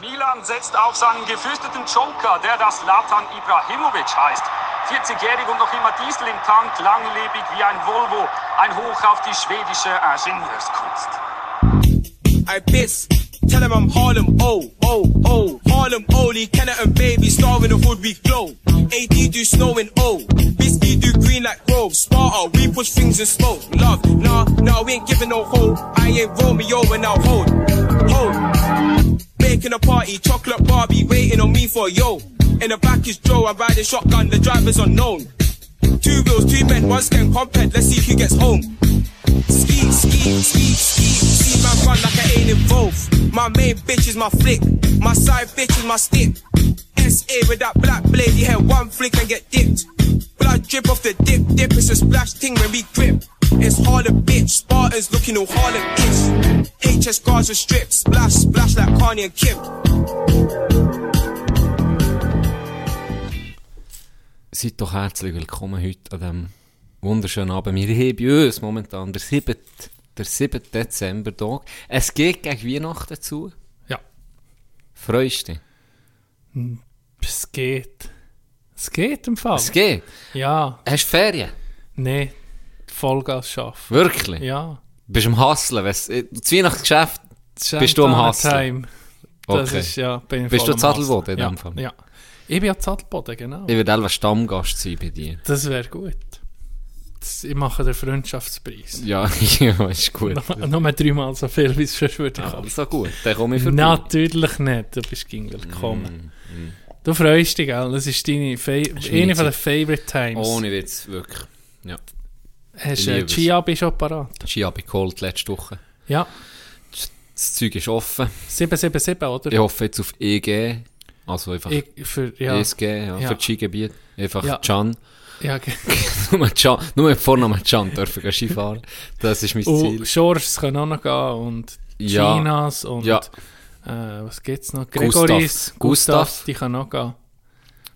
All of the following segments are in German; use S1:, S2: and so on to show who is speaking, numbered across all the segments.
S1: Milan setzt auf seinen gefürchteten Joker, der das Latan Ibrahimovic heißt. 40-jährig und noch immer Diesel im Tank, langlebig wie ein Volvo. Ein Hoch auf die schwedische Ingenieurskunst.
S2: I piss. Tell him I'm Harlem, oh, oh, oh. Harlem, only Kenner and baby, star in the hood we glow. AD do snow and oh. Bisbee do green like Grove. Sparta, we push things in slow. Love, nah, nah, we ain't giving no hold. I ain't Romeo and I'll hold, hold. Making a party, chocolate Barbie waiting on me for a yo. In the back is Joe, I'm riding shotgun, the driver's unknown. Two wheels, two men, one scan compact, let's see who gets home. Ski, ski, ski, ski. See man run like I ain't involved. My main bitch is my flick. My side bitch is my stick. SA with that black blade, you had one flick and get dipped. Blood drip off the dip, dip. It's a splash thing when we grip. It's Harlem bitch, Spartans looking all Harlem itch. HS guards with strips, splash, splash like Kanye and Kim.
S3: Seid doch herzlich willkommen heute an diesem wunderschönen Abend. Wir haben bei uns momentan der 7. Der 7. Dezember Tag. Es geht gegen Weihnachten zu.
S4: Ja,
S3: Freust du dich?
S4: es geht. Es geht im Fall.
S3: Es geht.
S4: Ja,
S3: Hast du Ferien?
S4: nee, Vollgas schaffen.
S3: Wirklich?
S4: Ja.
S3: Bist du am Hasseln? Wenn's- Das Weihnachtsgeschäft, bist du am Hasseln?
S4: Time. Das
S3: Okay.
S4: ist, ja, bin ich
S3: Bist
S4: voll
S3: du
S4: am
S3: Zadelboden in
S4: Hasseln.
S3: dem Fall?
S4: Ja, ja. Ich bin ja Zadelboden, genau.
S3: Ich werde etwa Stammgast sein bei dir.
S4: Das wäre gut. Das, ich mache den Freundschaftspreis.
S3: Ja, ja, ist gut.
S4: Nur- Nur dreimal so viel, wie es schon würde kommen.
S3: Also gut, dann komme ich vorbei.
S4: Natürlich nicht, du bist ging willkommen. Du freust dich, gell? Das ist deine Fa
S3: Mm, ist meine
S4: eine von den
S3: Zeit.
S4: Favorite Times.
S3: Ohne Witz, wirklich. Ja.
S4: Hast
S3: ich
S4: du äh,
S3: liebe es.
S4: Chia bist schon parat?
S3: Ski habe ich geholt letzte Woche.
S4: Ja,
S3: Das Zeug ist offen.
S4: 777, oder?
S3: Ich hoffe jetzt auf EG, also einfach
S4: Ich, für, ja,
S3: ESG, ja,
S4: Ja.
S3: für das Skigebiet. Einfach
S4: Ja.
S3: Can.
S4: ja, ge-
S3: nur Can, nur mit Vornamen Can dürfen wir Skifahren. Das ist mein
S4: und
S3: Ziel.
S4: Schorfs können auch noch gehen und
S3: Ja.
S4: Chinas und
S3: Ja.
S4: äh, was gibt's noch?
S3: Gustav.
S4: Gregoris,
S3: Gustav.
S4: die können auch gehen.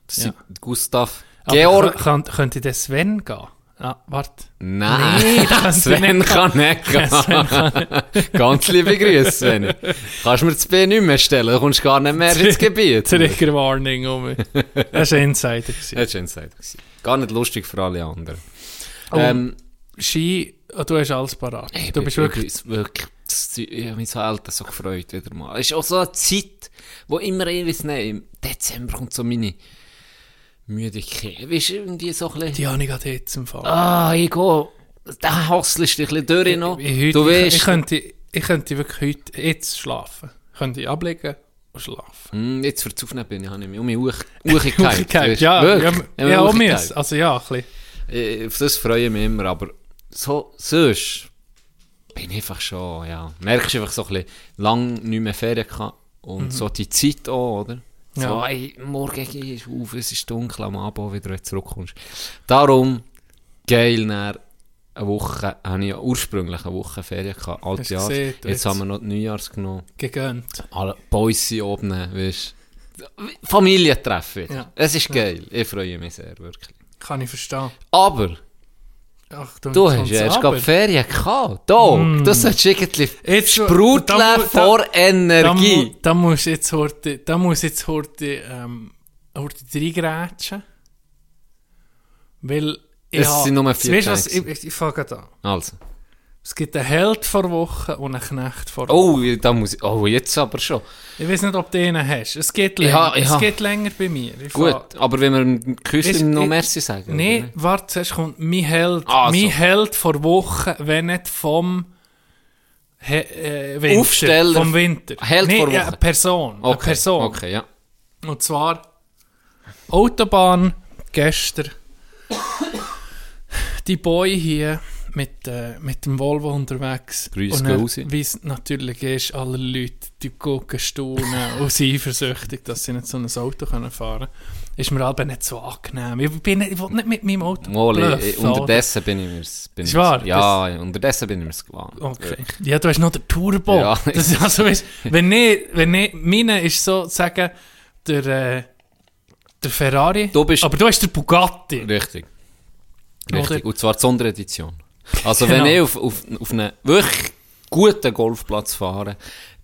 S3: Das
S4: Ja.
S3: sind Gustav.
S4: Aber
S3: Georg.
S4: kö- Könnt, könnte der Sven gehen? Ah, warte.
S3: Nein,
S4: Nee, das kannst du
S3: Sven
S4: nicht.
S3: kann nicht gehen. Ganz liebe Grüße, Sven. Kannst du mir das B nicht mehr stellen, du kommst gar nicht mehr ins Gebiet.
S4: Trigger Warning um mich. Das war ein Insider. gewesen.
S3: Das war Insider. Gar nicht lustig für alle anderen.
S4: Oh.
S3: Ähm,
S4: Ski, oh, du hast alles parat.
S3: ich
S4: du
S3: bin-
S4: bist
S3: ich
S4: wirklich.
S3: bin wirklich das Zeug- ich habe mich so selten so gefreut wieder mal. Es ist auch so eine Zeit, wo immer ich weiß nicht, im Dezember kommt so meine Müdigkeit. Weißt du, irgendwie so ein bisschen,
S4: Die habe ich gerade jetzt im Fall.
S3: ah, ich gehe, da hasselst du dich ein bisschen durch noch.
S4: ich, ich, heute,
S3: du
S4: ich, ich,
S3: weißt,
S4: könnte, ich könnte wirklich heute jetzt schlafen. Könnte ich ablegen und schlafen.
S3: Hm, jetzt für das Aufnehmen bin ich, habe ich mich um mich hoch- hochgehypt,
S4: Hochgehypt,
S3: weisst du,
S4: ja, ja,
S3: wirklich.
S4: ja,
S3: Ich
S4: ja
S3: habe
S4: auch
S3: mich
S4: mir.
S3: hochgehypt.
S4: Also ja, ein bisschen.
S3: Äh, Auf das freue ich mich immer, aber so, sonst bin ich einfach schon, ja. Merkst du einfach so ein bisschen, lang nicht mehr Ferien gehabt und so die Zeit auch, oder? So,
S4: Mhm. Ja.
S3: ey, morgen gehst du auf, es ist dunkel am Abend, auch wieder wenn du zurückkommst. Darum, geil, nach eine Woche, habe ich ja ursprünglich eine Woche Ferien gehabt,
S4: Hast
S3: altes
S4: du
S3: Jahr.
S4: gesehen,
S3: Jetzt,
S4: du jetzt-
S3: haben wir noch die Neujahrs genommen.
S4: gegönnt.
S3: Alle Boys sind oben, weißt du. Familientreffen.
S4: Ja.
S3: Es ist geil. Ich freue mich sehr, wirklich.
S4: Kann ich verstehen.
S3: Aber,
S4: Ach, du,
S3: du hast ja erst gerade Ferien gehabt. Doch, das solltest du irgendwie
S4: Mm. Jetzt-
S3: sprudeln
S4: da mu- da-
S3: vor
S4: da, mu,
S3: Energie.
S4: da musst du jetzt heute, da musst du jetzt heute, ähm, heute reingrätschen. Weil ich
S3: Es
S4: hab-
S3: sind nur vier
S4: Weißt du was,
S3: Tage.
S4: ich, ich, ich fange gerade an.
S3: Also.
S4: Es gibt einen Held vor Woche und einen Knecht vor Woche.
S3: Oh, da muss ich, oh, jetzt aber schon.
S4: Ich weiß nicht, ob du einen hast. Es geht
S3: Ich
S4: länger,
S3: ha- ich ha-
S4: es geht länger bei mir. Ich
S3: Gut,
S4: fahr-
S3: aber wenn wir im
S4: Weißt du,
S3: Küssen noch
S4: ich-
S3: Merci sagen. oder
S4: Nein,
S3: nicht?
S4: warte, zuerst kommt mein Held.
S3: Ah, so.
S4: Mein Held vor Wochen, wenn nicht vom He äh, Winter.
S3: Aufsteller.
S4: Vom Winter.
S3: Held
S4: Nein,
S3: vor
S4: ja,
S3: Woche.
S4: eine Person. Eine
S3: Okay,
S4: Person.
S3: okay, ja.
S4: Und zwar Autobahn gestern. Die Boy hier mit, äh, mit dem Volvo unterwegs.
S3: Grüß
S4: Und er-
S3: raus.
S4: Wie es natürlich ist, alle Leute die gucken, staunen und sind eifersüchtig, dass sie nicht so ein Auto können fahren können. Ist mir aber nicht so angenehm. Ich, bin nicht, ich will nicht mit meinem Auto
S3: Mal,
S4: bluffen,
S3: ich-
S4: oder?
S3: äh, unterdessen bin ich mir's. bin
S4: Ist
S3: mir's-
S4: wahr?
S3: Ja, ja, unterdessen bin ich mir's gewohnt.
S4: Okay. Ja, du hast noch den Turbo.
S3: Ja.
S4: Das ist also, weißt, wenn ich, wenn ich, meine ist so, sagen, der, äh, der Ferrari.
S3: Du bist-
S4: aber du hast den Bugatti.
S3: Richtig.
S4: Oder-
S3: Richtig. Und zwar die Sonderedition. Also
S4: Genau.
S3: wenn ich auf, auf, auf einen wirklich guten Golfplatz fahre,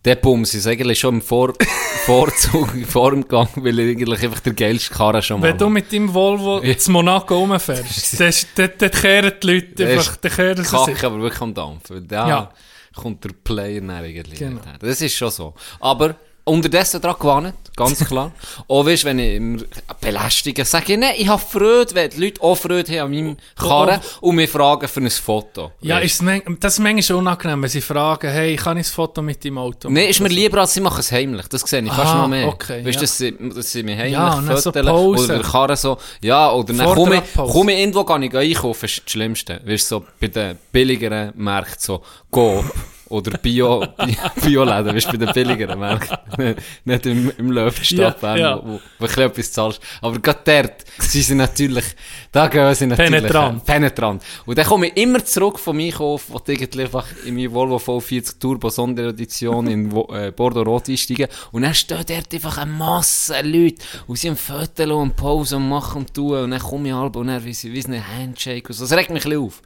S3: Der Bums ist eigentlich schon im Vor Vorzug, vor dem Gang, weil er eigentlich einfach der geilste Karre schon mal
S4: Wenn du mit deinem Volvo
S3: Ja.
S4: zu Monaco Dus rumfährst, dann dann- dann kehren die Leute
S3: Das
S4: einfach,
S3: ist
S4: dann kehren sie sich.
S3: Kacke, aber wirklich am Dampfen. weil Da
S4: Ja.
S3: kommt der Player dann irgendwie
S4: Genau.
S3: nicht her. Das ist schon so. Aber unterdessen daran gewonnen, ganz klar. auch weißt, wenn ich immer belästige, sage ich, nein, ich habe Freude, wenn die Leute auch Freude haben an meinem Karren und mich fragen für ein Foto.
S4: Ja,
S3: Weisst.
S4: ist man, das ist manchmal schon unangenehm, wenn sie fragen, hey, kann ich ein Foto mit deinem Auto machen?
S3: Nein, ist mir lieber, als sie machen es heimlich. Das sehe ich fast
S4: Aha,
S3: noch mehr.
S4: okay,
S3: weißt
S4: ja.
S3: du, dass sie, dass sie mich heimlich
S4: Ja, und dann so
S3: föteln
S4: posen.
S3: oder der Karren so. Ja, oder dann
S4: Vorderrad
S3: komme ich,
S4: posen.
S3: komme ich irgendwo gar nicht einkaufen, ist das Schlimmste. Weißt du, so bei den billigeren Märkten, so Coop oder Bio, Bioläden, weißt du, bei den billigeren Märkten. nicht im, im Löwenstadt,
S4: Ja,
S3: Bern,
S4: ja.
S3: wo, wo ein bisschen etwas zahlst. Aber gerade dort sind sie natürlich, da gehen sie natürlich.
S4: Penetrant.
S3: äh, penetrant. Und dann komme ich immer zurück von mir auf, wo ich irgendwie einfach in meinen Volvo V40 Turbo Sonderedition in Wo- äh, Bordeaux Rot einsteigen. Und dann steht dort einfach eine Masse Leute. Und sie am Viertel und Pause und machen und tun. Und dann komme ich halb und dann wie sie, wie ein Handshake und so. Das regt mich ein bisschen auf.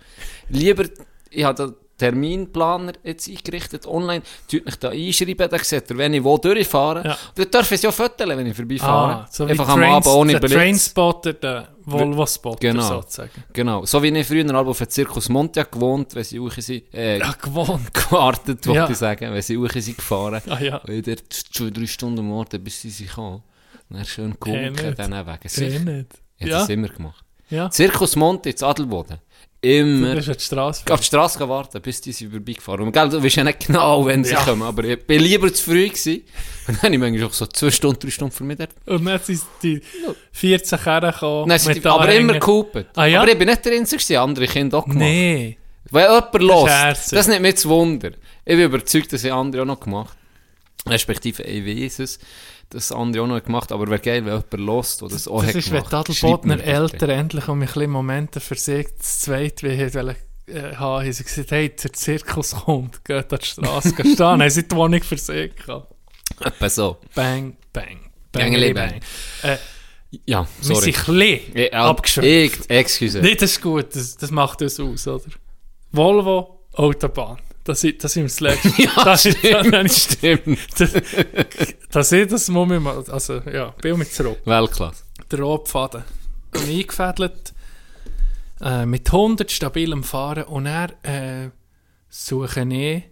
S3: Lieber, ich habe da Terminplaner jetzt eingerichtet online. Tut mich da einschreiben, dann seht ihr, wenn ich wo durchfahre.
S4: Ja.
S3: Dann dürfen sie ja foteln, wenn ich vorbeifahre.
S4: Ah, so wie
S3: einfach
S4: Trains,
S3: am Abend ohne
S4: der
S3: Blitz.
S4: Trainspotter, der Volvo-Spotter
S3: Genau.
S4: sozusagen.
S3: Genau. So wie ich früher halb auf dem Zirkus Montia gewohnt, wenn sie hoch sind, äh,
S4: Ja, gewohnt.
S3: gewartet, wollte
S4: Ja.
S3: ich sagen, wenn sie hoch sind gefahren.
S4: Ah ja.
S3: Und ich dort zwei, drei Stunden am Morgen, bis sie sich kam. Und dann schön gewunken,
S4: nicht.
S3: dann auch wegen sich.
S4: Eh
S3: Ich
S4: nicht.
S3: habe
S4: Ja,
S3: das immer gemacht.
S4: ja. Dus
S3: Zirkus Monte in Adelboden. Immer
S4: Das ist ja die Straße.
S3: auf die Straße warten, bis die sie vorbeigefahren Und gell, du weißt ja nicht genau, wenn sie
S4: Ja.
S3: kommen, aber ich bin lieber zu früh gewesen. Und dann habe ich manchmal auch so zwei Stunden, drei Stunden für mich dort.
S4: Und dann sind die 14 Kerren gekommen.
S3: Nein, sie-
S4: mit
S3: aber
S4: Anhänger.
S3: immer gehupet.
S4: Ah, ja?
S3: Aber ich bin nicht der Einzige, gewesen, andere Kinder auch gemacht.
S4: Nee.
S3: Wenn jemand
S4: herzig.
S3: los, das nimmt mir zu Wunder. Ich bin überzeugt, dass ich andere auch noch gemacht Respektive, ich weiß es, dass andere auch noch gemacht Aber wäre geil, wenn jemand lost oder das auch
S4: Das
S3: Oh, hat
S4: ist, wenn
S3: gemacht.
S4: die
S3: Schreibt mir
S4: Adelbodner
S3: bitte.
S4: Eltern endlich um ein bisschen Momente für sich das zweite, wie ich wollte, äh, haben, haben sie gesagt, hey, der Zirkus kommt, geht an die Straße, geht stehen. Haben sie die Wohnung für sich gehabt.
S3: Etwa so.
S4: Bang, bang.
S3: Gängeli bang.
S4: Äh,
S3: Ja,
S4: wir
S3: sorry.
S4: sind ein bisschen
S3: Ich-
S4: abgeschwächt.
S3: Ich, excuse.
S4: Nee, das ist gut, das, das macht uns aus, oder? Volvo, Autobahn. Das, ist- das sind wir das Letzte. das ist das,
S3: Stimmt.
S4: das, ist das Moment, mal- also ja, bin mit zurück.
S3: Weltklasse.
S4: Der Rohpfaden. Und eingefädelt äh, mit 100 stabilem Fahren und er äh, suche ich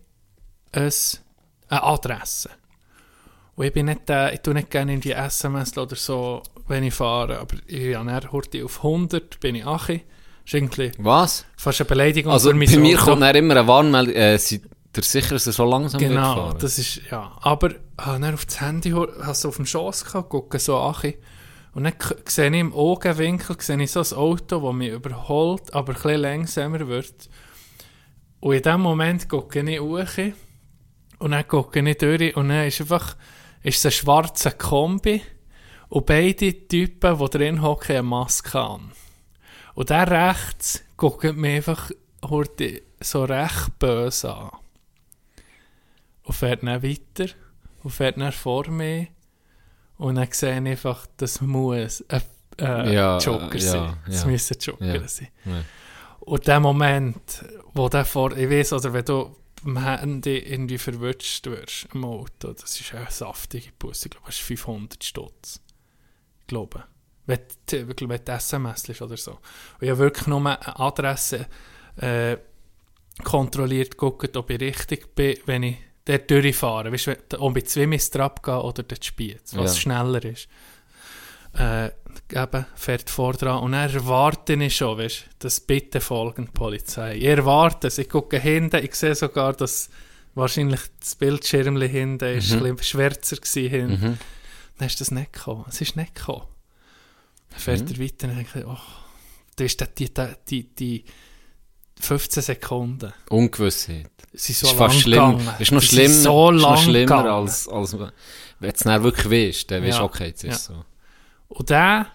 S4: es- eine Adresse. Und ich bin nicht, äh, ich tue nicht gerne irgendwie SMS oder so, wenn ich fahre, aber ich habe dann Horti auf 100, bin ich Achi. Das ist irgendwie
S3: Was?
S4: fast eine Beleidigung
S3: Also,
S4: für mein
S3: bei mir
S4: Auto.
S3: kommt dann immer eine Warnmeldung, äh, seid ihr sicher, dass ihr so langsam
S4: Genau,
S3: fahren?
S4: das ist, ja. Aber ich habe dann auf das Handy, habe so auf dem Schoss gehabt, gucke so an. Und dann k- sehe ich im Augenwinkel sehe ich so ein Auto, das mich überholt, aber ein bisschen langsamer wird. Und in dem Moment gucke ich hoch und dann gucke ich durch und dann ist einfach ist es ein schwarzer Kombi und beide Typen, die drin hocken, haben eine Maske an. Und der rechts guckt mich einfach heute so recht böse an. Und fährt dann weiter und fährt dann vor mir. Und dann sehe ich einfach, das muss ein äh,
S3: Ja,
S4: Joker
S3: äh,
S4: sein.
S3: ja,
S4: Das
S3: ja.
S4: müssen Joker
S3: Ja,
S4: sein.
S3: ja.
S4: Und der Moment, wo der vor, ich weiß, oder wenn du am Handy irgendwie verwutscht wirst im Auto, das ist eine saftige Pusse, ich glaube, das ist 500 Stutz. Glaube. Wenn du wenn du SMS ist oder so. Und ich habe wirklich nur eine Adresse äh, kontrolliert, geguckt, ob ich richtig bin, wenn ich dort durchfahre. Weißt du, um wenn- ob ich zwei Mister abgehe oder den Spiez, was
S3: Ja.
S4: schneller ist äh, eben, fährt vor dran und dann erwarte ich schon, weißt, dass bitte folgen die Polizei. Ich erwarte es, ich gucke hinten, ich sehe sogar, dass wahrscheinlich das Bildschirm hinten ist, ein bisschen schwärzer gewesen. hinten. Dann ist das nicht gekommen, es ist nicht gekommen. Dann fährt er weiter und denkt, oh, da ist die, die, die, die 15 Sekunden.
S3: Ungewissheit.
S4: Sie
S3: ist fast schlimm.
S4: gegangen.
S3: Ist noch
S4: Sie sind
S3: schlimmer,
S4: so
S3: ist noch
S4: lang
S3: schlimmer
S4: gegangen.
S3: als, als wenn du es dann wirklich weißt, dann weißt du,
S4: Ja.
S3: okay, jetzt ist es so.
S4: Und der,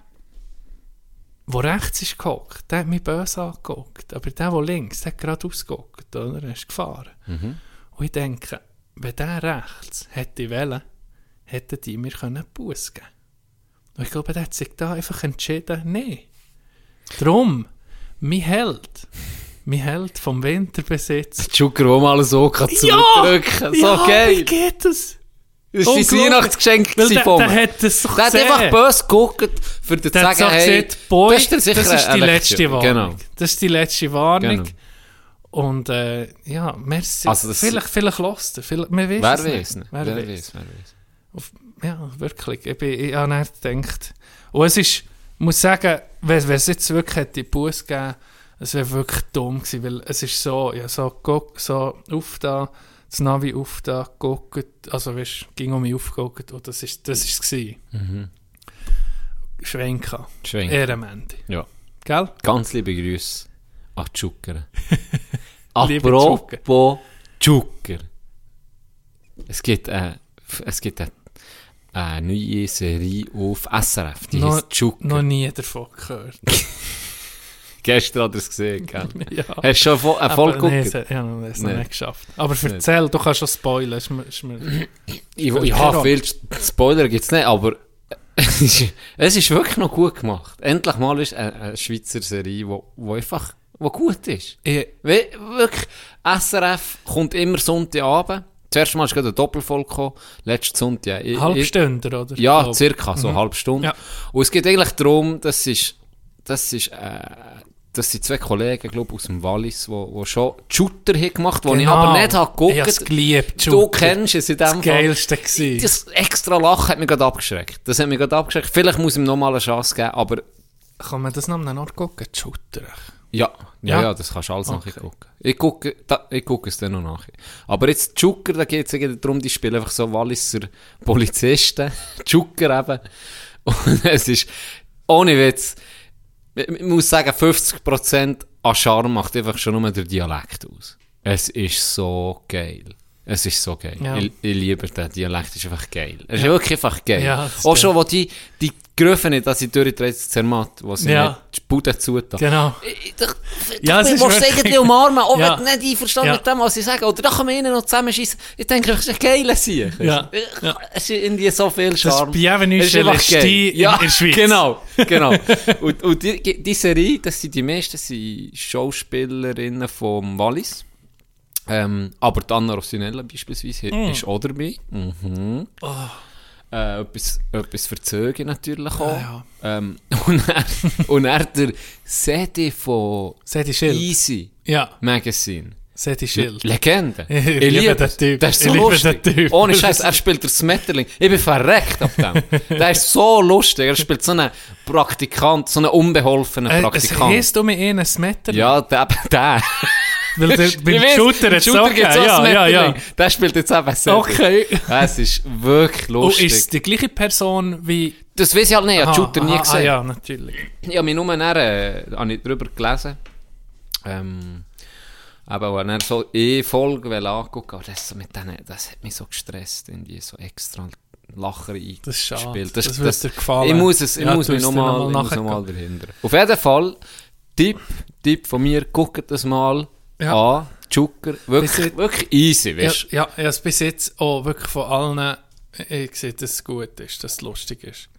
S4: der rechts ist gehockt, der hat mich böse angeguckt. Aber der, der links, der hat geradeaus gehockt, oder? Er ist gefahren.
S3: Mhm.
S4: Und ich denke, wenn der rechts hätte wollen, hätten die mir können Buß geben Und ich glaube, der hat sich da einfach entschieden, nein. Drum, mein Held, mein Held vom Winterbesitz.
S3: Zucker, der mal so kann zurückdrücken So
S4: Wie
S3: geil.
S4: geht das?
S3: Das war sein
S4: Unglaublich.
S3: Weihnachtsgeschenk
S4: Weil
S3: gewesen
S4: der-
S3: von
S4: der
S3: mir.
S4: hat das doch
S3: Der hat
S4: gesehen.
S3: einfach böse geguckt, für zu
S4: Der hat
S3: sagen,
S4: so
S3: hey,
S4: gesagt, Boy,
S3: das ist dir sicher eine
S4: die
S3: Lektion.
S4: letzte Warnung.
S3: Genau.
S4: Das ist die letzte Warnung.
S3: Genau.
S4: Und äh, ja, merci.
S3: Also das-
S4: vielleicht, vielleicht lost er. Vielleicht, man weiß
S3: Wer
S4: es
S3: weiß
S4: nicht.
S3: nicht.
S4: Wer weiss.
S3: wer weiss.
S4: Auf, ja, wirklich. Ich, bin, ich habe nicht gedacht. Und es ist, muss sagen, wenn wenn es jetzt wirklich hätte Buß gegeben, es wäre wirklich dumm gewesen, weil es ist so, ja, so, guck, so auf da, das Navi auf da, geguckt, also weißt, ging um mich aufgeguckt und das ist, das ist es gewesen.
S3: Mhm.
S4: Schwenka.
S3: Schwenk.
S4: Äh, Ehrenmende.
S3: Ja.
S4: Gell?
S3: Ganz liebe Grüße an Zucker.
S4: Liebe
S3: Apropos Zucker. Es gibt, äh, es gibt eine, eine neue Serie auf SRF, die
S4: Noch-
S3: heißt Zucker.
S4: Noch nie davon gehört.
S3: Gestern hat er es gesehen, gell?
S4: ja.
S3: Hast du schon eine Folge
S4: Aber nee,
S3: geguckt?
S4: es- Ich habe es noch
S3: Nee.
S4: nicht geschafft. Aber erzähl, du kannst schon spoilern. Ist mir, ist mir,
S3: Ich,
S4: Keine
S3: ich habe
S4: Ahnung.
S3: viel Spoiler gibt's nicht, aber es ist- es ist wirklich noch gut gemacht. Endlich mal ist eine, eine Schweizer Serie, die wo, wo einfach wo gut ist.
S4: ich,
S3: We wirklich, SRF kommt immer Sonntagabend. Zuerst mal ist gerade eine Doppelfolge gekommen, letzten Sonntag. Ich- ich-
S4: Halbstünder, oder?
S3: Ja,
S4: Glaub. Mhm.
S3: circa, so eine halbe Stunde.
S4: Ja.
S3: Und es geht eigentlich darum, das ist, das ist, äh, das sind zwei Kollegen, glaube aus dem Wallis, wo, wo schon Shooter haben gemacht, wo ich
S4: Genau.
S3: aber nicht habe geguckt.
S4: Ich hab's geliebt,
S3: Du
S4: Shooter.
S3: kennst es in dem
S4: Das Geilste gewesen.
S3: Das extra Lachen hat mich gerade abgeschreckt. Das hat mich gerade abgeschreckt. Vielleicht muss ich ihm nochmal eine Chance geben, aber
S4: Kann man das noch an einem Ort gucken? Shooter.
S3: ja, ja,
S4: Ja?
S3: ja, das kannst du alles
S4: Okay.
S3: nachher gucken. Ich gucke, da, ich gucke es dann noch nachher. Aber jetzt Zucker, da geht es irgendwie darum, die spielen einfach so Walliser Polizisten. Zucker eben. Und es ist, ohne Witz, ich ich muss sagen, 50% an Charme macht einfach schon nur der Dialekt aus. Es ist so geil. Es ist so geil.
S4: Ja.
S3: Ich, ich liebe den Dialekt, ist einfach geil. Es ist wirklich einfach geil.
S4: Ja, das
S3: Auch schon, wo die, die Griffe nicht, dass sie durchdreht, das Zermatt, wo sie
S4: Ja.
S3: nicht die Bude zutaten.
S4: Genau.
S3: Ich- doch,
S4: Ja,
S3: ja,
S4: es
S3: du
S4: ist
S3: musst
S4: wirklich-
S3: irgendwie umarmen, auch
S4: Ja.
S3: wenn du nicht einverstanden
S4: Ja.
S3: mit dem, was sie sagen. Oder da können wir ihnen noch zusammenschießen. Ich denke, das ist ein geiler Sieg.
S4: Ja.
S3: Ich-
S4: Ja.
S3: Es ist irgendwie so viel Charme.
S4: Bienvenue
S3: Es ist einfach
S4: Celestine
S3: geil.
S4: in der Schweiz.
S3: Genau, genau. und und die, die Serie, das sind die meisten sind Schauspielerinnen vom Wallis. Ähm, aber die Anna Rossinella beispielsweise
S4: Mm.
S3: ist auch dabei. Mhm.
S4: Oh.
S3: Äh, etwas, etwas verzögern natürlich auch.
S4: Ah,
S3: Ähm, und, er, und er der Sede von
S4: Seti Schild.
S3: Easy
S4: Ja,
S3: Magazine.
S4: Seti Schild.
S3: Legende.
S4: Ich liebe den
S3: es.
S4: Typ.
S3: Der ist so
S4: Ich liebe
S3: lustig.
S4: den Typ.
S3: Ohne Scheiß, er spielt der Smetterling. Ich bin verreckt auf dem. der ist so lustig. Er spielt so einen Praktikant, so einen unbeholfenen
S4: Äh, es
S3: Praktikant.
S4: heisst um einen Smetter.
S3: ja, der, der.
S4: Weil der, beim
S3: Ich weiss,
S4: Shooter
S3: beim
S4: hat es auch
S3: gibt's
S4: gegeben. Ja, ja, ja.
S3: Smetterling. Der spielt jetzt eben Sede.
S4: Okay.
S3: Es ist wirklich
S4: Und
S3: lustig.
S4: ist es die gleiche Person wie...
S3: Das weiß ich halt nicht. Ich habe
S4: Ah,
S3: Shooter nie
S4: aha,
S3: gesehen.
S4: Ah, ja, natürlich.
S3: Ich habe mich nur dann, äh, habe ich darüber gelesen. Ähm, aber wenn er so eh Folge will angucken, aber das, mit denen, das hat mich so gestresst, irgendwie so extra Lacher
S4: Das ist schade.
S3: eingespielt.
S4: Das würde dir gefallen.
S3: Ich muss es, ich
S4: Ja,
S3: muss
S4: du
S3: mich
S4: wirst dir noch mal
S3: nochmal, noch
S4: nachher-
S3: mal dahinter. Auf jeden Fall, Tipp, Tipp von mir, guckt das mal
S4: Ja.
S3: an. Zucker,
S4: Bis
S3: wirklich,
S4: jetzt-
S3: wirklich easy,
S4: Ja,
S3: weißt du?
S4: ja, ich habe es bis jetzt auch wirklich von allen... Ich sehe, dass es gut ist, dass es lustig ist.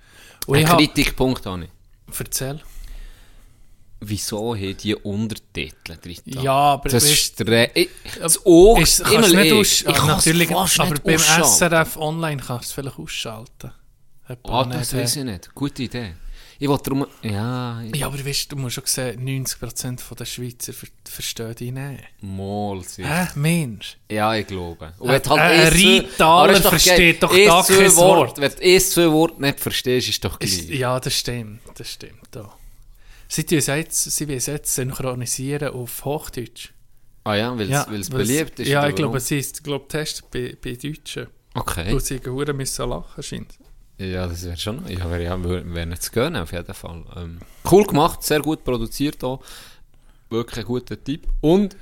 S4: Und ich
S3: Einen
S4: habe...
S3: Kritikpunkt habe ich.
S4: Erzähl.
S3: Wieso haben die Untertitel drin?
S4: Ja, aber...
S3: Das
S4: weisst-
S3: ist der. Ich- Das Ohr.
S4: Ist,
S3: immer
S4: kannst du nicht
S3: ich.
S4: aus,
S3: Ich
S4: ah,
S3: kann's
S4: natürlich,
S3: fast
S4: aber
S3: nicht
S4: beim
S3: ausschalten.
S4: SRF Online kannst du es vielleicht ausschalten. Hat
S3: Ah,
S4: man
S3: das
S4: nicht,
S3: weiß
S4: äh,
S3: ich nicht. Gute Idee. Ich wollte darum. Ja, ich-
S4: Ja, aber weißt, du musst schon sehen, 90% der Schweizer ver verstehen dich nicht.
S3: mal sicher.
S4: Hä? Mensch?
S3: Ja, ich glaube. Und
S4: Äh,
S3: wenn du halt
S4: äh,
S3: eh zwei-
S4: Rheintaler
S3: Aber ist doch
S4: versteht
S3: geil.
S4: doch
S3: Eh
S4: da
S3: zwei
S4: kein
S3: Wort.
S4: Wort.
S3: Wenn du eh zwei Worte nicht verstehst, ist doch
S4: Ist,
S3: gleich.
S4: ja, das stimmt. Das stimmt. Da. Sie tun es jetzt, sie wollen es jetzt synchronisieren auf Hochdeutsch.
S3: Ah ja, weil
S4: Ja,
S3: es
S4: weil es-
S3: beliebt ist.
S4: Ja,
S3: oder
S4: ich glaube,
S3: warum?
S4: sie ist glaub, testet bei, bei Deutschen.
S3: Okay.
S4: Wo sie Huren müssen lachen scheint.
S3: Ja, das wäre schon. Ja, wäre ja, wär, wär nicht zu gönnen, auf jeden Fall. Ähm, cool gemacht, sehr gut produziert auch. Wirklich ein guter Tipp. Und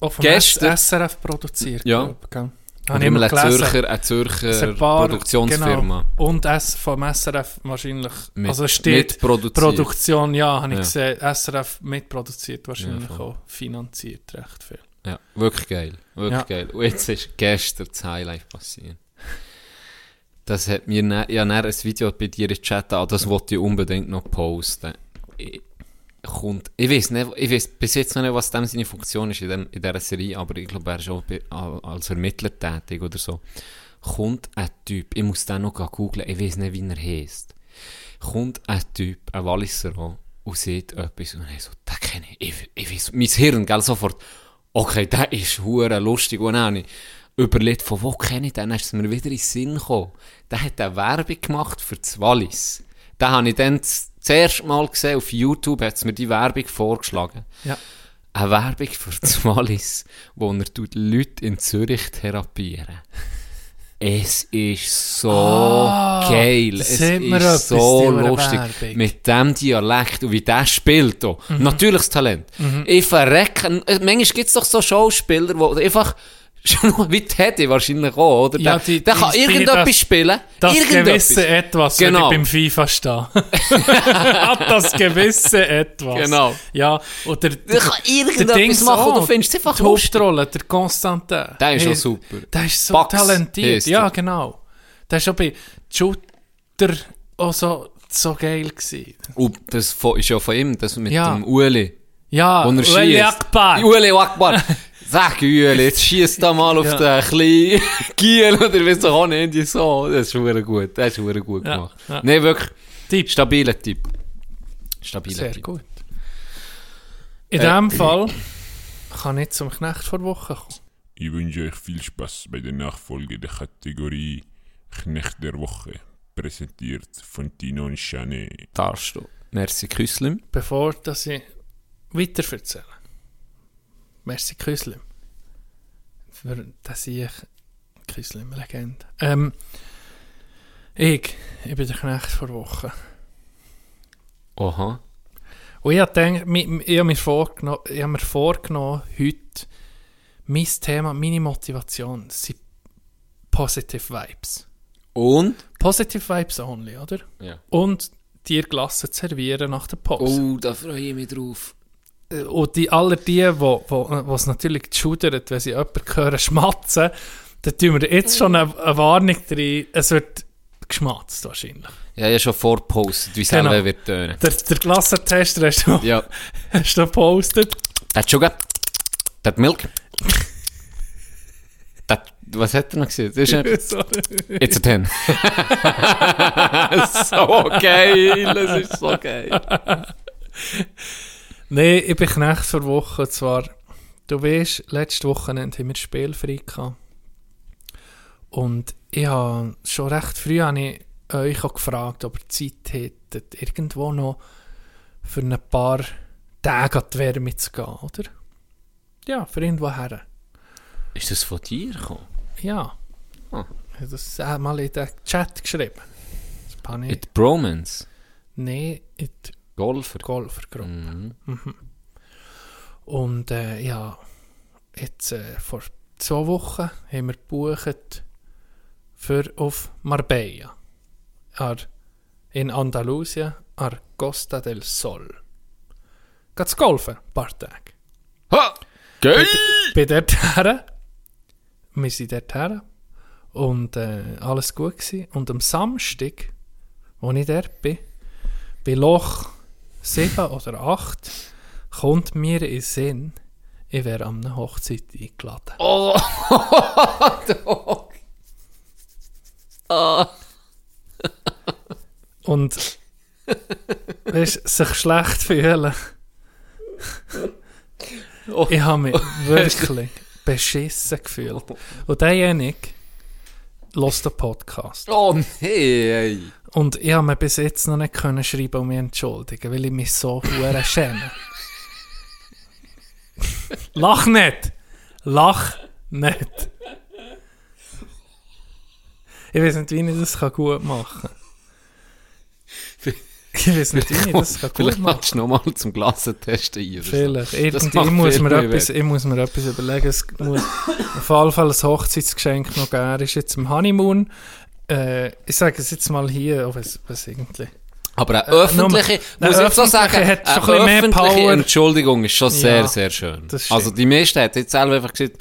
S4: Auch vom
S3: Gestern-
S4: SRF produziert.
S3: Ja.
S4: glaub ich, gell? Habe
S3: Oder
S4: ich immer
S3: eine
S4: gelesen.
S3: Zürcher, eine
S4: Es
S3: Zürcher
S4: hat paar-
S3: Produktionsfirma.
S4: Genau. Und S vom SRF wahrscheinlich.
S3: Mit-
S4: also es steht
S3: mitproduziert.
S4: Produktion, ja, habe ich
S3: Ja.
S4: gesehen. SRF mitproduziert wahrscheinlich
S3: Ja, voll.
S4: auch. Finanziert recht viel.
S3: Ja, wirklich geil. Wirklich
S4: Ja.
S3: geil. Und jetzt ist gestern das Highlight passiert. Das hat mir ne, ich habe dann ein Video bei dir in den Chat an, das wollte ich unbedingt noch posten. Ich, kommt. Ich weiß nicht, ich weiß bis jetzt noch nicht, was dem seine Funktion ist in, dem, in dieser Serie, aber ich glaube, er ist auch bei- al- als Ermittler tätig oder so. Kommt ein Typ, ich muss den noch googeln, ich weiß nicht, wie er heisst. Kommt ein Typ, ein Walliser an, und sieht etwas und ich so, den kenne ich, ich, ich weiß, mein Hirn, gell, sofort, okay, der ist hure lustig und auch nicht. Überlegt, von wo kenne ich den? Dann ist es mir wieder in den Sinn gekommen. Der hat eine Werbung gemacht für das Wallis. Den habe ich dann z- das erste Mal gesehen, auf YouTube hat es mir die Werbung vorgeschlagen.
S4: Ja.
S3: Eine Werbung für das Wallis, wo er tut Leute in Zürich therapieren. Es ist so
S4: Ah,
S3: geil.
S4: da
S3: Es
S4: sieht man
S3: ist
S4: etwas,
S3: so
S4: die
S3: lustig.
S4: Werbung. Mhm.
S3: Mit dem Dialekt und wie der spielt. Auch. Natürliches Talent. Ich verrecke. äh, Manchmal gibt es doch so Schauspieler, die einfach schon nur wie Teddy wahrscheinlich auch, oder?
S4: Ja,
S3: der,
S4: die-
S3: der
S4: die-
S3: kann
S4: die-
S3: irgendetwas
S4: das-
S3: spielen.
S4: Das
S3: irgendetwas.
S4: gewisse Etwas,
S3: Genau.
S4: wenn ich beim FIFA stehe. Hat das gewisse Etwas.
S3: Genau.
S4: Ja, oder
S3: Der kann irgendetwas machen, du findest es einfach
S4: Die
S3: lustig.
S4: Hauptrolle, der Konstantin.
S3: Der ist
S4: Hey,
S3: auch super.
S4: Der ist so
S3: Bugs
S4: talentiert.
S3: heisst
S4: Ja,
S3: er.
S4: genau. Der ist auch bei Shooter auch so, so geil gewesen.
S3: Und das von- ist ja von ihm, das mit
S4: Ja.
S3: dem Ueli.
S4: Ja,
S3: Wo er schießt.
S4: Ah, Ueli Akbar.
S3: Ueli Akbar. Sag Ueli, jetzt schießt da mal auf
S4: Ja.
S3: den kleinen Giel oder wie so auch nicht. die So. Das ist verdammt gut. Das ist verdammt gut
S4: Ja,
S3: gemacht.
S4: ja.
S3: Nee, wirklich.
S4: Typ.
S3: Stabiler Typ. Stabiler
S4: Sehr
S3: Typ.
S4: gut. In
S3: Äh,
S4: dem Fall kann ich zum Knecht vor Woche kommen.
S5: Ich wünsche euch viel Spaß bei der Nachfolge der Kategorie Knecht der Woche, präsentiert von Tino und Chanet.
S3: Darfst du. Merci Küsslim.
S4: bevor dass ich weiter erzähle. Merci Küslim. Für das ich Küslim Legende. Ähm, ich, ich bin der Knecht vor Wochen.
S3: Aha.
S4: Und ich habe, gedacht, mi- mi- ich habe mir vorgenommen, ich habe mir vorgenommen heute mein Thema, meine Motivation sind Positive Vibes.
S3: Und?
S4: Positive Vibes only, oder?
S3: Ja.
S4: Und dir Glassen zu servieren nach der Pause.
S3: Oh, da freue ich mich drauf.
S4: Äh, und die, aller die, wo, wo, was natürlich schudern, wenn sie jemanden hören, schmatzen, dann tun wir jetzt schon eine, eine Warnung drin, es wird geschmatzt wahrscheinlich.
S3: Ja, ja schon vorgepostet, wie es
S4: Genau.
S3: selber wird tönen.
S4: Der, der Glassentester hast du,
S3: Ja.
S4: hast du gepostet.
S3: Das Sugar. Das Milk. Das, was hat er noch gesehen? Das ist ein, It's a 10. so geil, das ist so geil.
S4: Nein, ich bin Knecht vor Woche. Zwar, du weißt, letzte Wochenende haben wir spielfrei gehabt. Und ich habe schon recht früh habe ich euch auch gefragt, ob ihr Zeit hättet, irgendwo noch für ein paar Tage an die Wärme zu gehen, oder? Ja, für irgendwo her.
S3: Ist das von dir gekommen?
S4: Ja.
S3: Hm.
S4: Ich habe das auch mal in den Chat geschrieben. Das habe ich.
S3: Mit Bromance.
S4: Nein, in die
S3: Golfer.
S4: Golfergruppe.
S3: Mhm.
S4: Und äh, ja, jetzt äh, vor zwei Wochen haben wir gebucht für auf Marbella. Ar, in Andalusien, an der Costa del Sol. Geht's golfen, ein paar Tage.
S3: Ha! Geil!
S4: Bin dort her. Wir sind dort her. Und äh, alles gut gewesen. Und am Samstag, wo ich dort bin, bei Loch 7 oder 8, kommt mir in den Sinn, ich wäre an einer Hochzeit eingeladen.
S3: Oh! Dog. Ah.
S4: Und weißt, sich schlecht fühlen.
S3: Oh.
S4: Ich habe mich wirklich beschissen gefühlt. Und derjenige hört den Podcast.
S3: Oh nein!
S4: Und ich habe mir bis jetzt noch nicht können schreiben und mich entschuldigen, weil ich mich so hure schäme. Lach nicht! Lach nicht! Ich weiß nicht, wie ich das kann gut machen kann. Ich weiß nicht, wie ich das kann gut
S3: Vielleicht
S4: machen
S3: kannst du nochmal zum Glasentest ein. oder so.
S4: Vielleicht.
S3: Das
S4: Irgendwie
S3: macht
S4: muss
S3: viel
S4: mir
S3: mehr
S4: etwas, ich muss mir etwas überlegen. Es muss auf jeden Fall ein Hochzeitsgeschenk noch geben. Ist jetzt im Honeymoon. Äh, ich sage es jetzt mal hier, auf es, was irgendwie.
S3: Aber eine öffentliche,
S4: Äh, nur-
S3: muss
S4: eine
S3: ich so sagen,
S4: öffentliche hat schon ein
S3: eine
S4: bisschen mehr
S3: öffentliche
S4: Power.
S3: Entschuldigung ist schon sehr,
S4: Ja,
S3: sehr schön.
S4: das stimmt.
S3: Also die meisten hat jetzt selber einfach gesagt,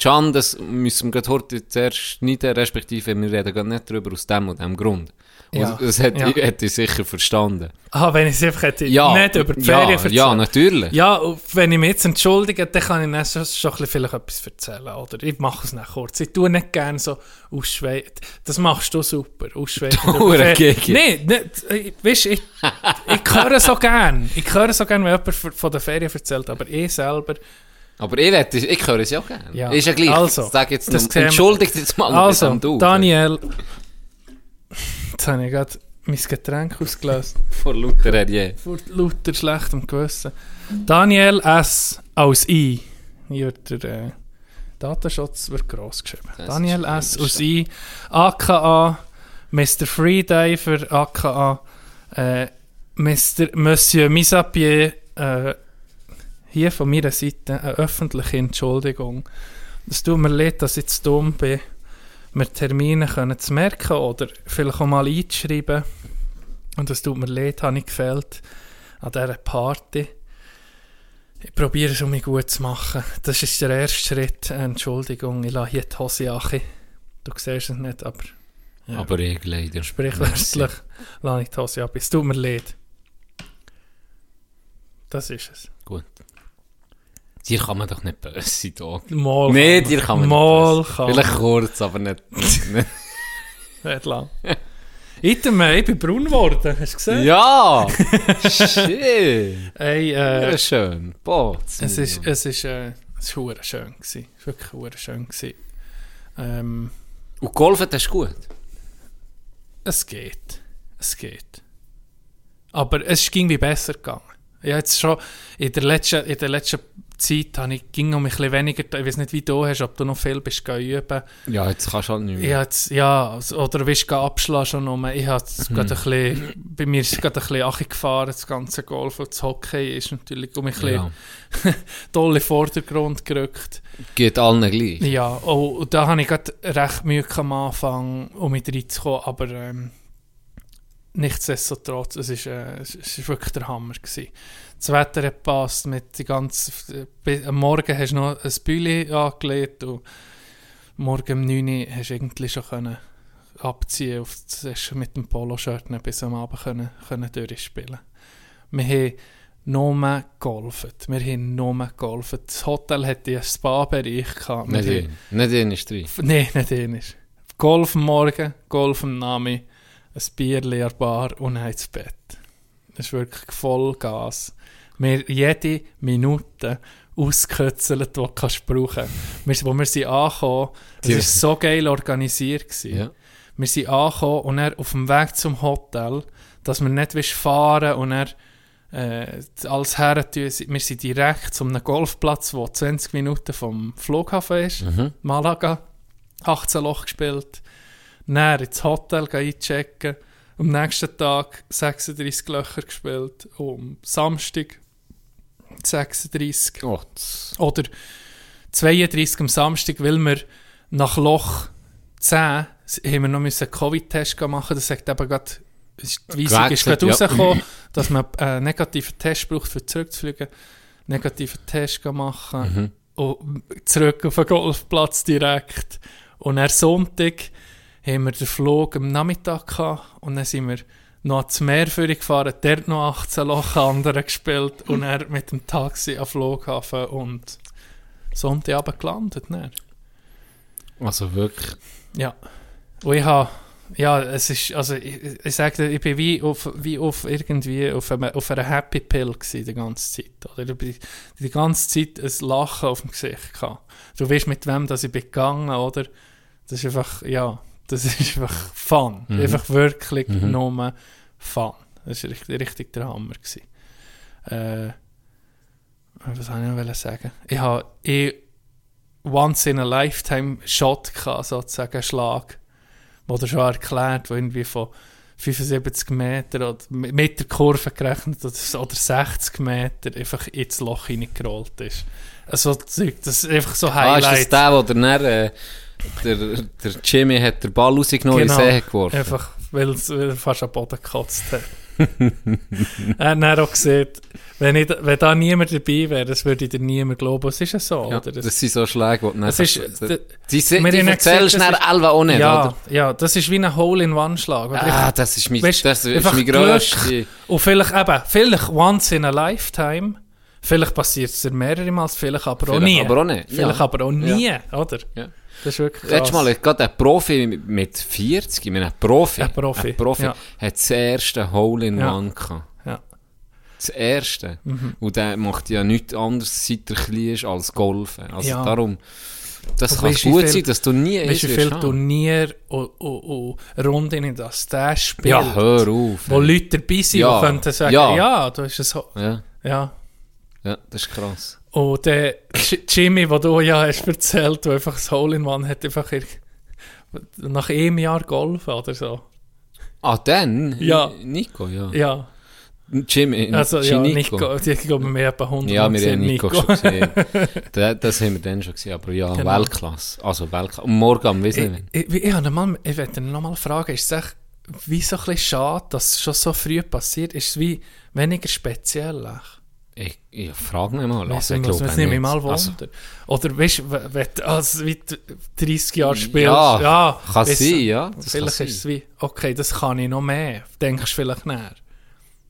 S3: Can, das müssen wir gerade heute zuerst schneiden, respektive wir reden gerade nicht drüber aus dem und dem Grund. Und
S4: Ja.
S3: das hätte
S4: Ja.
S3: ich- hätte ich sicher verstanden.
S4: Ah, wenn ich es einfach hätte,
S3: Ja,
S4: nicht über die Ferien
S3: ja,
S4: erzählt.
S3: ja, natürlich.
S4: Ja, und wenn ich mich jetzt entschuldige, dann kann ich dann schon, schon ein bisschen vielleicht etwas erzählen. Oder ich mache es nicht kurz. Ich tue nicht gerne so ausschweigen. Das machst du super, ausschweigen.
S3: Hure Gigi.
S4: Nein, nicht, weißt, ich, ich höre so gern. Ich höre so gern, wenn jemand von von der Ferien erzählt, aber ich selber...
S3: Aber ich, wette, ich höre es ja auch gerne.
S4: Ja.
S3: Ist ja gleich.
S4: Also,
S3: Sag jetzt
S4: das
S3: noch,
S4: sehen wir.
S3: entschuldigt jetzt mal
S4: Also,
S3: am Du.
S4: Daniel... Jetzt habe ich gerade mein Getränk ausgelöst.
S3: Vor lauter Rede.
S4: Vor lauter schlechtem Gewissen. Daniel S. als I. Hier wird der äh, Datenschutz wird gross geschrieben.
S3: Das
S4: Daniel
S3: ist
S4: S. als I. AKA Mr. Freediver, AKA äh, Mr. Monsieur Misapier. Äh, hier von meiner Seite eine öffentliche Entschuldigung. Es tut mir leid, dass ich zu dumm bin, mir Termine können zu merken oder vielleicht auch mal einzuschreiben. Und es tut mir leid, habe ich gefehlt an dieser Party. Ich probiere es, um mich gut zu machen. Das ist der erste Schritt. Äh, Entschuldigung, ich lasse hier die Hose an. Du siehst es nicht, aber Ja.
S3: Aber ich leider.
S4: sprichwörtlich lasse ich die Hose ab. Es tut mir leid. Das ist es.
S3: Gut. Dir kann man doch nicht böse sein, Dog.
S4: Mal
S3: Nee, dir kann man
S4: Mal
S3: nicht böse.
S4: kann man.
S3: Vielleicht kurz, aber nicht. nicht-
S4: nicht lang. Item, äh, ich bin braun geworden, hast du gesehen?
S3: ja! Shit!
S4: Ey, äh,
S3: Ja, schön. Boah,
S4: es ist, es ist, äh, es ist hure schön gewesen. Es ist wirklich hure schön gewesen. Ähm,
S3: Und geholfen hast du gut.
S4: es geht. Es geht. Aber es ist irgendwie besser gegangen. Ja, jetzt schon, in der letzten, in der letzten Zeit habe ich, ging um ein bisschen weniger, ich weiß nicht, wie du hast, ob du noch viel bist gegangen üben.
S3: Ja, jetzt kannst du halt nicht
S4: Ich hat's, ja, also- oder weißt du, abschlagen schon rum. Ich hat's gerade ein bisschen, bei mir ist es gerade ein bisschen Achi gefahren, das ganze Golf und das Hockey ist natürlich um ein bisschen
S3: Ja.
S4: doll in den Vordergrund gerückt.
S3: Geht allen gleich.
S4: Ja, oh, und da habe ich gerade recht Mühe gehabt am Anfang, um mit reinzukommen, aber ähm, nichtsdestotrotz, es ist, äh, es es ist wirklich der Hammer gewesen. Das Wetter hat gepasst, mit die ganze, bi- am Morgen hast du noch ein Büli angelegt und morgen um 9 Uhr hast du irgendwie schon können abziehen auf das, hast du mit dem Poloshirt noch bis am Abend können, können durchspielen. Wir haben nur geholfen. Wir haben nur geholfen. Das Hotel hatte einen Spa-Bereich. gehabt. Wir
S3: Nicht
S4: haben-
S3: in nicht in Industrie.
S4: Nee, nicht ähnlich. Golf am Morgen, Golf am Nami, ein Bier leer Bar und dann ins Bett. Das ist wirklich Vollgas. Wir jede Minute ausgekötzelt, die du kannst brauchen kannst. Wo wir sind angekommen, es war
S3: Die-
S4: so geil organisiert. Gewesen.
S3: Ja.
S4: Wir sind angekommen und dann auf dem Weg zum Hotel, dass wir nicht willst fahren und dann äh, alles her tun. Wir sind direkt zu einem Golfplatz, der 20 Minuten vom Flughafen ist. Malaga, 18 Loch gespielt. Dann ins Hotel gehen einchecken. Am nächsten Tag 36 Löcher gespielt. Und am Samstag 36.
S3: Oh, das-
S4: Oder 32 am Samstag, weil wir nach Loch 10 haben wir noch müssen einen Covid-Test machen Das sagt eben gerade, ist- die Weisung ist
S3: Gewechselt, ja.
S4: gerade
S3: Mhm.
S4: rausgekommen, dass man einen negativen Test braucht, für zurückzufliegen. Negativen Test machen
S3: Mhm.
S4: und zurück auf den Golfplatz direkt. Und am Sonntag haben wir den Flug am Nachmittag gehabt und dann sind wir noch ans Meer für gefahren, dort noch 18 Loch andere gespielt und er mit dem Taxi am Flughafen und Sonntagabend gelandet. Dann.
S3: also wirklich.
S4: Ja. Und ich habe, ja, es ist, also ich, ich sage dir, ich bin wie auf, wie auf irgendwie auf einer, auf einer Happy Pill gewesen, die ganze Zeit. Oder ich bin die ganze Zeit ein Lachen auf dem Gesicht gehabt. Du weißt mit wem, dass ich bin gegangen, oder? Das ist einfach, ja, das ist einfach Fun. Einfach wirklich nur Fun. Das war richtig, richtig der Hammer. Gewesen. Äh, was wollte ich noch wollen sagen? Ich habe eh once in a lifetime Shot gehabt, sozusagen Schlag, wo der schon erklärt, wo irgendwie von 75 Meter oder mit mit der Kurve gerechnet oder so- oder 60 Meter einfach ins Loch hineingerollt ist. Also Zeug, das ist einfach so
S3: Ah, ist das
S4: Highlight.
S3: der, wo der, dann, äh, der, der Jimmy hat den Ball rausgenommen und in
S4: Genau.
S3: den See geworfen?
S4: Einfach, weil es- weil er fast am Boden gekotzt hat. Er hat dann auch gesagt, wenn, ich, da- wenn da niemand dabei wäre, das würde ich dir niemand glauben. Es ist ja so,
S3: Ja,
S4: oder?
S3: das,
S4: Es-
S3: sind so Schläge, die du
S4: Es ist-
S3: die,
S4: d-
S3: die,
S4: wir
S3: die,
S4: haben ja
S3: erzählst
S4: gesagt,
S3: dann
S4: das ist-
S3: Alva auch nicht,
S4: ja,
S3: oder?
S4: ja, das ist wie ein Hole-in-One-Schlag. oder?
S3: Ah, das ist mein,
S4: Weisst,
S3: das ist
S4: einfach
S3: mein
S4: Glück.
S3: grösster...
S4: Und vielleicht eben, vielleicht once in a lifetime, vielleicht passiert es dir mehrere Mal, vielleicht aber auch
S3: Vielleicht
S4: nie.
S3: aber auch nicht,
S4: Vielleicht
S3: ja.
S4: aber auch nie, oder?
S3: Ja.
S4: Das ist wirklich krass.
S3: Letztes Mal hat gerade ein Profi mit 40, ich meine ein Profi,
S4: Ein Profi, ja.
S3: hat das erste Hole-in-One
S4: Ja. Mhm.
S3: gehabt.
S4: Ja.
S3: Das erste. Und der macht ja nichts anderes, seit er klein ist, als Golfen. Also
S4: Ja.
S3: darum, das
S4: Und
S3: kann
S4: weisst du, wie
S3: gut
S4: viel-
S3: sein, dass du nie eins
S4: Weißt du, wie
S3: wirst
S4: viele
S3: haben.
S4: Turnier und, und, und Runden in das der spielt?
S3: Ja, hör auf.
S4: Wo
S3: ey.
S4: Leute dabei sind,
S3: Ja.
S4: die könnten sagen,
S3: Ja.
S4: ja, du hast es... ho-
S3: ja.
S4: Ja.
S3: ja, das ist krass.
S4: Und der J- Jimmy, den du ja hast erzählt, der einfach das Hole-in-One hat, einfach irg- nach einem Jahr Golfen oder so.
S3: Ah, dann?
S4: Ja.
S3: Nico, ja.
S4: Ja.
S3: Jimmy,
S4: Also ja,
S3: Nico.
S4: Nico, die glaube wir haben etwa 100
S3: Ja,
S4: Mal
S3: wir
S4: gesehen,
S3: haben Nico, schon gesehen. das, das haben wir dann schon gesehen, aber ja,
S4: Genau.
S3: Weltklasse. Also Weltklasse. Und morgen am Wiesnewin.
S4: Ich, ich, ich, habe mal, ich werde ihn nochmal fragen, ist es echt wie so ein bisschen schade, dass es schon so früh passiert? Ist es wie weniger speziell? echt?
S3: Ich, ich frage mich mal.
S4: Weiss
S3: Also, ich
S4: nicht, muss
S3: glaube
S4: man
S3: nicht.
S4: es nicht mal
S3: Also,
S4: wundern. Oder weißt du, wenn- wenn du als wie du 30 Jahre spielst,
S3: Ja, kann
S4: weiss-
S3: sein, ja, das
S4: vielleicht
S3: kann
S4: ist es wie, okay, das kann ich noch mehr. Denkst du vielleicht näher?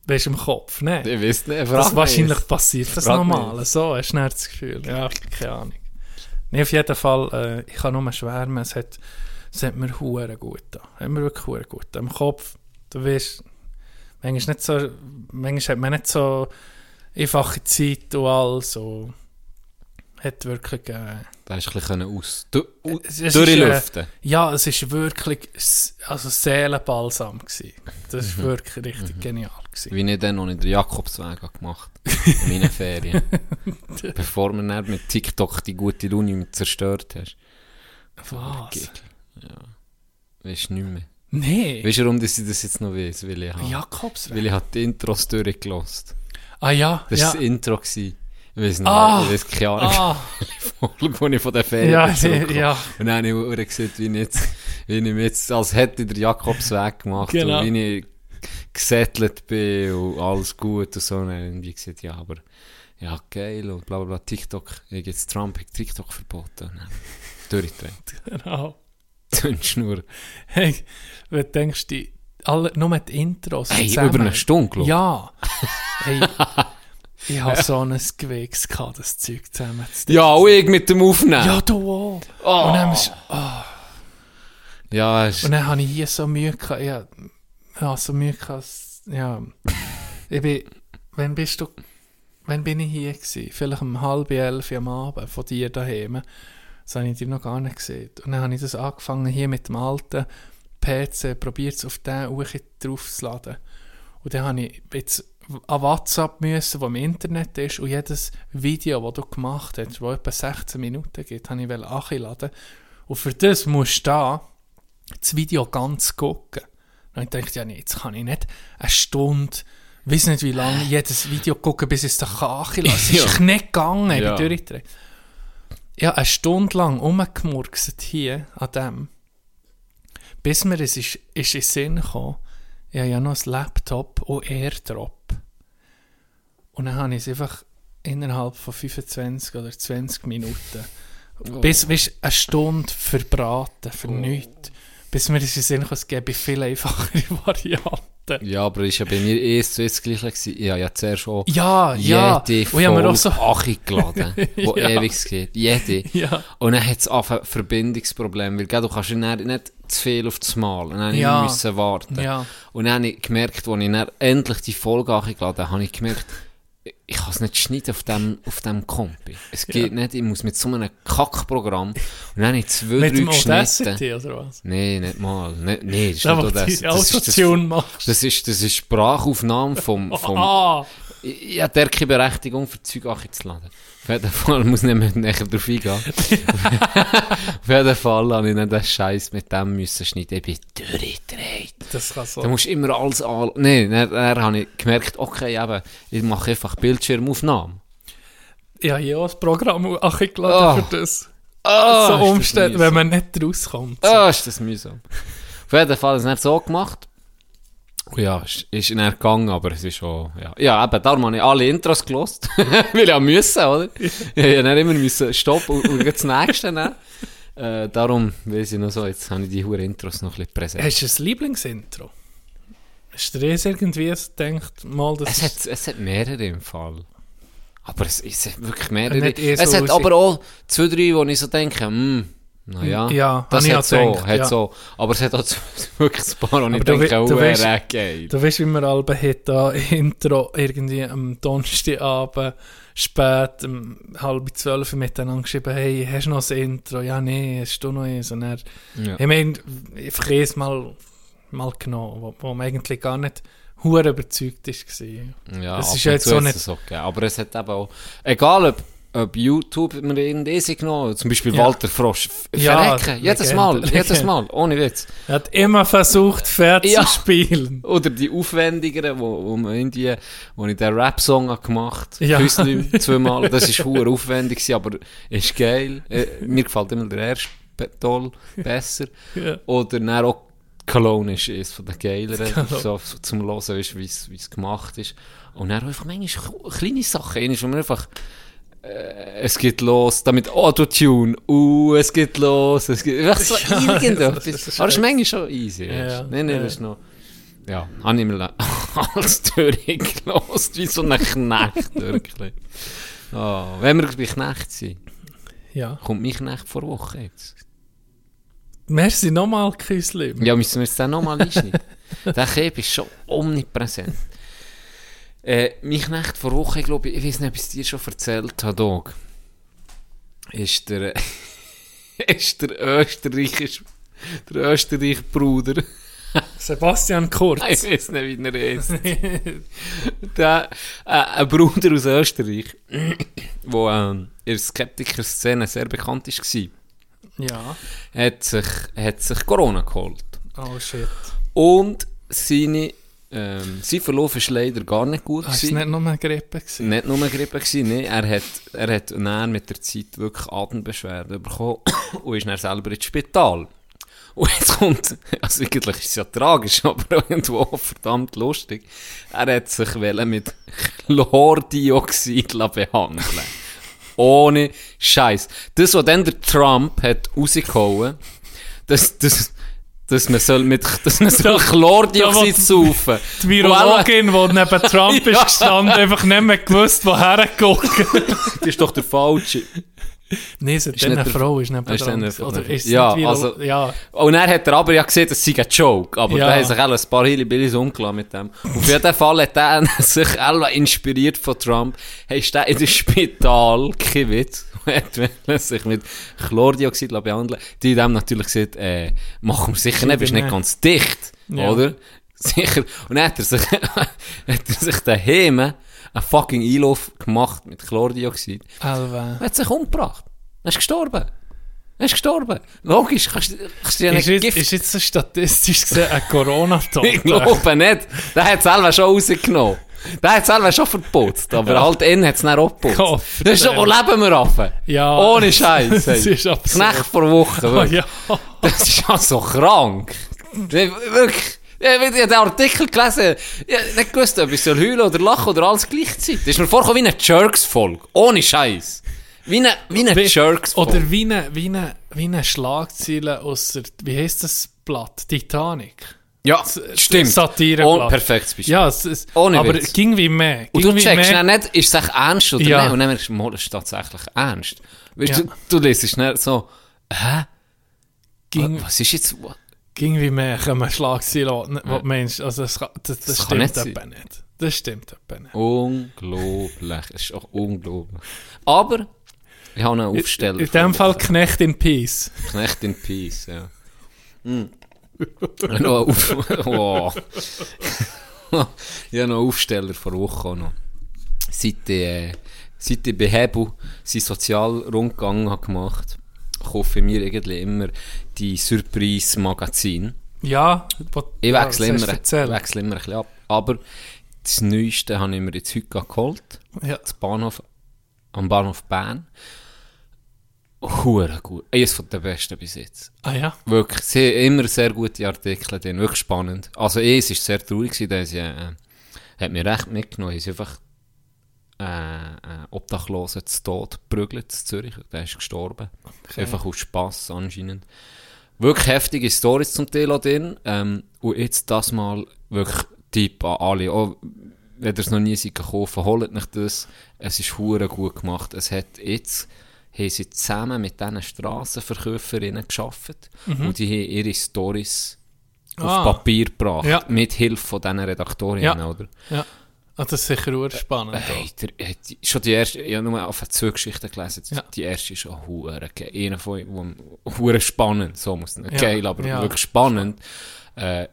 S4: Weißt du im Kopf, ne?
S3: ich weiß nicht, frag
S4: Das
S3: mich
S4: wahrscheinlich
S3: jetzt.
S4: passiert das
S3: Frag
S4: normal. So, hast du dann das Gefühl. Ja, keine Ahnung. Nee, auf jeden Fall, äh, ich kann nur schwärmen, es hat, es hat mir hure gut da. Hat mir wirklich hure gut da. Im Kopf, du weißt, manchmal nicht so, manchmal hat man nicht so einfache Zeit und alles. Und hat wirklich, äh,
S3: Da hast du ein bisschen aus, du,
S4: Es- es
S3: durchlüften.
S4: ist, äh, ja, es ist wirklich, s- also Seelenbalsam gewesen. Das ist wirklich richtig genial gewesen.
S3: Mhm. wie ich dann noch in der Jakobsweg habe gemacht in meinen Ferien. Bevor wir dann mit TikTok die gute Laune zerstört hast.
S4: Was?
S3: Weißt du nicht mehr.
S4: Nee.
S3: Weißt du, warum dass ich das jetzt noch weiß? Weil ich, habe,
S4: Jakobsweg.
S3: weil ich habe die Intros durchgelost.
S4: Ah ja,
S3: Das eh war
S4: ja.
S3: das Intro. Gewesen. Ich weiß nicht,
S4: Ah,
S3: ich weiß keine Ahnung.
S4: Ah,
S3: Folge, wo ich von der Ferien
S4: ja,
S3: zurückkomme.
S4: ja.
S3: Und dann habe ich auch gesehen, wie ich jetzt, wie ich mich jetzt, als hätte ich den Jakobsweg gemacht
S4: Genau.
S3: und wie ich gesettelt bin und alles gut und so. Und dann irgendwie gesagt, ja, aber, ja, geil und bla bla bla, TikTok, ich jetzt Trump hat TikTok verboten. Und dann Durchgedreht.
S4: Genau.
S3: Zündschnur.
S4: Hey, wenn du denkst, die, alle, nur die Intros
S3: Hey,
S4: zusammen.
S3: über eine Stunde, glaub ich.
S4: Ja. Hey, ich habe so ein Gewichs gehabt, das Zeug zusammen zu
S3: Ja, und ich mit dem Aufnehmen. Ja,
S4: Ja,
S3: Oh.
S4: du auch. Und dann, ist-
S3: ja ist,
S4: und dann habe ich hier so Mühe gehabt. Ja, ja so Mühe gehabt. s- Ja. Ich bin, wann bist du, wann bin ich hier gewesen? Vielleicht um halb elf am Abend von dir daheim. Das habe ich dir noch gar nicht gesehen. Und dann habe ich das angefangen, hier mit dem alten PC, probiert es auf den Uche draufzuladen. Und dann habe ich jetzt an WhatsApp müssen, wo im Internet ist, und jedes Video, das du gemacht hast, das etwa 16 Minuten geht, habe ich anladen. Und für das musst du da das Video ganz gucken. Und ich dachte, ja, nee, jetzt kann ich nicht eine Stunde, weiß nicht wie lange, jedes Video gucken, bis ich es dann anladen kann. Es ist
S3: Ja.
S4: nicht gegangen, ich
S3: Ja.
S4: bin durchgedreht. Ja, eine Stunde lang rumgemurkset hier an dem. Bis mir es ist, ist in den Sinn gekommen, ich habe ja noch ein Laptop und Airdrop. Und dann habe ich es einfach innerhalb von 25 oder 20 Minuten,
S3: Oh.
S4: bis weißt, eine Stunde verbraten, für nichts. Bis mir es in den Sinn gekommen, es gäbe viel einfachere Varianten.
S3: ja, aber ist ja bei mir eh so das Gleiche gewesen. Ich habe ja zuerst auch
S4: Ja, ja.
S3: jede
S4: und ich habe mir auch so...
S3: Achi geladen, wo
S4: Ja.
S3: ewig geht. Jede.
S4: Ja.
S3: Und dann hat es ein Verbindungsproblem, weil gell, du kannst ja dann nicht zu viel auf das Mal. Und dann
S4: Ja.
S3: ja. müssen warten.
S4: Ja.
S3: Und dann habe ich gemerkt, als ich dann endlich die Folge angeladen habe, habe ich gemerkt, ich- ich kann es nicht schneiden auf dem, auf dem Kompi. Es geht nicht, ich muss mit so einem Kackprogramm. Und dann habe ich zwei,
S4: Mit
S3: drei
S4: dem
S3: geschnitten.
S4: Audacity oder was?
S3: Nein, nicht mal. Nee, nee, das ist
S4: Da,
S3: nicht
S4: wo du
S3: Audacity.
S4: die
S3: Das ist, das,
S4: Autotune machst.
S3: das ist, das ist Sprachaufnahme vom, vom,
S4: Ah!
S3: ich, ich habe der keine Berechtigung, für Zeug anzuladen. Auf jeden Fall muss ich nicht mehr näher drauf eingehen. Auf jeden Fall habe ich dann den Scheiß mit dem müssen schneiden. Ich bin durchgedreht.
S4: Das kann so.
S3: Da musst du immer alles an... Nein, dann, dann habe ich gemerkt, okay, eben, ich mache einfach Bildschirmaufnahmen.
S4: Ich habe hier auch ein Programm angeladen
S3: Ah.
S4: für das.
S3: Ah,
S4: so
S3: ist das
S4: Umstände,
S3: mühsam.
S4: wenn man nicht rauskommt.
S3: Ah, ist das mühsam. Auf jeden Fall habe ich es dann so gemacht. Ja, ist, ist dann gegangen, aber es ist schon, ja. Ja, eben, darum habe ich alle Intros gelost. Weil ich ja müssen, oder? Ja. Ich habe dann immer müssen stoppen und, und gleich das nächste nehmen. Äh, darum, weiss ich noch so, jetzt habe ich die hohen Intros noch ein bisschen präsent.
S4: Hast du ein Lieblingsintro? Hast du dir das irgendwie gedacht, mal das...
S3: Es hat, es hat mehrere im Fall. Aber es, es hat wirklich
S4: Ja,
S3: mehrere.
S4: nicht eher
S3: es
S4: so
S3: hat
S4: aus-
S3: aber auch zwei, drei, wo ich so denke, hm, naja,
S4: Ja,
S3: das
S4: hab ich
S3: hat
S4: auch
S3: so,
S4: gedacht,
S3: hat
S4: ja.
S3: so. Aber es hat auch wirklich ein paar, wo ich
S4: Aber du
S3: denke,
S4: we- du
S3: oh,
S4: weißt-
S3: er geil.
S4: Du weißt, wie wir alle haben, da Intro irgendwie am Donnerstagabend spät, um halb zwölf miteinander geschrieben, hey, hast du noch ein Intro? Ja, nee, hast du noch eins? Und er,
S3: Ja.
S4: ich meine, ich habe es mal, mal genommen, wo, wo man eigentlich gar nicht hure überzeugt ist, war.
S3: Ja,
S4: Das
S3: ab
S4: ist
S3: und
S4: jetzt
S3: zu
S4: so
S3: hat's
S4: nicht-
S3: das auch gegeben. Aber es hat eben auch, egal ob, ob YouTube mir irgendein genommen hat, zum Beispiel
S4: Ja.
S3: Walter Frosch, f-
S4: Ja,
S3: verrecken,
S4: Legende,
S3: jedes Mal, jedes
S4: Legende.
S3: Mal, ohne Witz.
S4: Er hat immer versucht, fair
S3: Ja.
S4: zu spielen.
S3: Oder die aufwendigeren, wo, wo man in die, wo ich den Rap-Song habe gemacht habe,
S4: Ja.
S3: zweimal, das ist hure aufwendig gewesen, aber ist geil. Äh, mir gefällt immer der erste be- toll, besser.
S4: Ja.
S3: Oder dann auch Cologne ist, ist von den geileren,
S4: Cologne.
S3: so, so zum Hören, weißt, wie es wie es gemacht ist. Und dann auch einfach manchmal k- kleine Sachen, Einmal, wo man einfach, äh, es geht los, damit Autotune, uh, es geht los, es geht, einfach so irgendetwas.
S4: das ist
S3: Aber es ist
S4: echt-
S3: manchmal schon easy.
S4: Ja,
S3: Ja,
S4: ja.
S3: Nein, nein,
S4: Ja.
S3: das ist noch. Ja, habe ich mir le- alles durchgelost, wie so ein Knecht, wirklich. Ah, wenn wir bei Knecht sind,
S4: Ja.
S3: kommt mein Knecht vor Woche jetzt.
S4: Merci nochmal, Küsli.
S3: Ja, müssen wir jetzt den nochmal einschneiden. der Keb ist schon omnipräsent. Äh, mein Knecht vor Woche, glaube ich, ich weiß nicht, ob ich es dir schon erzählt habe, Dog, ist der, ist der österreichische, der österreichische Bruder.
S4: Sebastian Kurz.
S3: Ich weiß nicht, wie er heißt. der, äh, ein Bruder aus Österreich, der ähm, in der Skeptiker-Szene sehr bekannt war,
S4: Ja.
S3: hat sich, hat sich Corona geholt.
S4: Oh shit.
S3: Und seine, ähm, sein Verlauf war leider gar nicht gut.
S4: Ah, Ist es
S3: gewesen.
S4: nicht nur eine Grippe gewesen?
S3: Nicht nur Grippe gsi, nee, er hat, er hat dann mit der Zeit wirklich Atembeschwerden bekommen und ist dann selber ins Spital. Und jetzt kommt, also eigentlich ist es ja tragisch, aber irgendwo auch verdammt lustig. Er hat sich wollen mit Chlordioxid lassen behandeln Ohne Scheiß. Das, was dann der Trump hat rausgehauen, das, das, dass man soll mit, dass man soll Chlordioxid saufen.
S4: Die Virologin, die neben Trump
S3: Ja.
S4: ist gestanden, einfach nicht mehr gewusst, woher gucken.
S3: Das ist doch der falsche.
S4: Nein, es ist
S3: nicht
S4: eine
S3: der-
S4: Frau, ist nicht
S3: Ist
S4: dran.
S3: dann eine-
S4: Oder ist es
S3: Ja,
S4: nicht Viro-
S3: also-
S4: Ja,
S3: Und er hat er aber ja gesehen, das sei ein Joke. Aber
S4: Ja.
S3: da haben sich alle ein paar Hillybillies umgelassen mit dem. Auf jeden Fall hat er sich alle inspiriert von Trump. Hast er in dem Spital, kein Witz, und hat wollen sich mit Chlordioxid lassen behandeln Die haben dem natürlich gesagt, äh, machen wir sicher nicht, bist nicht
S4: nicht.
S3: ganz dicht,
S4: eh, Ja.
S3: oder? Sicher. Und dann hat er sich, hat er sich daheim einen fucking Einlauf gemacht mit Chlordioxid.
S4: Alva.
S3: Er hat sich umgebracht. Er ist gestorben. Er ist gestorben. Logisch, kannst, kannst du dir
S4: Ist,
S3: nicht
S4: jetzt-
S3: Gift...
S4: ist jetzt so statistisch gesehen ein Corona-Tod?
S3: ich glaube nicht. Der hat es selber schon rausgenommen. Der hat es selber schon verputzt. Aber halt innen hat es nicht auch
S4: Gott,
S3: geputzt. Das ist schon, wo leben wir auf?
S4: Ja.
S3: Ohne Scheiß.
S4: Das ist absurd.
S3: Knecht vor Wochen.
S4: Oh,
S3: wirklich.
S4: ja.
S3: Das ist ja so krank. Wirklich. Ich habe den Artikel eh, gelesen. Ich habe nicht gewusst, ob ich soll heulen oder lachen oder alles gleichzeitig. Das ist mir vorgekommen wie eine Jerks-Folge. Ohne Scheiß. Wie eine, wie eine Jerks-Folge.
S4: Oder wie eine, wie eine, wie eine Schlagzeile aus der, wie heisst das Blatt? Titanic.
S3: Ja, stimmt.
S4: Satireblatt.
S3: Oh, perfektes Beispiel.
S4: Ja, es, es,
S3: Ohne
S4: aber
S3: Witz.
S4: ging wie mehr.
S3: und
S4: Ging
S3: du
S4: wie
S3: checkst
S4: mehr.
S3: dann nicht, ist es echt ernst oder
S4: Ja.
S3: nicht? Und dann merkst du, mal, das ist tatsächlich ernst. Weißt,
S4: Ja.
S3: du, du liest es nicht so, hä?
S4: Ging-
S3: was ist jetzt? wa-
S4: Ging wie mehr kommen Schlagzeilen, wo- wo du meinst, also das, kann- das, das,
S3: Das kann
S4: stimmt
S3: nicht
S4: etwa nicht. Das stimmt etwa nicht.
S3: Unglaublich. Es ist auch unglaublich. Aber, ich habe einen Aufsteller.
S4: In dem Fall Knecht in Peace.
S3: Knecht in Peace, ja.
S4: Hm.
S3: Mm. Ich habe noch einen Auf oh. ich habe noch einen Aufsteller vor Woche auch noch. Seit ich, äh, seit ich bei Hebu seinen Sozialrundgang habe gemacht habe, kaufe ich mir irgendwie immer die Surprise-Magazin.
S4: Ja, wo-
S3: Ich
S4: ja,
S3: wechsle,
S4: das
S3: immer,
S4: Ah, hast du
S3: ich
S4: erzählt.
S3: wechsle immer ein bisschen ab. Aber das Neueste habe ich mir jetzt heute geholt
S4: Ja.
S3: das Bahnhof, am Bahnhof Bern. Hure gut. Eines von den besten bis jetzt.
S4: Ah ja.
S3: Wirklich. Sie haben immer sehr gute Artikel drin. Wirklich spannend. Also, eh, es war sehr traurig, gewesen, dass sie, äh, hat mir recht mitgenommen. Haben Sie einfach, äh, äh, Obdachlosen zu Tod geprügelt in Zürich. Der ist gestorben. Einfach aus Spass anscheinend. Wirklich heftige Stories zum Teil auch drin. Ähm, und jetzt das mal wirklich Tipp an alle. Auch wenn ihr es noch nie seid gekauft, holt euch das. Es ist hure gut gemacht. Es hat jetzt, haben sie zusammen mit diesen Strassenverkäuferinnen geschafft und die haben ihre Stories
S4: Mhm. Ah.
S3: auf Papier gebracht.
S4: Ja.
S3: Mit Hilfe von diesen Redaktorinnen,
S4: Ja.
S3: oder?
S4: Ja. Ah, das ist sicher auch spannend.
S3: Hey, der, hey, die, schon die erste, ich habe nur auf zwei Geschichten gelesen. Die-
S4: Ja.
S3: Die erste ist auch hure geil. Einer von hure spannend, so muss es nicht.
S4: Ja,
S3: Geil, aber
S4: ja.
S3: wirklich spannend. Äh,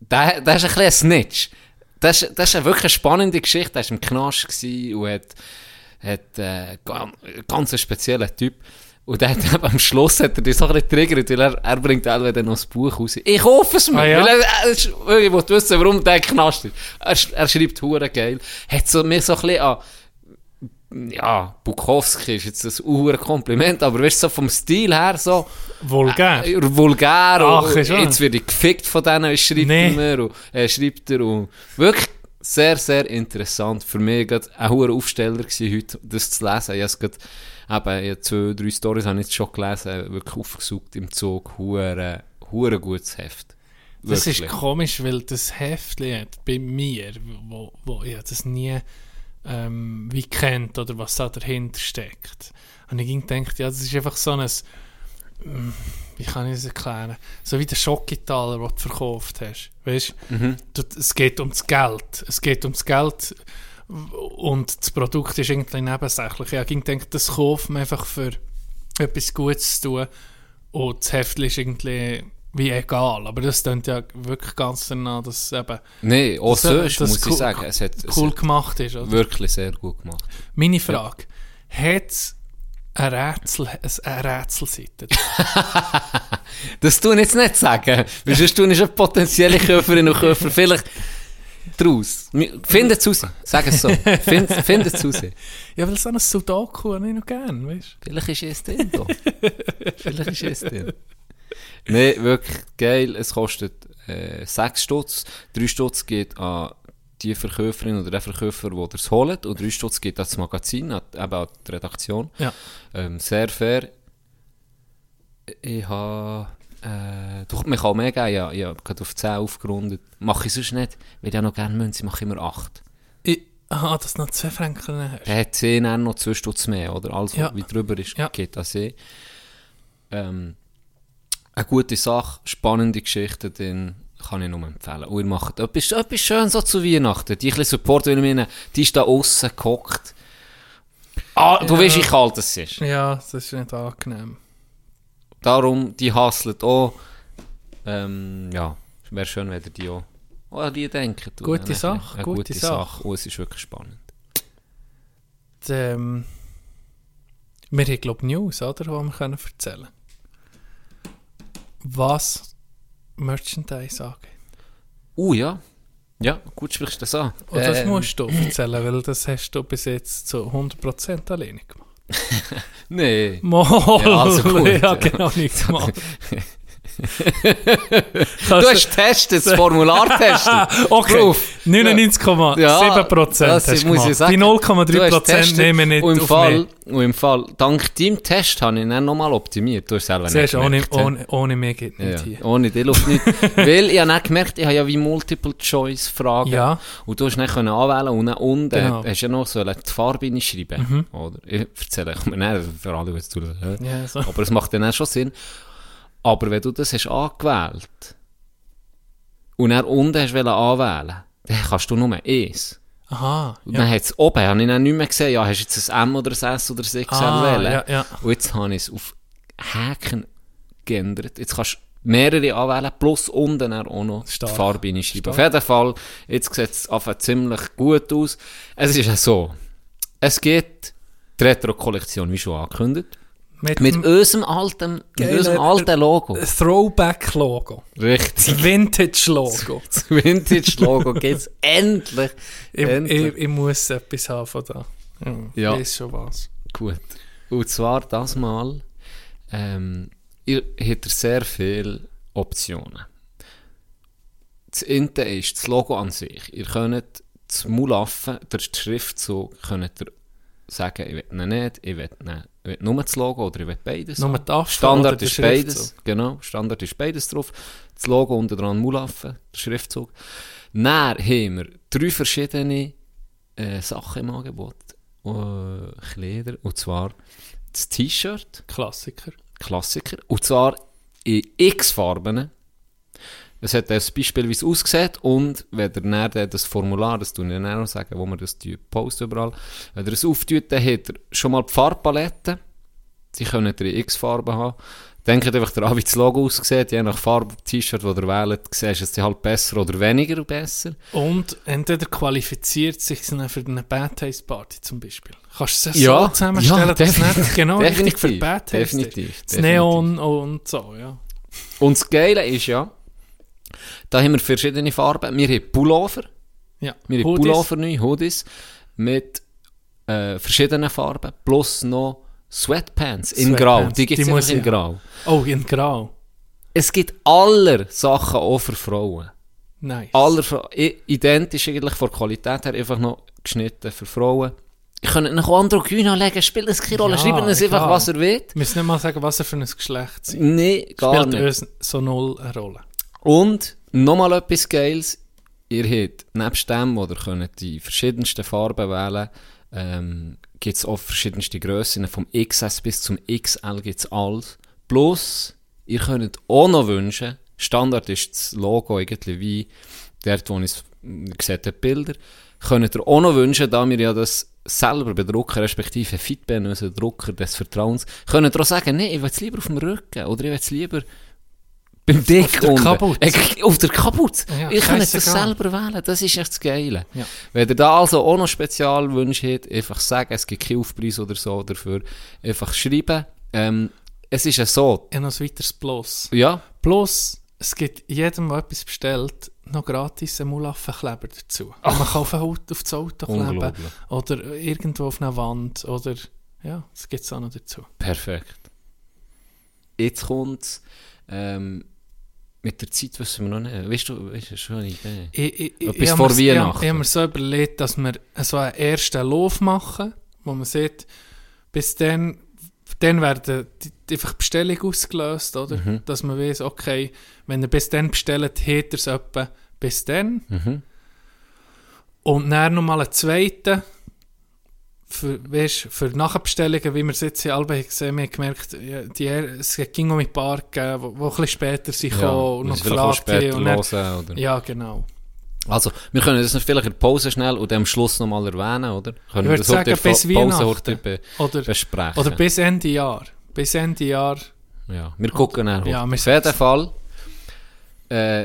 S3: der, der ist ein bisschen ein Snitch. Das, ist- das ist eine wirklich spannende Geschichte. Der war im Knast gewesen und hat, hat äh, ga- ganz ein spezieller Typ. Und der hat, eben am Schluss hat er dich so ein bisschen triggert, weil er, er bringt alle dann noch das Buch raus. Ich hoffe es mir,
S4: Ah, ja?
S3: weil er er ist, ich wollte wissen, warum der Knast ist. Er, sch- er schreibt hure geil. Hat so, mir so ein bisschen an, ja, Bukowski ist jetzt ein hure Kompliment, aber weißt du, so vom Stil her so,
S4: Vulgär.
S3: äh, vulgär
S4: Ach,
S3: und
S4: ist wahr.
S3: jetzt werde ich gefickt von denen, schreibt
S4: Nee.
S3: er mir und, äh, schreibt er und wirklich sehr, sehr interessant. Für mich grad ein hoher Aufsteller gewesen, heute das zu lesen. Ich habe grad, eben, ich hab zwei, drei Storys habe ich jetzt schon gelesen, wirklich aufgesucht im Zug, hure, hure gutes Heft.
S4: Das ist
S3: Wirklich.
S4: komisch, weil das Heftli hat bei mir, wo, wo ich hab das nie ähm, wie kennt oder was da dahinter steckt. Und ich ging gedacht, ja, das ist einfach so ein, mm, wie kann ich das erklären, so wie der Schockitaler, den du verkauft hast. Weißt du, es geht ums Geld. Es geht ums Geld w- und das Produkt ist irgendwie nebensächlich. Ich ging gedacht, das kauft man einfach für etwas Gutes zu tun. Und das Heftchen ist irgendwie wie egal. Aber das klingt ja wirklich ganz danach, dass es eben
S3: Nee, oh, auch
S4: Das-
S3: sonst
S4: das
S3: muss
S4: cool-
S3: ich sagen, es hat, es
S4: cool
S3: hat
S4: gemacht ist. Oder?
S3: wirklich sehr gut gemacht.
S4: Meine Frage, hat es ein Rätsel, es- eine Rätselseite?
S3: Das tun jetzt nicht sagen. Weil sonst tun ist eine potenzielle Käuferin und Käufer vielleicht draus. Findet es raus. Sag es so. Find, findet es raus.
S4: ja, weil so ein Sudoku habe ich noch gerne, weißt
S3: Vielleicht ist es drin. da. vielleicht ist es drin. Nee, wirklich geil. Es kostet äh, 6 Stutz. 3 Stutz geht an die Verkäuferin oder den Verkäufer, der das holt. Und 3 Stutz geht an das Magazin, an, eben an die Redaktion.
S4: Ja.
S3: Ähm, sehr fair. Ich habe... Äh, doch, man kann mehr geben, ja. Ich habe gerade auf 10 aufgerundet. Mache ich sonst nicht, weil ich ja noch gerne Münze mache ich immer 8.
S4: Ich, aha, dass du noch zwei Franken hast.
S3: Der hat 10 dann noch 2 Stutz mehr, oder? Alles,
S4: Ja.
S3: was wie drüber ist,
S4: Ja.
S3: geht an sie. Ähm, eine gute Sache, spannende Geschichten, den kann ich nur empfehlen. Und ihr macht etwas, etwas schön so zu Weihnachten. Die ein bisschen Support, weil ich meine, die ist da aussen gehockt. Ah, du weißt, wie kalt es ist.
S4: Ja, das ist nicht angenehm.
S3: Darum, die hasselt auch. Ähm, ja, wäre schön, wenn ihr die auch, auch an die denkt. Und
S4: Gute
S3: dann-
S4: Sache,
S3: eine
S4: gute Sache.
S3: Und Oh, es ist wirklich spannend.
S4: Und, ähm, wir haben, glaube ich, News, oder, die wir können erzählen Was Merchandise angeht.
S3: Uh, ja. Ja, gut sprichst du das an.
S4: Und das
S3: Ähm,
S4: Oh, musst du erzählen, weil das hast du bis jetzt zu 100% alleine gemacht.
S3: Nee.
S4: Mal,
S3: Ja, also gut,
S4: ich
S3: ja.
S4: habe genau nichts gemacht.
S3: Du hast getestet, das Formular getestet.
S4: Also- okay,
S3: Ruf.
S4: 99,7% hast
S3: das
S4: du
S3: muss
S4: gemacht.
S3: ich sagen.
S4: Die
S3: Du hast
S4: 0,3%
S3: getestet
S4: nehmen wir nicht
S3: und im
S4: auf
S3: Fall,
S4: mich.
S3: Und im Fall, dank deinem Test habe ich dann nochmal optimiert. Du hast selber
S4: Siehst du, ohne,
S3: gemerkt, hä?
S4: ohne, ohne mich geht nicht
S3: ja.
S4: hier.
S3: Ohne dich läuft nicht. Weil ich habe dann gemerkt, ich habe ja wie Multiple-Choice-Fragen.
S4: Ja.
S3: Und du hast nicht können anwählen und dann unten
S4: Genau. Mhm.
S3: hast du ja noch so die Farbe reinschreiben. Oder? Ich erzähle ich mir nicht, für alle, die es zuhören.
S4: Ja, so.
S3: Aber es macht dann auch schon Sinn. Aber wenn du das hast angewählt und dann unten hast wollen anwählen, dann kannst du nur eins.
S4: Aha,
S3: Und
S4: ja.
S3: dann hat es oben, habe ich dann nicht mehr gesehen, ja, hast du jetzt ein M oder ein S oder ein XL
S4: Ah,
S3: wählen.
S4: ja, ja.
S3: Und jetzt habe ich es auf Häkchen geändert. Jetzt kannst du mehrere anwählen, plus unten dann auch noch
S4: Stark.
S3: die Farbe reinschreiben. Auf jeden Fall, jetzt sieht es anfangs ziemlich gut aus. Es ist ja so, es gibt die Retro-Kollektion, wie schon angekündigt. Mit
S4: dem
S3: unserem alten, mit
S4: Geil,
S3: unserem
S4: äh,
S3: alten Logo.
S4: Throwback-Logo.
S3: Richtig.
S4: Vintage-Logo.
S3: Das Vintage-Logo geht's endlich.
S4: Ich, ich,
S3: endlich.
S4: ich muss etwas haben von da.
S3: Ja.
S4: Ich weiß schon was.
S3: Gut. Und zwar das Mal ähm, ihr habt sehr viele Optionen. Das eine ist das Logo an sich. Ihr könnt das Mulaffen, der Schriftzug, könnt ihr sagen, ich will ihn nicht, ich will, ihn, ich will nur das Logo oder ich will beides.
S4: Nur die Affe
S3: Standard
S4: oder der
S3: ist beides.
S4: Schriftzug?
S3: Genau, Standard ist beides drauf. Das Logo unter dran Mulaffen, der Schriftzug. Dann haben wir drei verschiedene äh, Sachen im Angebot. Äh, Kleider, und zwar das T-Shirt.
S4: Klassiker.
S3: Klassiker. Und zwar in x Farben. Es hat ein Beispiel, wie es aussieht. Und wenn ihr dann dann das Formular, das tun wir dann auch noch sagen, wo wir das tun, posten überall, wenn ihr es auftut, dann habt ihr schon mal die Farbpalette. Die können ihr in x Farben haben. Denkt einfach daran, wie das Logo aussieht. Je nach Farbe, T-Shirt, das ihr wählt, siehst du es halt besser oder weniger besser.
S4: Und entweder qualifiziert sich es dann für eine Bad Taste Party zum Beispiel. Kannst du es
S3: Ja,
S4: so zusammenstellen,
S3: ja,
S4: dass es
S3: definitiv.
S4: nicht genau richtig für
S3: Definitiv,
S4: Bad Taste
S3: definitiv,
S4: ist? Das
S3: definitiv.
S4: Neon und so, ja.
S3: Und das Geile ist ja, da haben wir verschiedene Farben. Wir haben Pullover.
S4: ja.
S3: Wir haben
S4: Hoodies.
S3: Pullover neu, Hoodies, mit äh, verschiedenen Farben, plus noch Sweatpants in
S4: Sweatpants,
S3: Grau. Die gibt es
S4: die muss
S3: einfach in
S4: ich
S3: Grau.
S4: Oh, in grau.
S3: Es gibt aller Sachen auch für Frauen.
S4: Nice.
S3: Aller Fra i- identisch eigentlich von der Qualität her, einfach noch geschnitten für Frauen. Ich könnte noch androgyn anlegen, spielt es keine Rolle.
S4: Ja,
S3: Schreibt uns
S4: egal.
S3: einfach, was ihr wollt.
S4: Wir müssen nicht mal sagen, was er für ein Geschlecht ist.
S3: Nein, gar
S4: Spielt
S3: nicht.
S4: uns so null eine Rolle.
S3: Und nochmal etwas Geiles. Ihr habt, nebst dem, wo ihr könnt die verschiedensten Farben wählen ähm, gibt es auch verschiedenste Grössen. Vom XS bis zum XL gibt es alles. Plus, ihr könnt auch noch wünschen, Standard ist das Logo irgendwie wie dort, wo ihr es ihr seht, die Bilder. Könnt ihr auch noch wünschen, da wir ja das selber bedrucken, respektive Feedback, unser Drucker des Vertrauens, könnt ihr auch sagen, nee, ich will es lieber auf dem Rücken oder ich will es lieber beim Dick auf
S4: der Kapuze.
S3: auf der Kapuze.
S4: Ja,
S3: ihr könnt das
S4: scheissegal.
S3: selber wählen. Das ist echt das Geile.
S4: Ja.
S3: Wenn ihr da also auch noch Spezialwünsche habt, einfach sagen, es gibt keinen Aufpreis oder so dafür. Einfach schreiben. Ähm, es ist ja so.
S4: Ich habe noch ein weiteres Plus.
S3: Ja,
S4: Plus, es gibt jedem, der etwas bestellt, noch gratis einen Mulaffenkleber dazu. Man kann auf, ein Auto, auf das Auto kleben.
S3: Unglaublich.
S4: Oder irgendwo auf einer Wand. Oder, ja, das gibt es auch noch dazu.
S3: perfekt. Jetzt kommt ähm, mit der Zeit wissen wir noch nicht. Weißt du, weißt du schon eine Idee?
S4: Ich, ich, ich,
S3: Etwas
S4: ich hab
S3: vor
S4: mir's- ich hab-
S3: Weihnachten.
S4: Ich habe mir so überlegt, dass wir so einen ersten Lauf machen, wo man sieht, bis dann, dann werden die, die einfach Bestellung ausgelöst, oder?
S3: Mhm.
S4: Dass man weiß, okay, wenn ihr bis dann bestellt, habt ihr es etwa bis dann.
S3: Mhm.
S4: Und dann nochmal einen zweiten, für, weißt, für Nachbestellungen, wie wir es jetzt in Alba haben gesehen haben, wir haben gemerkt, ja, die, er- es ging um ein paar, gegeben, die die ein bisschen später sind gekommen und
S3: wir
S4: noch
S3: vielleicht auch
S4: gefragt haben.
S3: später
S4: und dann-
S3: hören, oder?
S4: Ja, genau.
S3: Also, wir können das noch vielleicht in der Pause schnell und am Schluss nochmal erwähnen, oder? Können
S4: Ich
S3: wir
S4: würde
S3: das heute
S4: sagen,
S3: in der
S4: bis
S3: Fa- Pause heute
S4: Weihnachten.
S3: be
S4: Oder,
S3: besprechen?
S4: oder bis Ende Jahr. Bis Ende Jahr.
S3: Ja, wir gucken nachher.
S4: Ja, wir
S3: Auf jeden Fall äh,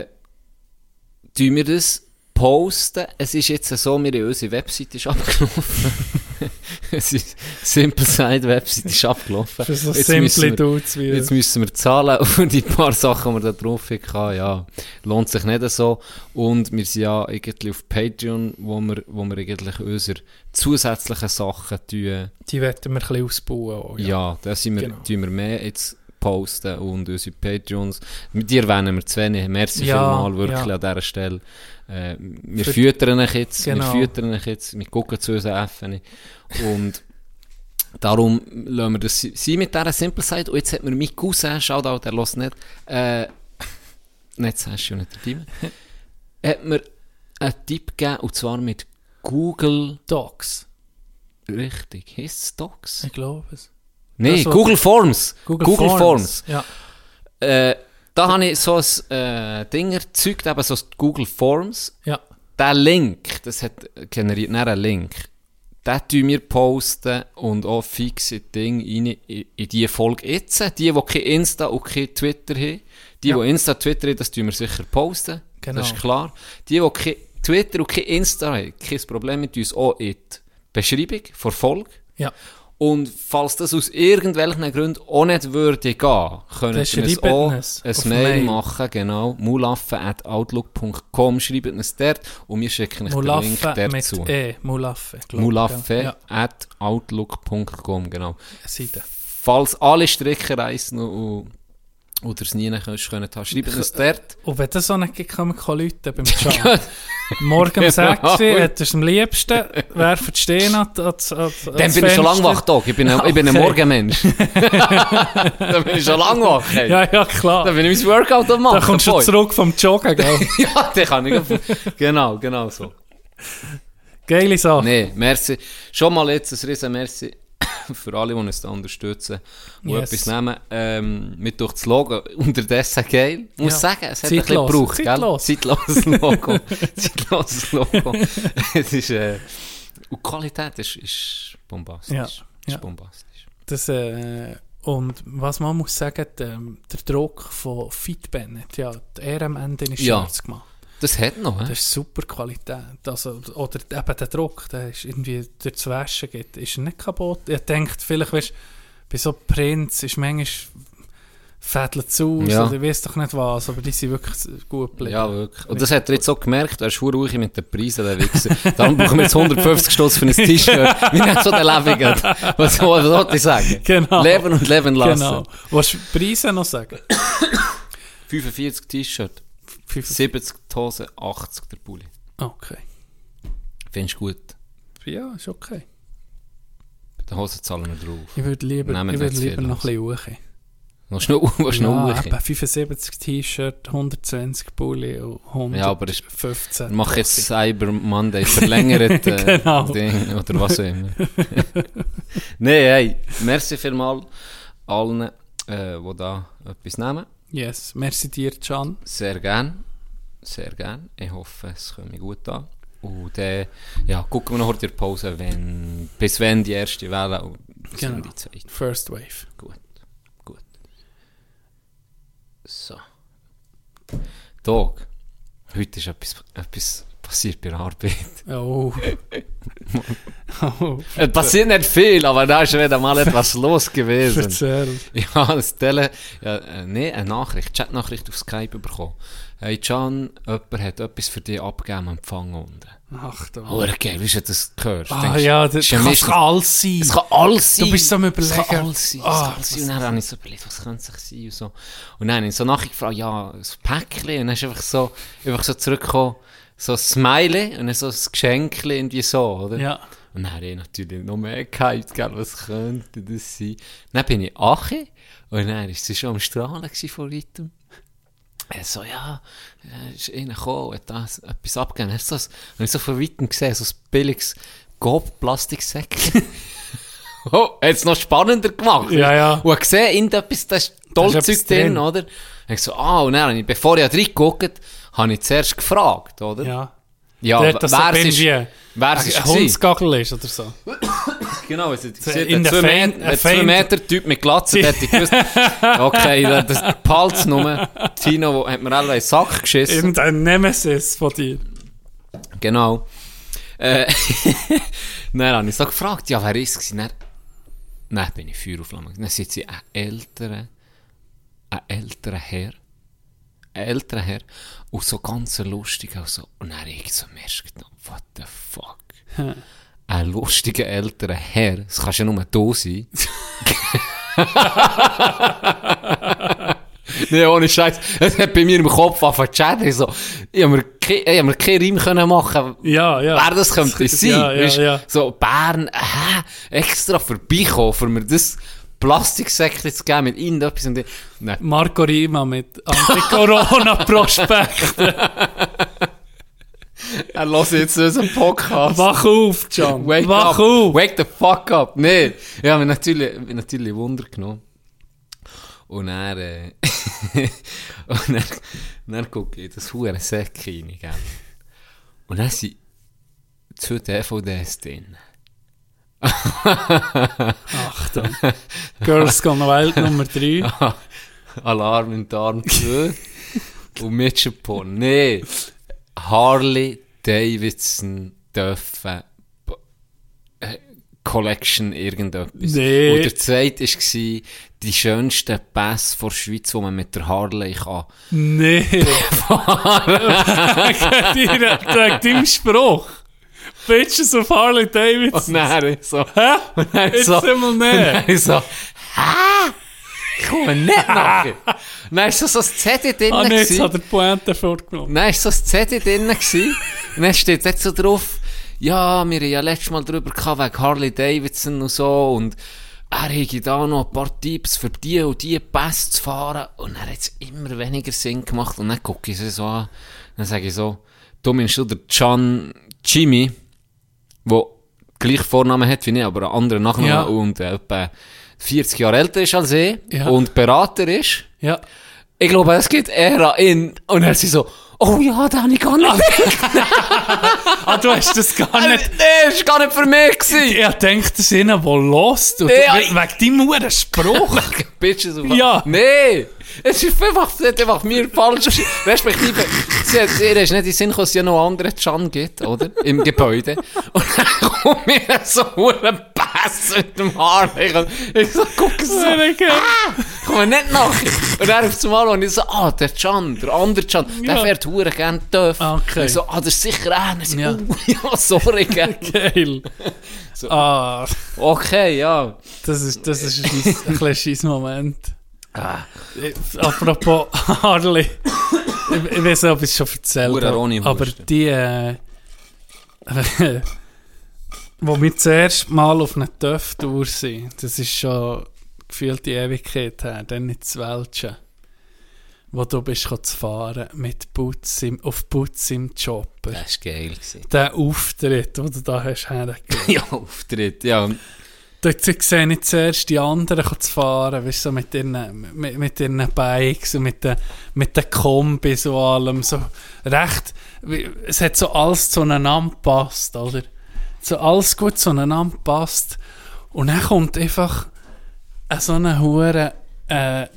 S3: tun wir das posten. Es ist jetzt so, wir haben unsere Website ist abgelaufen. es ist Simple Side Website ist abgelaufen.
S4: Für so
S3: Jetzt
S4: simple
S3: müssen wir-
S4: Dudes wie
S3: Jetzt müssen wir zahlen für die paar Sachen, die wir da drauf hatten. Ja, lohnt sich nicht so. Und wir sind ja irgendwie auf Patreon, wo wir, wo wir eigentlich unsere zusätzlichen Sachen tun.
S4: die werden wir ein bisschen ausbauen. Auch,
S3: Ja,
S4: ja.
S3: da sind wir,
S4: Genau.
S3: tun wir mehr jetzt posten und unsere Patreons. Mit dir erwähnen wir zu wenig. Merci
S4: Ja,
S3: vielmal wirklich
S4: ja.
S3: an dieser Stelle. Äh, wir
S4: Für-
S3: füttern euch jetzt,
S4: Genau.
S3: wir füttern euch jetzt, wir gucken zu unseren Affen. Und darum lassen wir das si- sein mit dieser Simple Side. Und jetzt hat mir mein Cousin, Shoutout, der hört nicht, äh, nicht Session, nicht der Dime, hat mir einen Tipp gegeben, und zwar mit Google,
S4: Docs.
S3: richtig, heisst es Docs?
S4: Ich glaube es.
S3: Nein,
S4: Das, was-
S3: Google Forms. Google, Forms.
S4: Ja.
S3: Äh, da habe ich so ein äh, Ding erzeugt, eben so ein Google Forms.
S4: ja.
S3: Der Link, das hat generiert dann einen Link. Den tun wir posten und auch fixe Dinge rein in, in die Folge jetzt. Die, die kein Insta und kein Twitter haben. Die, die Insta und Twitter haben, das tun wir sicher posten.
S4: Genau.
S3: Das ist klar. Die, die kein Twitter und kein Insta haben, kein Problem mit uns auch in die Beschreibung vor Folge.
S4: ja.
S3: Und falls das aus irgendwelchen Gründen auch nicht würde gehen, können
S4: Dann
S3: wir es
S4: schreibt
S3: auch
S4: uns
S3: ein
S4: auf
S3: Mail,
S4: Mail.
S3: machen, genau, mulaffen.outlook.com, schreibt uns dort und wir schicken euch den Link
S4: Mulaffe mit
S3: dazu.
S4: E. Mulaffe. glaub ich, Ja.
S3: Mulaffe.outlook.com,
S4: Ja. Seite.
S3: genau. falls alle Strecke reissen und, und ihr es nie hast können, hast, schreibt uns dort.
S4: Und wenn das so nicht gibt, kommen keine Leute beim Chat. Morgen um 6 Uhr, hättest du es am liebsten, werfen die Steine an, an, an, an
S3: Dann bin ich schon lange wach, Doc. Ich bin, ein- ich bin ein
S4: Okay.
S3: Morgenmensch. Dann bin ich schon lange wach. ey.
S4: Ja, ja, klar.
S3: Dann bin ich mein Workout am machen.
S4: Da kommst du
S3: boy.
S4: zurück vom Joggen, gell?
S3: ja, dann kann ich. auf- Genau, genau so.
S4: Geile Sache.
S3: Nee, merci. Schon mal jetzt ein riesen Merci für alle, die uns da unterstützen und
S4: Yes.
S3: etwas nehmen. Ähm, mit durch das Logo unterdessen geil. Ich muss
S4: Ja.
S3: sagen, es hat
S4: Zeitlos.
S3: ein bisschen gebraucht,
S4: Zeitlos.
S3: gell? Zeitloses Logo. Zeitloses Logo. es ist, äh, und die Qualität ist, ist bombastisch.
S4: Ja,
S3: Ist
S4: ja.
S3: bombastisch.
S4: Das, äh, und was man muss sagen, ähm, der Druck von Fit Bennett, ja, die RMN ist
S3: Ja.
S4: schwarz gemacht.
S3: Das hat noch,
S4: Das
S3: hä?
S4: ist super Qualität. Also, oder eben der Druck, der ist irgendwie durch das Waschen geht, ist er nicht kaputt. Ich denkt vielleicht, weißt, bei so Prints ist manchmal fädelt zu
S3: Ja.
S4: oder ich weiß doch nicht was, aber die sind wirklich gut geblieben.
S3: Ja, wirklich. Und das hat er jetzt so gemerkt, er ist verdammt ruhig mit den Preisen, der Wichser. Darum brauchen wir jetzt 150 Stutz für ein T-Shirt. Wir haben so den Leben gerade. Was, was sollte ich sagen?
S4: Genau.
S3: Leben und leben lassen.
S4: Genau. Was Preise noch sagen?
S3: 45 T-Shirt,
S4: 50.
S3: 70 die Hose, 80 der Pulli.
S4: Okay.
S3: Findest du gut?
S4: Ja, ist okay.
S3: Bei den Hosen zahlen wir drauf.
S4: Ich würde lieber,
S3: Nehmen
S4: ich
S3: wir
S4: würde
S3: jetzt
S4: lieber
S3: viel
S4: noch ein bisschen hoch.
S3: Noch schnell, noch schnell
S4: ja,
S3: hoch.
S4: etwa 75 T-Shirt, 120 Pulli und 115.
S3: Ja,
S4: Ja,
S3: aber es- Ich
S4: ist
S3: mache jetzt Cyber Monday verlängert äh,
S4: Genau.
S3: Ding, oder was auch immer. Nein, hey, merci vielmal allen, äh, die da etwas nehmen.
S4: Yes, merci dir, Can.
S3: Sehr gern. Sehr gern. Ich hoffe, es kommt mir gut an. Und dann ja, gucken wir noch in der Pause, wenn, bis wenn die erste Welle und bis wenn
S4: Genau.
S3: die zweite.
S4: First Wave.
S3: Gut, gut. So. Dog, heute ist etwas, etwas passiert bei der Arbeit.
S4: Oh. oh.
S3: Es Äh, passiert nicht viel, aber da ist wieder mal etwas los gewesen.
S4: Erzähl.
S3: Ich habe das Tele ja, äh, nee, eine Nachricht, Chatnachricht auf Skype bekommen. Hey Can, jemand hat etwas für dich abgegeben am Empfang unten.
S4: Ach du.
S3: Oh, geil, wie hast du das gehört?
S4: Ah
S3: Denkst,
S4: ja, das
S3: ist ja
S4: kann
S3: Mist.
S4: alles sein.
S3: Es kann alles sein.
S4: Du bist so am
S3: Es kann
S4: Überlegen.
S3: alles sein.
S4: Ah,
S3: es kann alles sein. Und dann habe ich so überlegt, was könnte es sein und so. Und dann habe ich so nachgefragt, ja, ein Päckchen. Und dann ist einfach so, einfach so zurückgekommen, so ein Smiley und dann so ein Geschenkchen irgendwie so, oder?
S4: Ja.
S3: Und dann habe ich natürlich noch mehr gehypt, gell, was könnte das sein? Dann bin ich Ache und dann war sie schon am Strahlen gewesen von weitem. Er so, ja, er ist reingekommen, hat da etwas abgegeben. Er hat so, ein- hab ich so von weitem gesehen, so ein billiges Gob-Plastiksäckchen. oh, er hat es noch spannender gemacht.
S4: Ja, ja.
S3: Und hat gesehen, in etwas, da ist
S4: Da ist
S3: Tollzeug
S4: etwas
S3: drin,
S4: drin.
S3: oder? Und ich so, ah, und dann, hab ich, bevor ich reingeguckt habe ich zuerst gefragt, oder?
S4: Ja.
S3: ja
S4: Der hat das so
S3: wer
S4: binge-
S3: ist, wer ist
S4: Ein Hundsgagel ist oder so.
S3: Genau, es hat
S4: in
S3: gesehen,
S4: der
S3: der
S4: Fein- ein
S3: 2
S4: Fein-
S3: Meter Typ mit Glatze, der hätte ich gewusst, okay, der- das Palz nur, Tino wo- hat mir alle in den Sack geschissen.
S4: Irgendein Nemesis von dir.
S3: Genau. Äh, dann habe ich so gefragt, ja, wer ist es? Dann, dann bin ich Feuer auf Flamme. Dann sitzt sie ein älterer, ein älterer Herr, ein älterer Herr, und so ganz lustig, und so, und dann ich so merkst gedacht, what the fuck? Ein lustiger älterer Herr, das kannst ja nur du sein. Nee, ohne Scheiß. Es hat bei mir im Kopf angefangen zu schädigen. So, ich habe mir, ke- ich hab mir keinen Reim können machen
S4: Ja, ja.
S3: Wer das könnte sein?
S4: Ja, ja,
S3: Weisst,
S4: ja.
S3: So, Bern, hä? Extra vorbeikommen, für mir das Plastiksäckchen zu geben mit irgendetwas und ich- Nein.
S4: Marco Rima mit Anti-Corona-Prospekt.
S3: Er hört jetzt unseren Podcast.
S4: Wach auf, Can.
S3: Wake
S4: Wach
S3: up.
S4: auf.
S3: Wake the fuck up. Nee. Ja, mir natürlich, mir natürlich Wunder genommen. Und er, äh, und er, dann gucke ich in das hure Säck rein, gell. Und dann sind zwei DVDs drin.
S4: Achtung. Girls Gone Wild Nummer 3.
S3: Alarm im Darm 2 und Mitchell Porn. Nee. Harley Davidson dürfen b- äh, Collection irgendetwas.
S4: Nee.
S3: Und der zweite war die schönsten Pässe von der Schweiz, die man mit der Harley kann.
S4: Nee. Wegen deiner- wegen deinem Spruch. Bitches auf Harley Davidson.
S3: Nein, so.
S4: Hä?
S3: Und dann
S4: Jetzt
S3: Oh, so,
S4: sind wir
S3: und
S4: näher.
S3: dann so, hä? Ich komme nicht nachher. Dann war so, so ein CD drin.
S4: Ah, nee, jetzt
S3: gewesen.
S4: hat er die Pointe fortgenommen.
S3: Dann war so ein CD drin gewesen. und dann steht dort so drauf, ja, wir haben ja letztes Mal drüber gehabt, wegen Harley Davidson und so, und er hätte da noch ein paar Tipps für die und die Pässe zu fahren, und er hat es immer weniger Sinn gemacht, und dann gucke ich sie so an, dann sage ich so, du meinst du der Can Jimmy, der gleich Vornamen hat wie ich, aber einen anderen Nachnamen,
S4: Ja.
S3: und äh, etwa 40 Jahre älter ist als ich,
S4: Ja.
S3: und Berater ist,
S4: Ja.
S3: ich glaube, es geht eher an ihn. Und er ist so, oh ja, den habe ich gar nicht.
S4: Ah, du hast das gar
S3: Nein,
S4: nicht...
S3: das war gar nicht für mich. Gewesen.
S4: Ich denke, das ist einer, der lost. Und
S3: Ja,
S4: we-
S3: ich-
S4: Wegen deinem Huren Spruch.
S3: Bitches auf.
S4: Ja.
S3: Nein. Es ist einfach, sie hat einfach mir falsch geschrieben. Respektive, sie hat, ihr ist nicht in den Sinn gekommen, dass es ja noch andere Can gibt, oder? Im Gebäude. Und dann kommt mir so ein Pass mit dem Haar. Ich, ich so, guck so. Komm nicht nachher. Und dann auf einmal, und ich so, ah, der Can, der andere Can, der
S4: Ja.
S3: fährt hure gern Töff.
S4: Okay.
S3: Und ich so, ah, das ist sicher einer. Ich so,
S4: Ja.
S3: uh, ja, sorry, gell.
S4: Geil. Ah,
S3: Okay, ja.
S4: das ist, das ist ein, scheiss- ein kleiner scheiss Moment. Äh, Apropos Harley. ich, ich weiß nicht, ob ich es schon erzählt
S3: Hure Ronny
S4: habe. Aber
S3: Hurst.
S4: die, äh, wo wir zuerst mal auf einer Töftour sind, das ist schon gefühlt die Ewigkeit her, dann in Zwelschen, wo du bist gekommen zu fahren mit Putz im, auf Putz im Chopper.
S3: Das war geil. Gewesen.
S4: Der Auftritt, den du da hast hergegeben.
S3: ja, Auftritt, ja.
S4: Dort sehe ich zuerst die anderen zu fahren, weißt du, so mit ihren, mit, mit ihren Bikes und mit den, mit den Kombis und allem. So recht, wie- es hat so alles zueinander gepasst, oder? So alles gut zueinander gepasst. Und dann kommt einfach ein so ein hoher äh,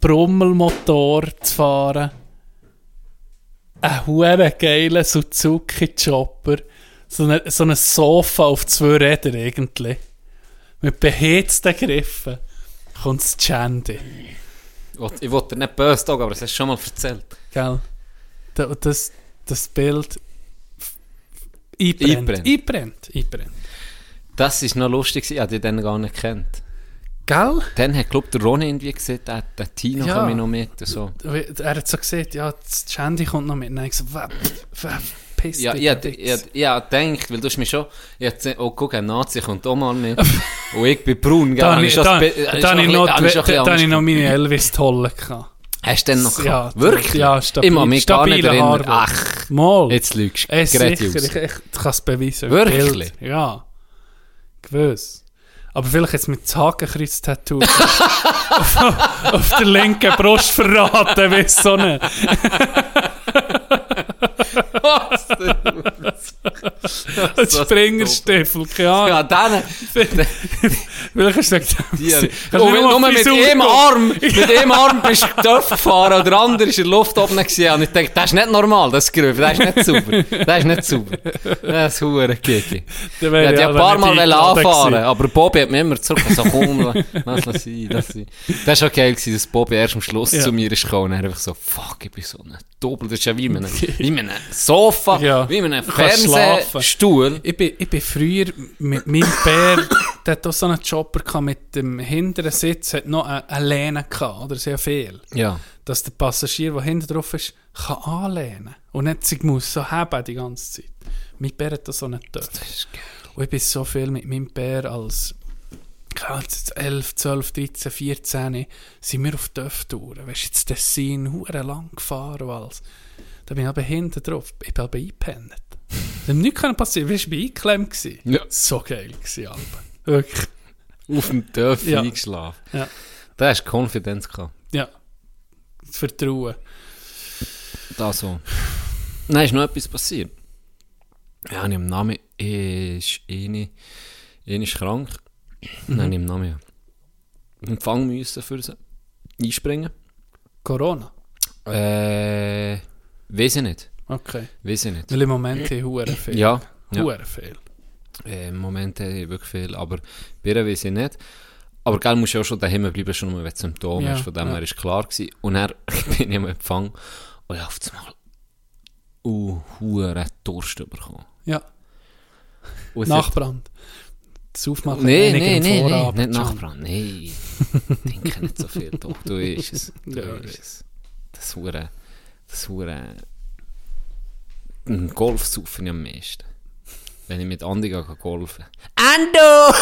S4: Brummelmotor zu fahren. Ein hoher geiler Suzuki-Chopper. So ein, so ein Sofa auf zwei Rädern irgendwie mit behetzten Griffen kommt das Chandy.
S3: Ich wollte dir nicht böse sagen, aber das hast du schon mal erzählt.
S4: Gell? Da- und Das, das Bild f-
S3: Einbrennt.
S4: einbrennt. Einbrennt. Einbrennt.
S3: Das war noch lustig, gewesen, ich habe dich dann gar nicht gekannt.
S4: Gell?
S3: Dann hat, glaube ich, der Ronny irgendwie gesehen, der, der Tino
S4: Ja.
S3: komme ich noch mit. Und so.
S4: Und Er hat so gesagt, ja, das Chandy kommt noch mit. Und dann habe ich gesagt, wa- wa- piss
S3: Ja, ich,
S4: dich, du
S3: hab- ich,
S4: Wichs.
S3: hab- ich hab gedacht, weil du hast mich schon, ich hab gesehen, oh guck, ein Nazi kommt auch mal mit. und ich bin braun, gell?
S4: Da habe
S3: hab
S4: ich
S3: schon
S4: da-
S3: das Bi- hab
S4: da habe ich
S3: schon
S4: noch
S3: ein bisschen- hab schon ein bisschen
S4: da habe ich
S3: Angst
S4: noch meine Elvis-Tolle gehabt.
S3: Hast du denn noch
S4: Ja,
S3: gehabt? Wirklich?
S4: ja, stabil-
S3: Ich mag mich gar nicht
S4: stabile
S3: erinnern.
S4: Haarwuchs.
S3: Ach,
S4: Mal.
S3: jetzt lügst du.
S4: Es
S3: Gerade
S4: Eh, sicher,
S3: aus.
S4: ich, ich kann es beweisen.
S3: Wirklich?
S4: Bild. Ja. Gewiss. Aber vielleicht jetzt mit dem Hakenkreuz-Tattoo auf, auf der linken Brust verraten, wie so eine. Ein
S3: so
S4: Springerstiefel, keine Ahnung.
S3: Ja, dann,
S4: Vielleicht ist es wegen
S3: die,
S4: dem- Kannst du
S3: und Oh, wenn nur
S4: nicht mal auf
S3: mit
S4: Frisur
S3: dem
S4: gucken?
S3: Arm, mit dem Arm bist du Dörf gefahren, oder andere ist in der Luft oben gewesen, und ich denke, das ist nicht normal, das Gerüff, das ist nicht sauber, das ist nicht sauber. Das ist hure Kiki.
S4: Dann
S3: Ich
S4: wäre
S3: hätte ja
S4: auch
S3: ein paar
S4: nicht
S3: Mal wollen
S4: eingeladen
S3: anfahren,
S4: gewesen.
S3: aber Bobby hat mich immer zurück, so komm, lass lass sein, lass sein. Das war schon geil, gewesen, dass Bobby erst am Schluss
S4: Ja.
S3: zu mir ist gekommen und er einfach so, fuck, ich bin so ein Doppel, das ist ja wie in einem, wie in einem Sofa,
S4: Ja.
S3: wie in einem
S4: Du kannst
S3: Fernsehstuhl.
S4: Ich bin, ich bin früher mit meinem Bär, der hat auch so einen Chopper gehabt, mit dem hinteren Sitz, hat noch eine, eine Lehne gehabt, oder sehr viel.
S3: Ja.
S4: dass der Passagier, der hinten drauf ist, kann anlehnen und nicht sich muss so haben die ganze Zeit. Mein Bär hat da so nicht dürfen. Und ich bin so viel mit meinem Bär als keine Ahnung, jetzt 11, 12, 13, 14 sind wir auf Dörftouren. Weißt du, jetzt Tessin, hure lang gefahren und alles. Da bin ich aber hinten drauf. Ich bin aber eingepennt. Da ist nichts können passieren. Weißt du, ich war eingeklemmt. gewesen.
S3: Ja.
S4: So geil gewesen, Alba. Wirklich.
S3: Auf dem Dörf
S4: Ja.
S3: eingeschlafen.
S4: Ja.
S3: Da hast du Konfidenz gehabt.
S4: Ja. Das Vertrauen.
S3: Da so. Dann ist noch etwas passiert. Ja, und im Namen ist eine, eine ist krank.
S4: Mhm.
S3: Dann habe ich im Namen empfangen müssen für sie. Einspringen.
S4: Corona.
S3: Äh, weiß ich nicht.
S4: Okay.
S3: Weiß ich nicht.
S4: Weil im Moment haben hure viel.
S3: Ja, ja.
S4: Hure viel.
S3: Äh, Im Moment habe ich wirklich viel, aber bei ihr weiss ich nicht. Aber gell, musst du ja auch schon daheim bleiben, schon nur wenn du Symptome
S4: Ja,
S3: hast, von dem
S4: ja.
S3: her ist klar gewesen. Und dann bin ich am Empfang und ich habe auf einmal uh, hure Durst bekommen.
S4: Ja,
S3: Und es hat-
S4: Nachbrand. das Aufmachen
S3: Nee,
S4: weniger
S3: nee,
S4: im
S3: nee, nee,
S4: Vorabend
S3: nicht
S4: schon.
S3: Nachbrand, nee. Denke nicht so viel, doch, du isst es. Du isst es. Das hure, das hure, ein Golf saufen ich am meisten. Wenn ich mit Andi gehe golfen. Ando!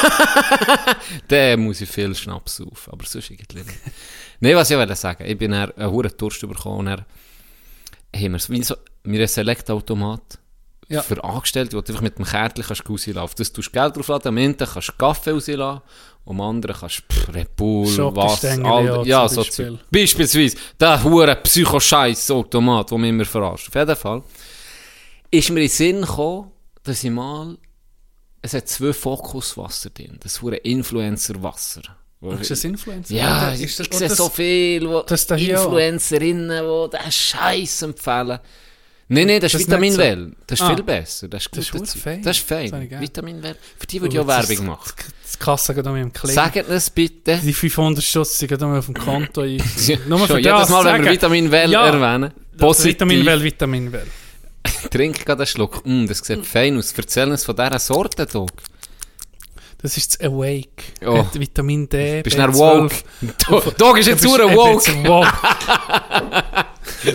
S3: Dann muss ich viel Schnaps auf, aber sonst irgendwie nicht. Nein, was ich wollte sagen, ich bin dann einen hohen Durst bekommen und dann haben wir so, wie so, wir haben Select-Automat
S4: Ja.
S3: für Angestellte, wo du einfach mit dem Kärtchen kannst rauslassen kannst. Das tust du Geld draufladen, am Ende kannst du Kaffee rauslassen, am anderen kannst du pff, Red Bull, was,
S4: Schokostängel, ja,
S3: ja,
S4: zum
S3: so
S4: Beispiel.
S3: Zeug. Beispielsweise, der hure Psycho-Scheiß-Automat, den man immer verarscht. Auf jeden Fall ist mir in den Sinn gekommen, dass ich mal es hat zwei Fokuswasser drin. Das hure Influencer-Wasser.
S4: Ist das Influencer?
S3: Ja,
S4: Oder
S3: ich,
S4: ist das,
S3: ich sehe
S4: das-
S3: so viel, wo
S4: das da hier auch?
S3: Influencerinnen, die diesen Scheiß empfehlen. Nein, nein, das ist
S4: Das nicht
S3: Vitamin
S4: so-
S3: Well. Das ist
S4: Ah.
S3: viel besser. Das ist gut.
S4: Das ist verdammt fein.
S3: Das ist
S4: Das habe
S3: fein.
S4: ich gern.
S3: Vitamin Well. Für die
S4: Oh,
S3: würde ich auch
S4: jetzt ist
S3: Werbung
S4: das-
S3: machen.
S4: Das Kasse geht um im Kling.
S3: Sagt uns bitte.
S4: Die 500 Schuss sind gerade mal auf dem Konto ein.
S3: Schon jedes Mal, wenn wir Vitamin Well
S4: Ja.
S3: erwähnen.
S4: Positiv.
S3: Positiv.
S4: Vitamin Well, Vitamin Well.
S3: Trink gerade einen Schluck. Mm, das sieht fein aus. Erzähl uns von dieser Sorte, Doc.
S4: Das ist das Awake.
S3: Oh.
S4: Mit Vitamin D.
S3: Bist du dann woke?
S4: B12.
S3: Dog- Dog ist jetzt
S4: Du bist-
S3: hure
S4: ich bin
S3: woke.
S4: jetzt woke.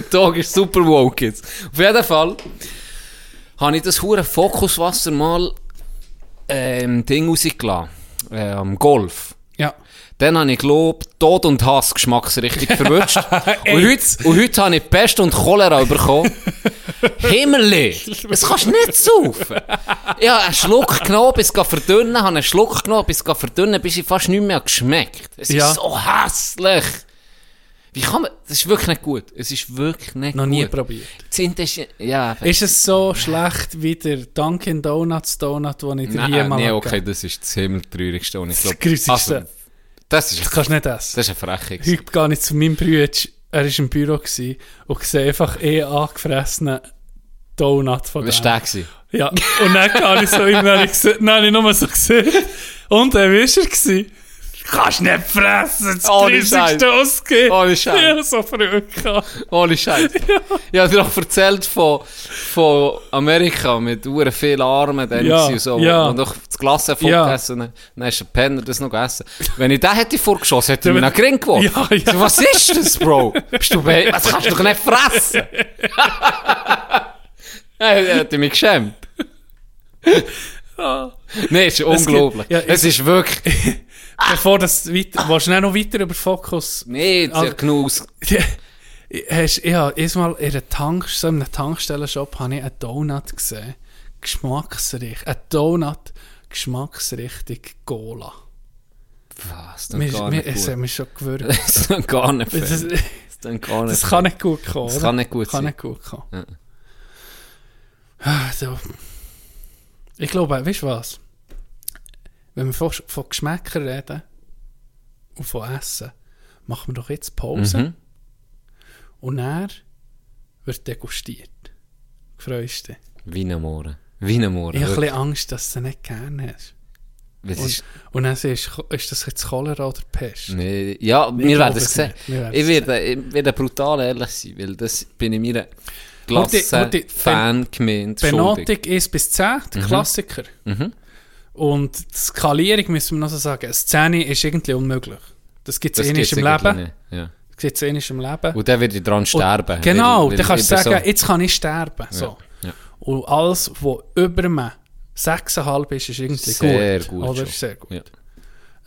S3: Tag ist super woke jetzt. Auf jeden Fall habe ich das hure Fokuswasser mal ähm, Ding rausgelassen. Äh, am Golf.
S4: Ja.
S3: Dann habe ich Lob, Tod und Hass geschmacksrichtig verwünscht. und, heute, und heute habe ich Pest und Cholera bekommen. Himmel, das kannst du nicht saufen. Ich habe einen Schluck genommen, bis ich verdünnen, habe einen Schluck genommen, bis ich verdünnen, bis ich fast nicht mehr geschmeckt. Es
S4: Ja.
S3: ist so hässlich. Wie kann man, das ist wirklich nicht gut. Es ist wirklich nicht
S4: Noch
S3: gut.
S4: nie probiert.
S3: Das Intest- ja, eben.
S4: Ist es so schlecht wie der Dunkin' Donuts Donut, den ich dir hier
S3: Nein,
S4: mal
S3: nee,
S4: habe
S3: okay, das ist das himmeltraurigste, und ich
S4: Das
S3: glaube,
S4: Grusigste.
S3: das ist,
S4: Das kannst du nicht essen.
S3: das ist eine Frechheit.
S4: Heute gehe ich zu meinem Bruder, er war im Büro gewesen, und sehe einfach eh angefressenen Donut von
S3: Was
S4: dem.
S3: war der? gewesen?
S4: Ja, und dann kann ich so in der Nein, ich nur so gesehen. Und dann war er. Gewesen. Kannst nicht fressen, das
S3: Ohne
S4: 30.
S3: Scheiß.
S4: ausgeben.
S3: Ohne Scheiß.
S4: Ja, so früh gehabt.
S3: Ohne Scheiß. Ich habe dir auch erzählt von, von Amerika mit uren vielen Armen dann ja,
S4: Ja,
S3: und so,
S4: ja.
S3: ja. und doch das Glas
S4: Ja.
S3: vorgegessen ja. dann hast du einen Penner das noch gegessen. Wenn ich den hätte vorgeschossen, hätte ich mir
S4: wenn-
S3: noch gering geworden.
S4: Ja, ja.
S3: So, was ist das, Bro? Bist du bei, was kannst du doch nicht fressen? Er hätte mich geschämt. Nein, es ist unglaublich.
S4: Ah. ja,
S3: es ist wirklich,
S4: Bevor das weiter. Willst du dann noch weiter über Fokus?
S3: nee, es
S4: Also-
S3: ist Genuss.
S4: Hast, ich habe erstmal in einer Tank, so in einem Tankstellenshop habe ich einen Donut gesehen. Geschmacksrichtig. Ein Donut, geschmacksrichtig Cola.
S3: Was, das ist
S4: Mir,
S3: gar
S4: mir,
S3: nicht
S4: es hat
S3: gut.
S4: mich schon gewürgt.
S3: Das ist dann gar nicht fair.
S4: Das,
S3: Das ist dann gar nicht
S4: das kann nicht gut kommen.
S3: Das
S4: oder?
S3: kann nicht gut
S4: kann
S3: sein.
S4: nicht gut kommen. Also, ich glaube, weißt du was? Wenn wir von, von Geschmäckern reden und von Essen, machen wir doch jetzt Pause. Und er wird degustiert. Freust du dich?
S3: Wienermohren. Wienermohren.
S4: Ich habe ein
S3: wirklich.
S4: bisschen Angst, dass du es nicht gerne hast.
S3: Das
S4: Oh.
S3: ist,
S4: Und dann siehst du, ist das jetzt Cholera oder Pest?
S3: nee, ja, wir
S4: glaube
S3: werden es
S4: es
S3: sehen.
S4: nicht. Wir werden
S3: Ich
S4: es
S3: werde, ich werde brutal ehrlich sein, weil das bin ich mir
S4: Warte,
S3: Klasse
S4: warte,
S3: eh, Fan gemeint. schuldig. Mhm.
S4: Benotung 1 bis 10, der Klassiker. Und die Skalierung müssen wir noch so sagen. Eine Szene ist irgendwie unmöglich. Das gibt es eh nicht
S3: gibt's
S4: im
S3: irgendwie
S4: Leben.
S3: nicht, Ja.
S4: Das gibt's eh nicht im Leben.
S3: Und dann werde ich dran sterben.
S4: Und, Oh, genau,
S3: weil- weil
S4: dann kannst du
S3: ich bin
S4: sagen, jetzt kann ich sterben.
S3: so-
S4: So.
S3: Ja, ja.
S4: Und alles, was über mir 6,5 ist, ist irgendwie
S3: Sehr
S4: gut.
S3: gut
S4: Oder?
S3: schon.
S4: Sehr gut.
S3: Ja.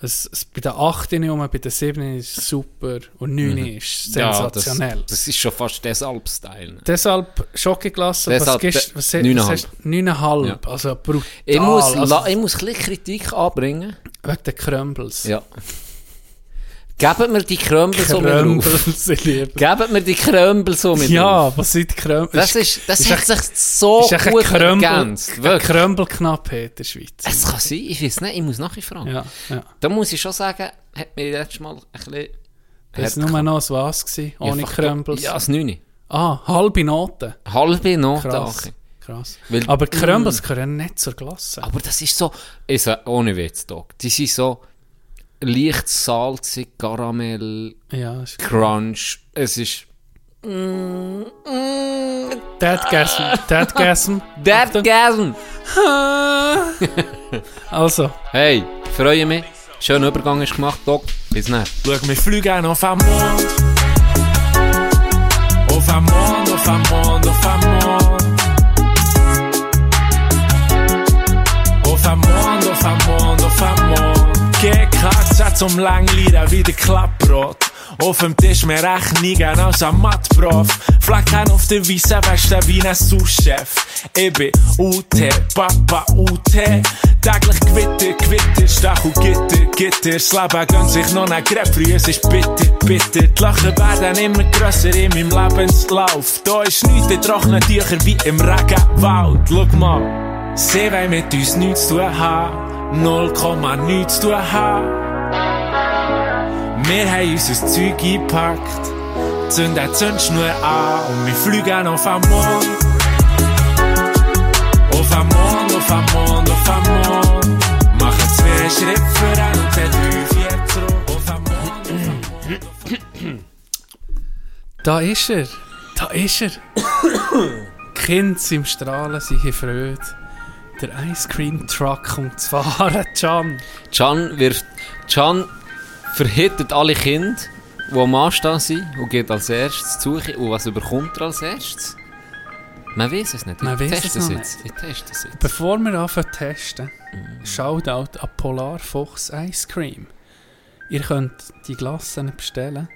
S4: Es, es, bei den 8 rum, bei den 7 ist es super und 9 ist
S3: Mhm. Ja,
S4: sensationell.
S3: das, das ist schon fast deshalb Style.
S4: Deshalb Schocke gelassen,
S3: Deshalb
S4: was gibst
S3: de-
S4: was, was, was
S3: neuneinhalb.
S4: hast du? 9,5.
S3: Ja.
S4: Also brutal.
S3: Ich muss,
S4: also,
S3: la- ich muss ein bisschen Kritik anbringen.
S4: Wegen den Krömbels.
S3: Ja. Gebt mir die Krömbel so mit auf.
S4: Krömbels, ich liebe
S3: Gebt mir die Krömbel so mit auf.
S4: Ja, was sind Krömbel?
S3: Das, ist, das
S4: ist
S3: hat
S4: echt-
S3: sich so
S4: ist echt eine
S3: gut
S4: Krömbel,
S3: ergänzt.
S4: eine
S3: Wirklich.
S4: Krömbelknappheit in der Schweiz.
S3: Es kann sein, ich weiß nicht, ich muss nachher fragen.
S4: Ja, ja.
S3: Da muss ich schon sagen, hat mir letztes Mal ein bisschen...
S4: Das
S3: hat-
S4: war nur noch ein Was, gewesen, ohne
S3: einfach-
S4: Krömbels.
S3: Ja, das Neune.
S4: Ah, halbe Note.
S3: Halbe Note.
S4: Krass.
S3: okay.
S4: Krass.
S3: Weil- Mm.
S4: Aber Krömbels gehören nicht zur Klasse.
S3: Aber das ist so... Ich sag, ohne Witz, Doc. Die sind so leicht salzig, Karamell,
S4: Ja, ist
S3: Crunch. Es ist...
S4: Dadgasm. Dadgasm.
S3: Dead Gasm!
S4: Also,
S3: Hey, freue mich. Schönen Übergang ist gemacht, Doc. Bis dann.
S6: Look, wir fliegen auf am Mond. Auf am Mond, auf am Mond, auf am Mond. Auf am Mond, auf am Mond, auf am Mond. Gekratzt hat zum Langlieder wie der Klapprot. Auf dem Tisch mehr Rechnungen als ein Mattprof. Flecken auf der Wiese Westen wie ein Souschef. Ich bin UT, Papa UT. Täglich Gewitter, Gewitter, Stachel, Gitter, Gitter. Das Leben gönnt sich noch ein Gräbfrüh, es ist bitter, bitter. Die Lachen werden immer grösser in meinem Lebenslauf. Da ist nichts in trockenen Tüchern wie im Regenwald. Schau mal. Sie wollen mit uns nichts zu tun haben, 0,9 zu tun haben. Wir haben unser Zeug eingepackt, zünden eine Zündschnur an und wir fliegen auf am Mond. Auf am Mond, auf am Mond, auf am Mond. Machen zwei Schritte voran und dann drei, vier zurück. Auf am Mond, auf am Mond.
S4: da ist er. Da ist er. Kind im Strahlen, sie haben Freude. Der Ice Cream Truck kommt zu fahren, Can.
S3: Can wirft. Can verhittet alle Kinder, die am Anstehen sind und geht als erstes zu Suche. Und was überkommt er als erstes? Man weiß es nicht.
S4: Man
S3: ich
S4: weiss
S3: teste
S4: es noch
S3: jetzt. Ich teste es jetzt.
S4: Bevor wir anfangen zu testen, Shoutout an Polar Fox Ice Cream. Ihr könnt die Glassen bestellen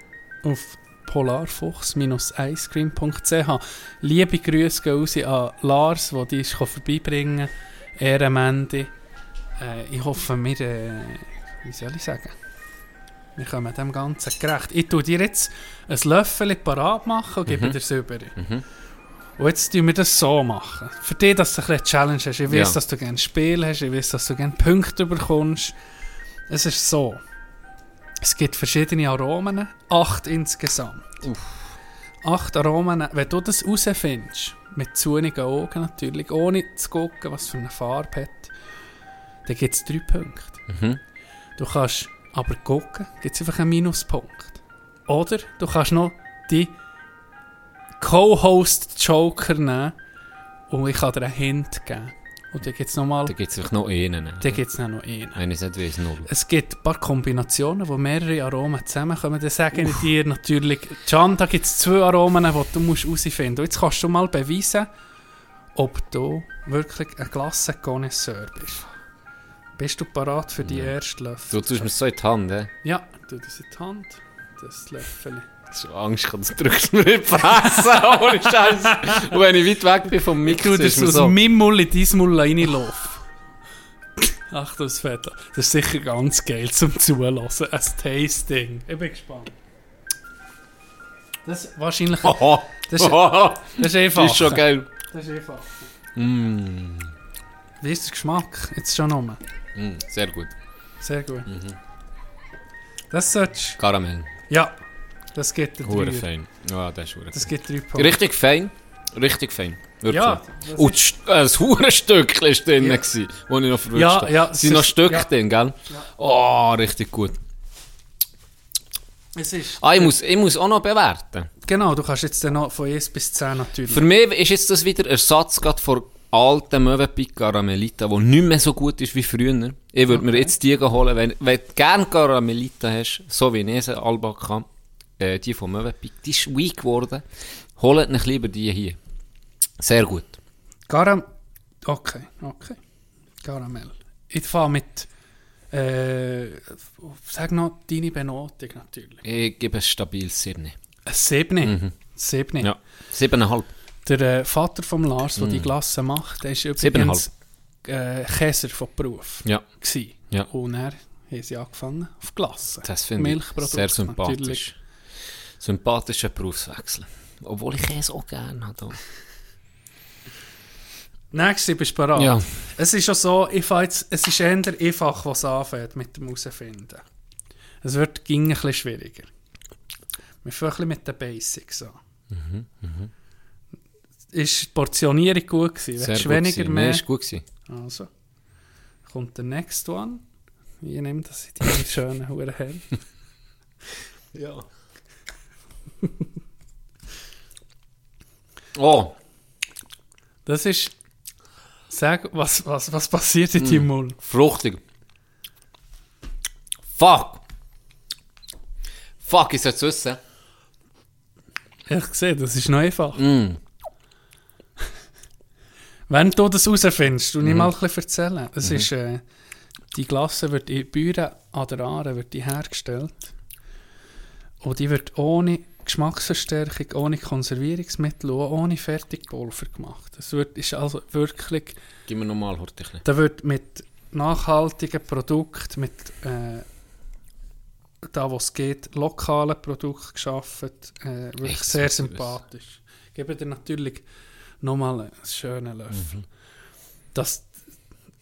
S4: auf polarfuchs-icecream.ch. Liebe Grüße gehen raus an Lars, der dich vorbeibringen kann. Ehrenmende. Äh, ich hoffe, wir, äh, wie soll ich sagen, wir kommen dem Ganzen gerecht. Ich tue dir jetzt ein Löffel parat machen und gebe dir das über. Und jetzt tun wir das so machen. Für dich, dass du ein bisschen Challenge hast. Ich weiß,
S3: Ja.
S4: dass du gerne Spiel hast. Ich weiß, dass du gerne Punkte bekommst. Es ist so. Es gibt verschiedene Aromen. Acht insgesamt. Acht Aromen. Wenn du das herausfindest, mit zunigen Augen natürlich, ohne zu gucken, was für eine Farbe hat, dann gibt es drei Punkte. Du kannst aber gucken, gibt es einfach einen Minuspunkt. Oder du kannst noch die Co-Host-Joker nehmen und ich kann dir einen Hint geben. Und dann gibt es nochmal,
S3: Da gibt es noch einen.
S4: dann gibt es noch einen.
S3: Wenn ich es nicht weiss, null.
S4: Es gibt ein paar Kombinationen, wo mehrere Aromen zusammenkommen. Dann sage ich dir natürlich, Can, da gibt es zwei Aromen, die du musst herausfinden musst. Jetzt kannst du mal beweisen, ob du wirklich ein glasse Connoisseur bist. Bist du parat für die erste
S3: Du
S4: Löffel?
S3: tust mir so in die Hand, hä?
S4: Ja, tu das in die Hand, das Löffel.
S3: Hast du Angst, gehabt, das drückst du mir in die Fresse. Ohne Scheiß. Und wenn ich weit weg bin vom
S4: Ich
S3: Mikro,
S4: tue
S3: ist
S4: das
S3: mir
S4: aus
S3: so.
S4: meinem Mund in dein Mund reinlaufen. Ach, das ist fett. Das ist sicher ganz geil zum Zuhören. Ein Tasting. Ich bin gespannt. Das ist wahrscheinlich...
S3: Oho.
S4: Das ist,
S3: Oho.
S4: das ist
S3: Oh.
S4: einfach.
S3: Das ist schon geil.
S4: Das ist einfach. Wie ist der Geschmack? Jetzt schon rum.
S3: Mm, sehr gut.
S4: Sehr gut.
S3: Mhm.
S4: Das solltest
S3: Karamell.
S4: Ja. Das geht dir
S3: Hure
S4: drei.
S3: fein. Ja, das ist hure
S4: Das
S3: fein.
S4: geht drei Punkte.
S3: Richtig fein. Richtig fein. Wirklich.
S4: Ja.
S3: Und das St- äh, das Hurenstück war drin,
S4: Ja.
S3: gewesen, wo ich noch verwirrt
S4: Ja,
S3: habe.
S4: ja,
S3: Es
S4: es
S3: sind noch
S4: ist-
S3: Stücke
S4: ja.
S3: drin, gell? Oh, richtig gut.
S4: Es ist...
S3: Ah, ich muss, ich muss auch noch bewerten.
S4: Genau, du kannst jetzt dann noch von 1 bis 10 natürlich.
S3: Für mich ist jetzt das wieder Ersatz gerade vor alten Mövenpick Caramelita, die nicht mehr so gut ist wie früher. Ich würde mir jetzt die holen, wenn, wenn du gerne Caramelita hast, so wie ich sie Albach kann, äh, die von Mövenpick, die ist weak geworden. Holt euch lieber die hier. Sehr gut.
S4: Karam... Okay, okay. Karamell. Ich fahre mit... Äh, sag noch deine Benotung natürlich.
S3: Ich gebe ein stabiles 7.
S4: Ein Sebne. Sebne.
S3: Mhm. Ja. 7,5.
S4: Der äh, Vater von Lars, der die Glasse macht, der ist übrigens
S3: Siebeneinhalb.
S4: äh, Käser von Beruf.
S3: Ja.
S4: gsi.
S3: Ja.
S4: Und er haben sie angefangen auf Glasse.
S3: Das finde ich
S4: Milchprodukte
S3: sehr sympathisch.
S4: natürlich.
S3: Sympathischer Berufswechsel. Obwohl ich es auch gerne habe.
S4: Nächste bist du bereit.
S3: Ja.
S4: Es ist schon so, ich fahre jetzt, es ist eher einfach, was anfängt mit dem Herausfinden. Es wird ging ein bisschen schwieriger. Wir fangen ein bisschen mit den Basics an.
S3: Mhm,
S4: Ist die Portionierung gut gewesen? Willst du weniger,
S3: gewesen.
S4: mehr?
S3: Nee, ist gut gewesen.
S4: Also, kommt der next one. Ich nehme das in die schönen Huren her. ja.
S3: Oh,
S4: Das ist Sag, was, was, was passiert in
S3: Mhm.
S4: deinem Mund?
S3: Fruchtig. Fuck. Fuck, ich sollte es wissen.
S4: Ich sehe, das ist noch einfach. Wenn du das herausfindest, du nicht mal ein bisschen erzählen. Das ist, äh, die Glasse wird in Büren an der Aare wird die hergestellt. Und die wird ohne Geschmacksverstärkung, ohne Konservierungsmittel und auch ohne Fertigpulver gemacht. Es wird, ist also wirklich...
S3: Gib mir nochmal Hortichli.
S4: Da wird mit nachhaltigen Produkten, mit äh, da was geht, lokalen Produkten geschaffen, äh, wirklich
S3: Echt,
S4: sehr
S3: was du
S4: sympathisch. Ich gebe dir natürlich nochmal einen schönen
S3: Mhm.
S4: Löffel. Das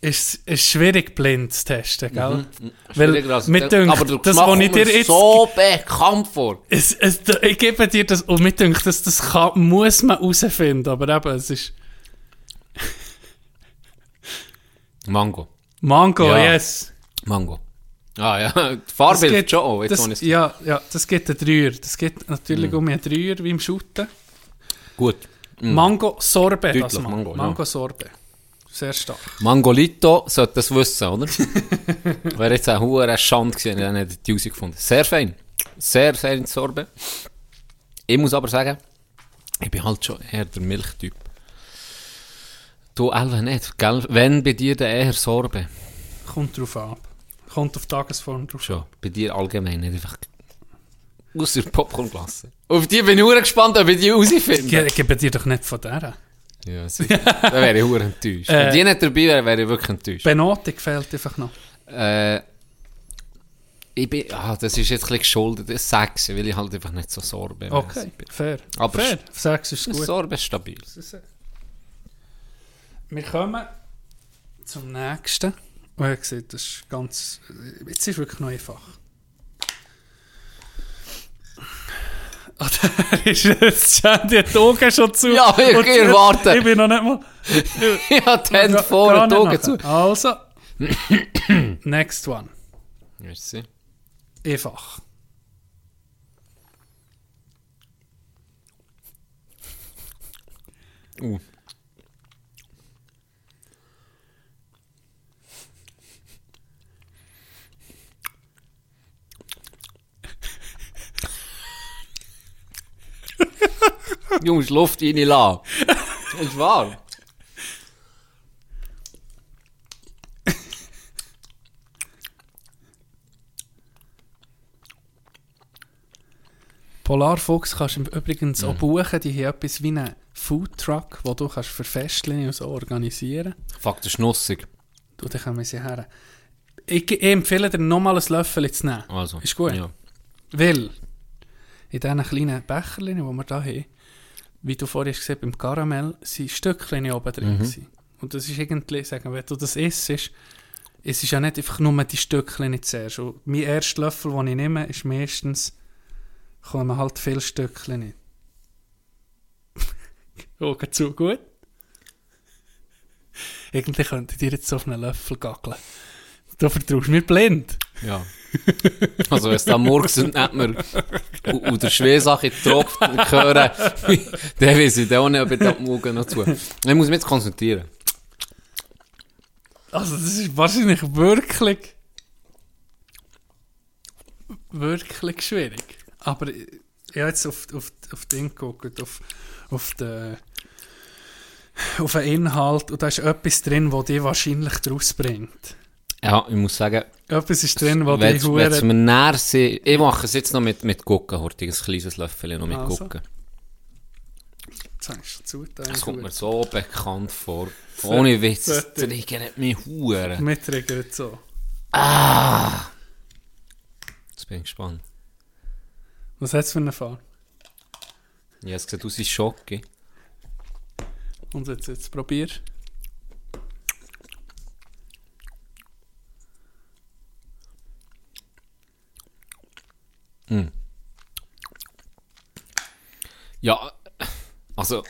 S4: ist, ist schwierig blind zu
S3: Mhm,
S4: testen, gell? Weil mit dünkt,
S3: aber also der
S4: das,
S3: Geschmack
S4: was ich
S3: kommt mir
S4: dir jetzt...
S3: so bekannt vor.
S4: Es, es, ich gebe dir das, und mir denkt, das, das kann, muss man herausfinden, aber eben, es ist...
S3: Mango.
S4: Mango,
S3: Ja.
S4: yes!
S3: Mango. Ah ja, die
S4: Das
S3: Farbe
S4: gibt-
S3: ist schon auch. Jetzt
S4: das,
S3: ohne Mm. es-
S4: ja, ja, das gibt einen Dreier. Das gibt natürlich um einen Dreier wie im Schutten.
S3: Gut.
S4: Mango Sorbet.
S3: Mm. Deutlich,
S4: man-
S3: Mango, ja.
S4: Mango Sorbet. Sehr stark.
S3: Mangolito sollte das wissen, oder? Wäre jetzt ein hoher Schand gewesen, wenn er nicht die Musik gefunden. Sehr fein. Sehr fein Sorbet. Ich muss aber sagen, ich bin halt schon eher der Milchtyp. Du, Elven nicht, gell? Wenn bei dir dann eher Sorbet?
S4: Kommt drauf ab. Kommt auf Tagesform drauf
S3: Schon. Bei dir allgemein, nicht einfach aus der Popcorn-Klasse. Auf die bin ich sehr gespannt, ob ich die
S4: Ich
S3: rausfinde.
S4: ge- gebe dir doch nicht von der.
S3: Ja, sicher. Dann wäre ich sehr enttäuscht. Wenn die nicht dabei wäre, wäre ich wirklich enttäuscht.
S4: Benotung fehlt einfach noch.
S3: Äh, ich bin, ah, das ist jetzt ein bisschen geschuldet, das Sechs, weil ich halt einfach nicht so Sorbe
S4: Okay, fair.
S3: Aber
S4: fair. Sechs ist gut.
S3: Sorbe ist stabil.
S4: Wir kommen zum nächsten. Und ihr seht, das ist ganz. Jetzt ist wirklich noch einfach. Ah, der ist jetzt schon, die hat die Augen schon zu.
S3: Ja, ich-
S4: Und
S3: ich erwarte.
S4: Ich bin noch nicht mal.
S3: Ich habe die Hände vor
S4: Gar
S3: die
S4: nicht
S3: Augen zu.
S4: nachher. Also, next one.
S3: Merci.
S4: Einfach.
S3: Uh. Jungs, Luft reinlassen. Ist wahr.
S4: Polarfuchs kannst du übrigens
S3: Mhm.
S4: auch buchen. Die haben etwas wie einen Foodtruck, den du kannst für Festchen und so organisieren
S3: Fuck, das ist nussig.
S4: Du, dann kommen sie her. Ich, ich empfehle dir nochmal ein Löffel zu nehmen.
S3: Also,
S4: Ist gut.
S3: Ja.
S4: Weil, in diesen kleinen Becherchen, die wir hier haben, wie du vorhin gesehen hast, beim Karamell, sind Stückchen oben drin. gewesen. Und das ist irgendwie, sagen, wenn du das isst, ist, es ist ja nicht einfach nur die Stückchen nicht zuerst. Und mein erster Löffel, den ich nehme, ist meistens, kommen halt viele Stückchen nicht. Augen zu, gut. Irgendwie könnte ich dir jetzt auf einen Löffel gackeln. Du vertraust mir blind.
S3: Ja. Also, wenn es dann morgens sind, nicht mehr und, und der Schwersache tropft und hören, dann weiß ich dann auch nicht, ob ich da morgen noch zu. Ich muss mich jetzt konzentrieren.
S4: Also, das ist wahrscheinlich wirklich. wirklich schwierig. Aber ich ich habe jetzt auf, auf, auf Ding geguckt, auf, auf den. auf den Inhalt und da ist etwas drin, was dich wahrscheinlich draus bringt.
S3: Ja, ich muss sagen,
S4: Etwas ist drin, was dich
S3: wenn es
S4: hure-
S3: mir näher sind, ich mache es jetzt noch mit, mit Gucken, Hortig, ein kleines Löffel noch mit
S4: Also.
S3: Gucken.
S4: Jetzt habe ich schon zugetan,
S3: Das kommt mir
S4: gut.
S3: so bekannt vor. Ohne Witz, das
S4: sollte-
S3: triggert mich Huren.
S4: Mich triggert so.
S3: Jetzt bin ich gespannt.
S4: Was hat es für eine Farbe?
S3: Ich habe gesagt, du bist Schocke.
S4: Und jetzt, jetzt probier.
S3: Ja, also.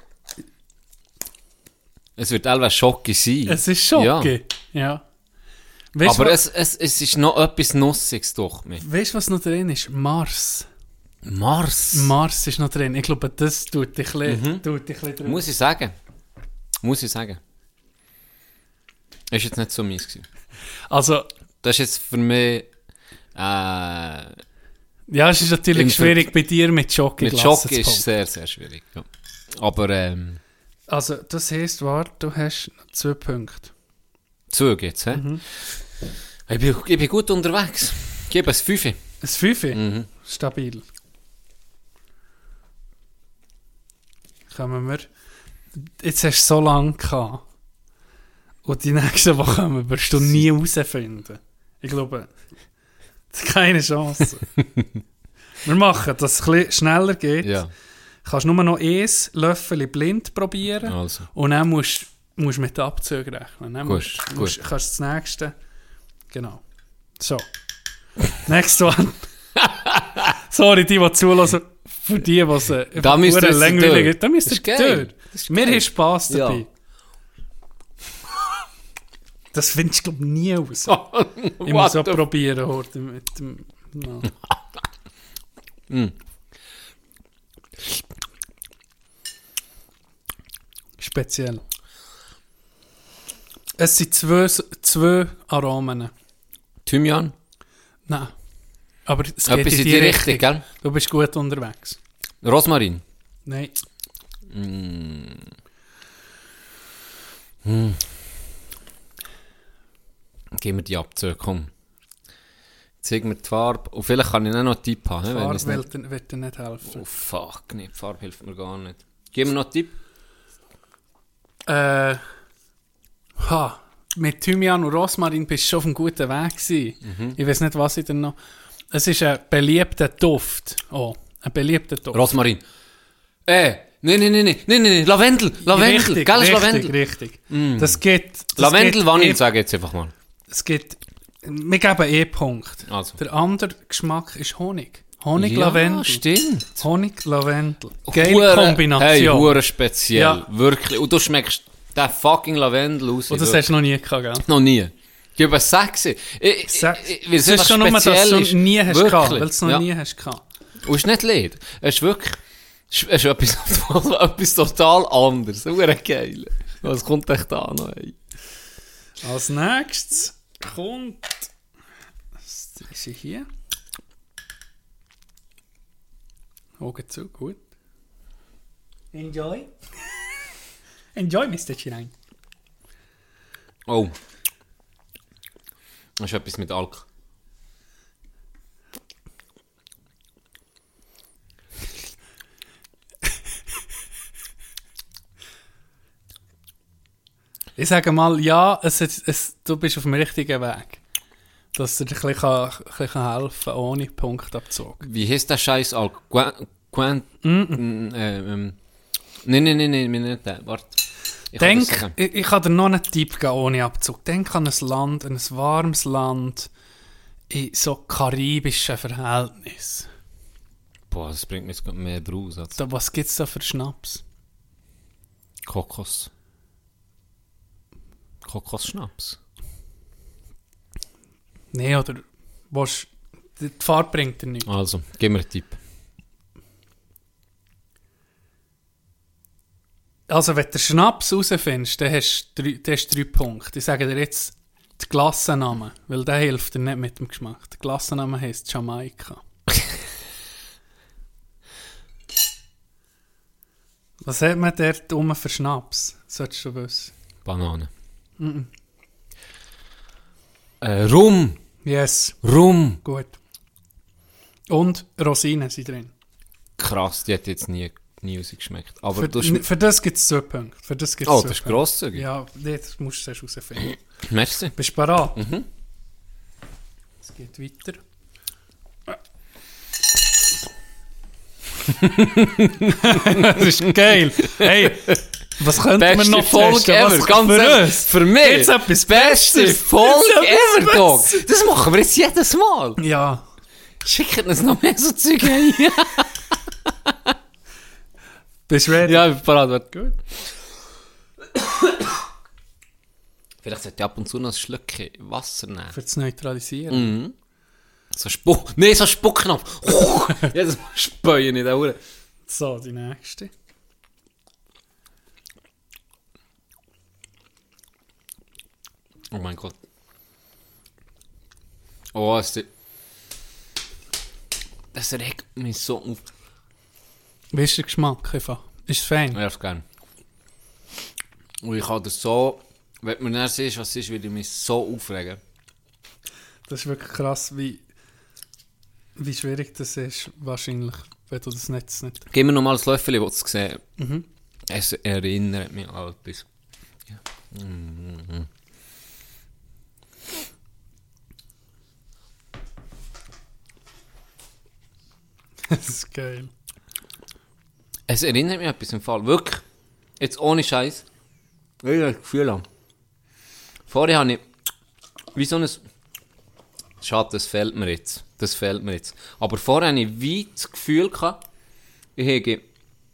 S3: Es wird teilweise Schocke sein.
S4: Es ist Schocke. Ja. ja. Weißt du,
S3: Aber
S4: wa-
S3: es, es, es ist noch etwas Nussiges durch mich.
S4: weißt du, was noch drin ist? Mars.
S3: Mars. Mhm.
S4: Mars ist noch drin. Ich glaube, das tut dich ein bisschen, tut dich ein bisschen drin.
S3: Muss ich sagen. Muss ich sagen. Ist jetzt nicht so mies gewesen.
S4: Also,
S3: Das ist jetzt für mich, äh,
S4: ja, es ist natürlich
S3: Im
S4: schwierig bei dir mit Jogging.
S3: mit Schock ist sehr, sehr schwierig. Ja. Aber, ähm,
S4: Also, das heisst, warte, du hast noch zwei Punkte.
S3: Zug jetzt, hä?
S4: Mhm.
S3: Ich, bin, ich bin gut unterwegs. Gib es 5.
S4: Ein Fünfe?
S3: Mhm.
S4: Stabil. Kommen wir. Jetzt hast du so lange gehabt. Und die nächsten, die kommen, wirst du nie herausfinden. Ich glaube, das ist keine Chance. wir machen, dass es ein bisschen schneller geht.
S3: Ja.
S4: Kannst nur noch ein Löffel blind probieren.
S3: Also.
S4: Und dann musst du mit den Abzügen rechnen. Dann
S3: Gut,
S4: musst,
S3: gut.
S4: Musst, kannst du das nächste. Genau. So. Next one. Sorry, die, die zulassen. Für die, die es äh,
S3: Da müsst ihr
S4: verdammt
S3: jetzt
S4: langweilig
S3: durch.
S4: ist. Da müsst
S3: Das
S4: ihr
S3: ist geil.
S4: durch.
S3: Das ist
S4: Mir
S3: geil.
S4: ist Spass
S3: Ja.
S4: dabei. Das findest du, glaube ich, nie aus. ich muss auch
S3: What the
S4: probieren, heute mit dem... No. Speziell. Es sind zwei, zwei Aromen.
S3: Thymian?
S4: Nein. Aber es geht
S3: Etwas in die Richtung, gell?
S4: Du bist gut unterwegs.
S3: Rosmarin?
S4: Nein.
S3: Gib mir die Abzüge, komm. Zeig mir die Farbe. Und vielleicht kann ich dann noch einen Tipp haben. hä, wenn
S4: Farbe
S3: ich's nicht...
S4: wird, dir- wird dir nicht helfen.
S3: Oh fuck, nee, die Farbe hilft mir gar nicht. Gib mir noch einen Tipp.
S4: Äh, ha, mit Thymian und Rosmarin bist du schon auf einem guten Weg gewesen.
S3: Mhm.
S4: Ich weiß nicht, was ich denn noch... Es ist ein beliebter Duft. Oh, ein beliebter Duft.
S3: Rosmarin. Äh, nee, nee, nee, nee, nee, nee, nee. Lavendel, Lavendel,
S4: richtig,
S3: gell, ist
S4: richtig,
S3: Lavendel. Mm.
S4: richtig. Das geht... Das
S3: Lavendel,
S4: geht
S3: Vanille,
S4: eh-
S3: sag ich jetzt einfach mal.
S4: Es geht... Wir geben E-Punkt.
S3: Also.
S4: Der andere Geschmack ist Honig. Honig,
S3: ja,
S4: Lavendel.
S3: stimmt.
S4: Honig, Lavendel. Geile
S3: Hure- Hey,
S4: Kombination.
S3: hure speziell.
S4: Ja.
S3: Wirklich. Und du schmeckst den fucking Lavendel aus.
S4: Und das
S3: wirklich.
S4: hast du noch nie gehabt, gell?
S3: noch nie. Gib es sechs. Ich, ich,
S4: Sechs.
S3: ich, weil es
S4: Das ist
S3: einfach
S4: schon nur, dass du
S3: speziell
S4: es
S3: ist.
S4: nie hast
S3: Wirklich.
S4: gehabt, weil du es noch
S3: ja.
S4: nie hast gehabt.
S3: Und es ist nicht leer. Es ist wirklich... Es ist es ist etwas, etwas total anderes. Hure geil. Was kommt echt da noch? Ey?
S4: Als nächstes kommt... Das ist sie hier. Augen zu, gut. Enjoy. Enjoy, Mr. Chirein.
S3: Oh. Das ist etwas mit Alk.
S4: Ich sage mal, ja, es, ist- es, du bist auf dem richtigen Weg. Dass dir ein bisschen, kann, ein bisschen kann helfen kann, ohne Punktabzug.
S3: Wie heißt der Scheiß Alk? Quen... Quen... Mm, äh, ähm. Nein, nein, nein, nein, nicht der. Warte. Ich kann das
S4: Denk,
S3: sagen.
S4: ich, ich kann dir noch einen Tipp geben ohne Abzug. Denk an ein Land, an ein warmes Land in so karibischen Verhältnissen.
S3: Boah, das bringt mir jetzt gerade mehr draus als
S4: Da, was gibt es da für Schnaps?
S3: Kokos. Kokosschnaps.
S4: Nee, oder was? Die die Farbe bringt dir nichts.
S3: Also, gib mir einen Tipp.
S4: Also, wenn du Schnaps rausfindest, dann hast du drei, dann hast du drei Punkte. Ich sage dir jetzt den Klassennamen, weil der hilft dir nicht mit dem Geschmack. Der Klassenname heisst Jamaika. was hat man dort rum für Schnaps? Solltest du wissen.
S3: Banane. Äh, Rum!
S4: Yes,
S3: Rum!
S4: gut. Und Rosinen sind drin.
S3: Krass, die hat jetzt nie, nie rausgeschmeckt. Aber
S4: Für,
S3: du schmeckst.
S4: für das gibt es zwei Punkte. Für das gibt's
S3: Oh,
S4: zwei
S3: das ist
S4: Punkte.
S3: grosszügig.
S4: Ja, das musst du erst herausfinden.
S3: Merci.
S4: Bist du bereit? Es geht weiter. das ist geil. Hey, was könnten wir
S3: Beste
S4: noch
S3: Folge
S4: testen?
S3: ever,
S4: Was
S3: ganz
S4: für
S3: ehrlich.
S4: uns?
S3: Für mich.
S4: Jetzt etwas
S3: Beste
S4: Besseres.
S3: Folge
S4: Jetzt etwas
S3: ever, Dog. Das machen wir jetzt jedes Mal.
S4: Ja.
S3: Schickt uns noch mehr so Zeug ein.
S4: Bist du ready?
S3: ja, ich bin parat, warte. Gut. Vielleicht sollte ich ab und zu noch ein Schlückchen Wasser nehmen.
S4: Für das Neutralisieren.
S3: So Spuck... Nee, so Spuckknopf. Jedes Mal späuen in den Ohren.
S4: So, die nächste.
S3: Oh mein Gott. Oh, es Das regt mich so auf.
S4: Wie ist der Geschmack einfach? Ist es fein?
S3: Ich esse gerne. Und ich kann das so, wenn man dann siehst, was es ist, würde ich mich so aufregen.
S4: Das ist wirklich krass, wie, wie schwierig das ist, wahrscheinlich, wenn du das Netz nicht...
S3: Gib mir nochmal das Löffel, das du sehen
S4: Mhm.
S3: Es erinnert mich an etwas.
S4: das ist geil.
S3: Es erinnert mich an etwas im Fall. Wirklich. Jetzt ohne Scheiß. Ich habe das Gefühl an. Vorher habe ich wie so ein... Schade, das fehlt mir jetzt. Das fehlt mir jetzt. Aber vorher hatte ich wie das Gefühl, gehabt, ich habe...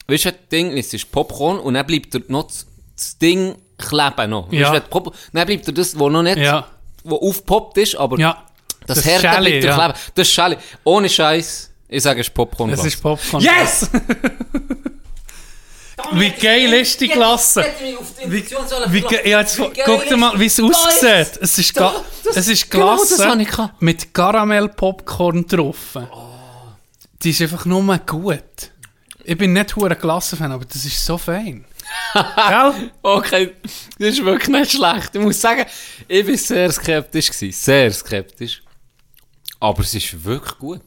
S3: Weißt du, das Ding es ist Popcorn und dann bleibt dort noch das- das Ding kleben. Noch. Weisst du,
S4: Ja.
S3: wenn die Pop dann bleibt dort das, wo noch nicht...
S4: Ja.
S3: Wo aufgepoppt ist, aber
S4: Ja.
S3: das,
S4: das
S3: das Härte
S4: Schäli,
S3: bleibt dort
S4: ja.
S3: kleben. Das ist Schäli. Ohne Scheiß. Ich sage, es ist Popcorn.
S4: Es ist Popcorn.
S3: Yes!
S4: Wie geil ist die Klasse? Wie, wie, ge- ja, jetzt, guck dir mal, wie es aussieht. Es ist, ga, es ist
S3: genau das
S4: Klasse
S3: hab ich gehabt. Oh.
S4: mit Karamell-Popcorn drauf. Die ist einfach nur gut. Ich bin nicht hoher Klasse-Fan, aber das ist so fein. Gell?
S3: Okay, das ist wirklich nicht schlecht. Ich muss sagen, ich war sehr skeptisch. Gewesen. Sehr skeptisch. Aber es ist wirklich gut.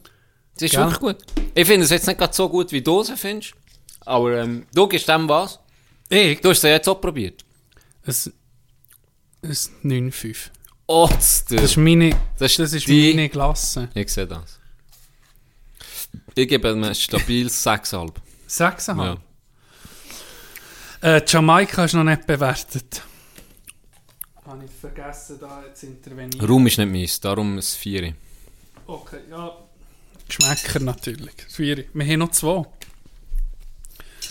S3: Es ist
S4: Gell?
S3: wirklich gut. Ich finde es jetzt nicht gerade so gut, wie du es findest. Aber ähm, du gibst dem was.
S4: Ich?
S3: Du hast es ja jetzt auch probiert.
S4: Es ist 9,5.
S3: Oh, das
S4: Das ist meine,
S3: Das
S4: das
S3: ist
S4: ist
S3: die-
S4: meine Klasse.
S3: Ich sehe das. Ich gebe ihm ein stabiles 6,5.
S4: 6,5.
S3: Ja.
S4: Äh, Jamaika ist noch nicht bewertet. Habe ich vergessen, da zu intervenieren.
S3: Raum ist nicht meins, darum ein 4.
S4: Okay, ja. Geschmäcker natürlich. Schwierig. Wir haben noch zwei.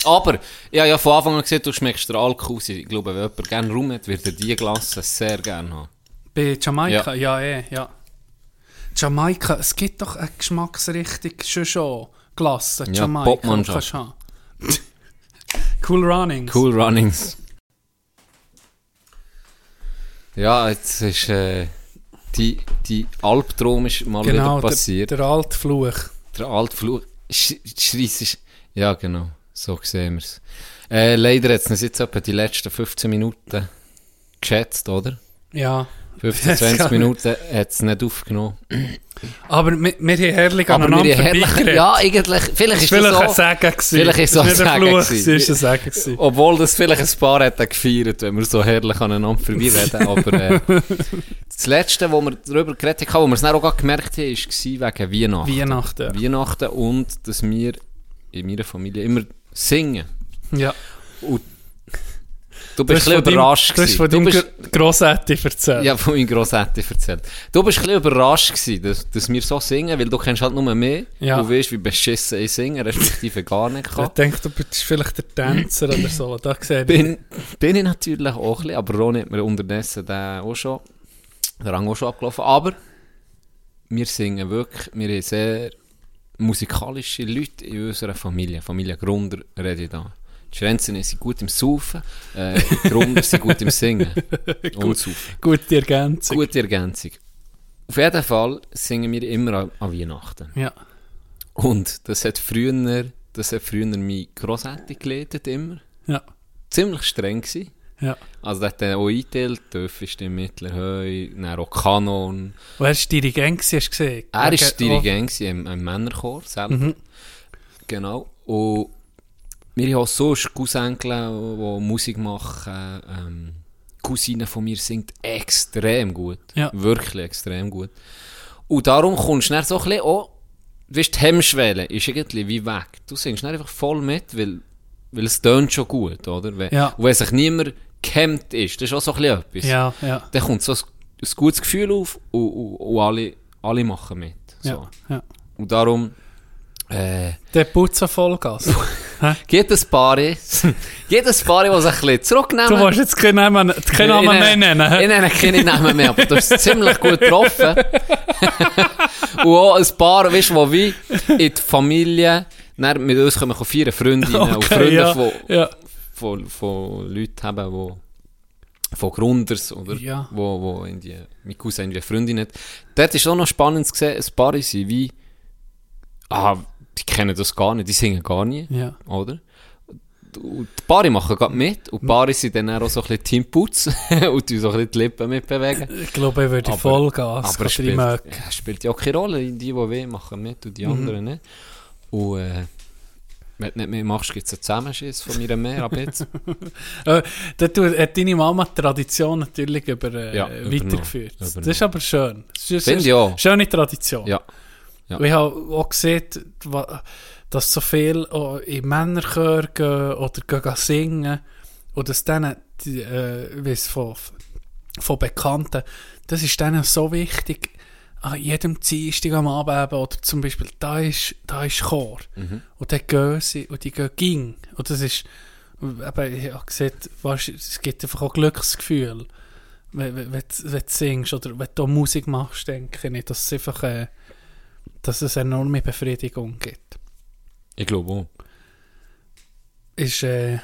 S3: Aber, ich habe ja von Anfang an gesehen, du schmeckst den Alkohol. raus. Ich glaube, wenn jemand gerne Raum hat, wird er die Glasse sehr gerne haben.
S4: Bei Jamaika, ja, eh, ja. Jamaika, es gibt doch eine Geschmacksrichtung schon schon. Glasse,
S3: Ja,
S4: Jamaika.
S3: Popmannschaft.
S4: kannst du haben. cool Runnings.
S3: Cool Runnings. Ja, jetzt ist äh, die, die Albtraum ist mal
S4: Genau,
S3: wieder passiert.
S4: Der, der alte Fluch.
S3: Der, alte Fluch schreist ist. Ja, genau. So sehen wir es. Äh, leider hat es jetzt etwa die letzten 15 Minuten geschätzt, oder?
S4: Ja.
S3: 15,
S4: Das kann
S3: 20
S4: ich-
S3: Minuten hat es nicht aufgenommen.
S4: Aber wir, wir haben herrlich
S3: Aber wir
S4: aneinander
S3: haben herrlich.
S4: vorbeigeredet.
S3: Ja, eigentlich. Vielleicht ist
S4: Vielleicht ein
S3: das so.
S4: Segen gewesen.
S3: Vielleicht ist es auch
S4: Nicht
S3: ein
S4: ein
S3: Segen
S4: Fluch,
S3: gewesen.
S4: gewesen, ist ein Segen gewesen.
S3: Obwohl das vielleicht ein paar hätten gefeiert, wenn wir so herrlich aneinander vorbeireden. Aber äh, das Letzte, wo wir darüber geredet haben, wo wir es dann auch gerade gemerkt haben, war wegen Weihnachten.
S4: Weihnachten.
S3: Weihnachten und dass wir in meiner Familie immer singen.
S4: Ja. Dus
S3: Du bist ein bisschen überrascht.
S4: Du
S3: gewesen.
S4: hast von
S3: Du
S4: deinem
S3: bist,
S4: Gr- Grossätti erzählt.
S3: ja, von meinem Grossetti erzählt. Du bist ein bisschen überrascht gewesen, dass, dass wir so singen, weil du kennst halt nur mehr.
S4: Ja.
S3: Du weißt, wie beschissen ich singe, respektive gar nicht kann.
S4: Ich denke, du bist vielleicht der Tänzer oder so. Da sehe ich.
S3: bin, bin ich natürlich auch ein bisschen, aber Ronny hat mir unterdessen den auch schon, den Rang auch schon abgelaufen. Aber wir singen wirklich, wir haben sehr musikalische Leute in unserer Familie. Familie Grunder rede ich da. Die Schrenzen sind gut im Saufen, äh, die Grunder sind gut im Singen und Saufen.
S4: Gute Ergänzung.
S3: Gute Ergänzung. Auf jeden Fall singen wir immer an, an Weihnachten.
S4: Ja.
S3: Und das hat früher, das hat früher mein Grossetti geleitet immer.
S4: Ja.
S3: Ziemlich streng gewesen.
S4: Ja.
S3: Also der hat dann auch eingeteilt, Töff ist im Mittelhöhe, dann auch Kanon.
S4: Und er war Dirigent, gewesen, hast du gesehen?
S3: Er war
S4: Okay,
S3: Dirigent gewesen im, im Männerchor selber.
S4: Mhm.
S3: Genau. Und wir haben auch sonst Cousinkel, die Musik machen. Ähm, die Cousine von mir singt extrem gut.
S4: Ja.
S3: Wirklich extrem gut. Und darum kommst du dann so ein bisschen auch, weißt, die Hemmschwelle ist irgendwie wie weg. Du singst dann einfach voll mit, weil, weil es tönt schon gut, oder? Wenn,
S4: Ja.
S3: Und wenn sich niemand gehemmt ist, das ist auch so ein bisschen etwas
S4: oh. Ja, ja.
S3: dann kommt so ein, ein gutes Gefühl auf und, und, und alle, alle machen mit. So.
S4: oh, Ja, ja.
S3: Und darum äh,
S4: Der Putz auf Vollgas. du
S3: gibt es Paare, gibt es Paare, die sich ein bisschen zurücknehmen.
S4: willst jetzt keinen Namen, keinen Namen mehr
S3: Ich
S4: nennen.
S3: nenne keine Namen mehr, aber du hast es ziemlich gut getroffen. und auch ein paar, weißt du, die wie in die Familie, dann mit uns kommen vier Freundinnen und Freunde
S4: ja.
S3: von,
S4: ja.
S3: von, von Leuten haben, die von Grunders, oder?
S4: Ja.
S3: Wo, wo in die, mein Cousin irgendwie eine Freundin hat. Dort ist auch noch spannend gesehen, ein paar sind wie, ah, die kennen das gar nicht, die singen gar nicht,
S4: Ja.
S3: oder? Und die Paare machen gerade mit und die Paare sind dann auch so ein bisschen Teamputz und die so ein bisschen die Lippen mitbewegen.
S4: Ich glaube, ich würde
S3: Aber-
S4: Vollgas
S3: Aber
S4: gehen, drei
S3: spielt, ja,
S4: Möcke.
S3: spielt ja auch keine Rolle. Die, die weh machen mit und die
S4: Mhm.
S3: anderen nicht. Und äh, wenn du nicht mehr machst, gibt es einen Zusammenschiss von mir mehr ab jetzt.
S4: Äh, da tu- hat deine Mama die Tradition natürlich über, äh,
S3: Ja,
S4: weitergeführt.
S3: übernommen.
S4: Das ist aber schön. Das ist,
S3: Finde ich auch.
S4: Schöne Tradition.
S3: ja. Ja.
S4: Und Ich habe auch gesehen, wa- dass so viel auch in Männerchör gehen oder gehen singen und dass denen, die, äh, ich weiss von, von Bekannten, das ist denen so wichtig, an jedem Dienstag am Abend eben, oder zum Beispiel, da ist, da ist Chor und dann gehen sie und die gehen ging und das ist, eben, ich habe gesehen, weisst, es gibt einfach auch Glücksgefühl, wenn, wenn, wenn, du- wenn du singst oder wenn du auch Musik machst, denke ich, dass es einfach... Äh, dass es eine enorme Befriedigung gibt.
S3: Ich glaube auch.
S4: Ist, äh,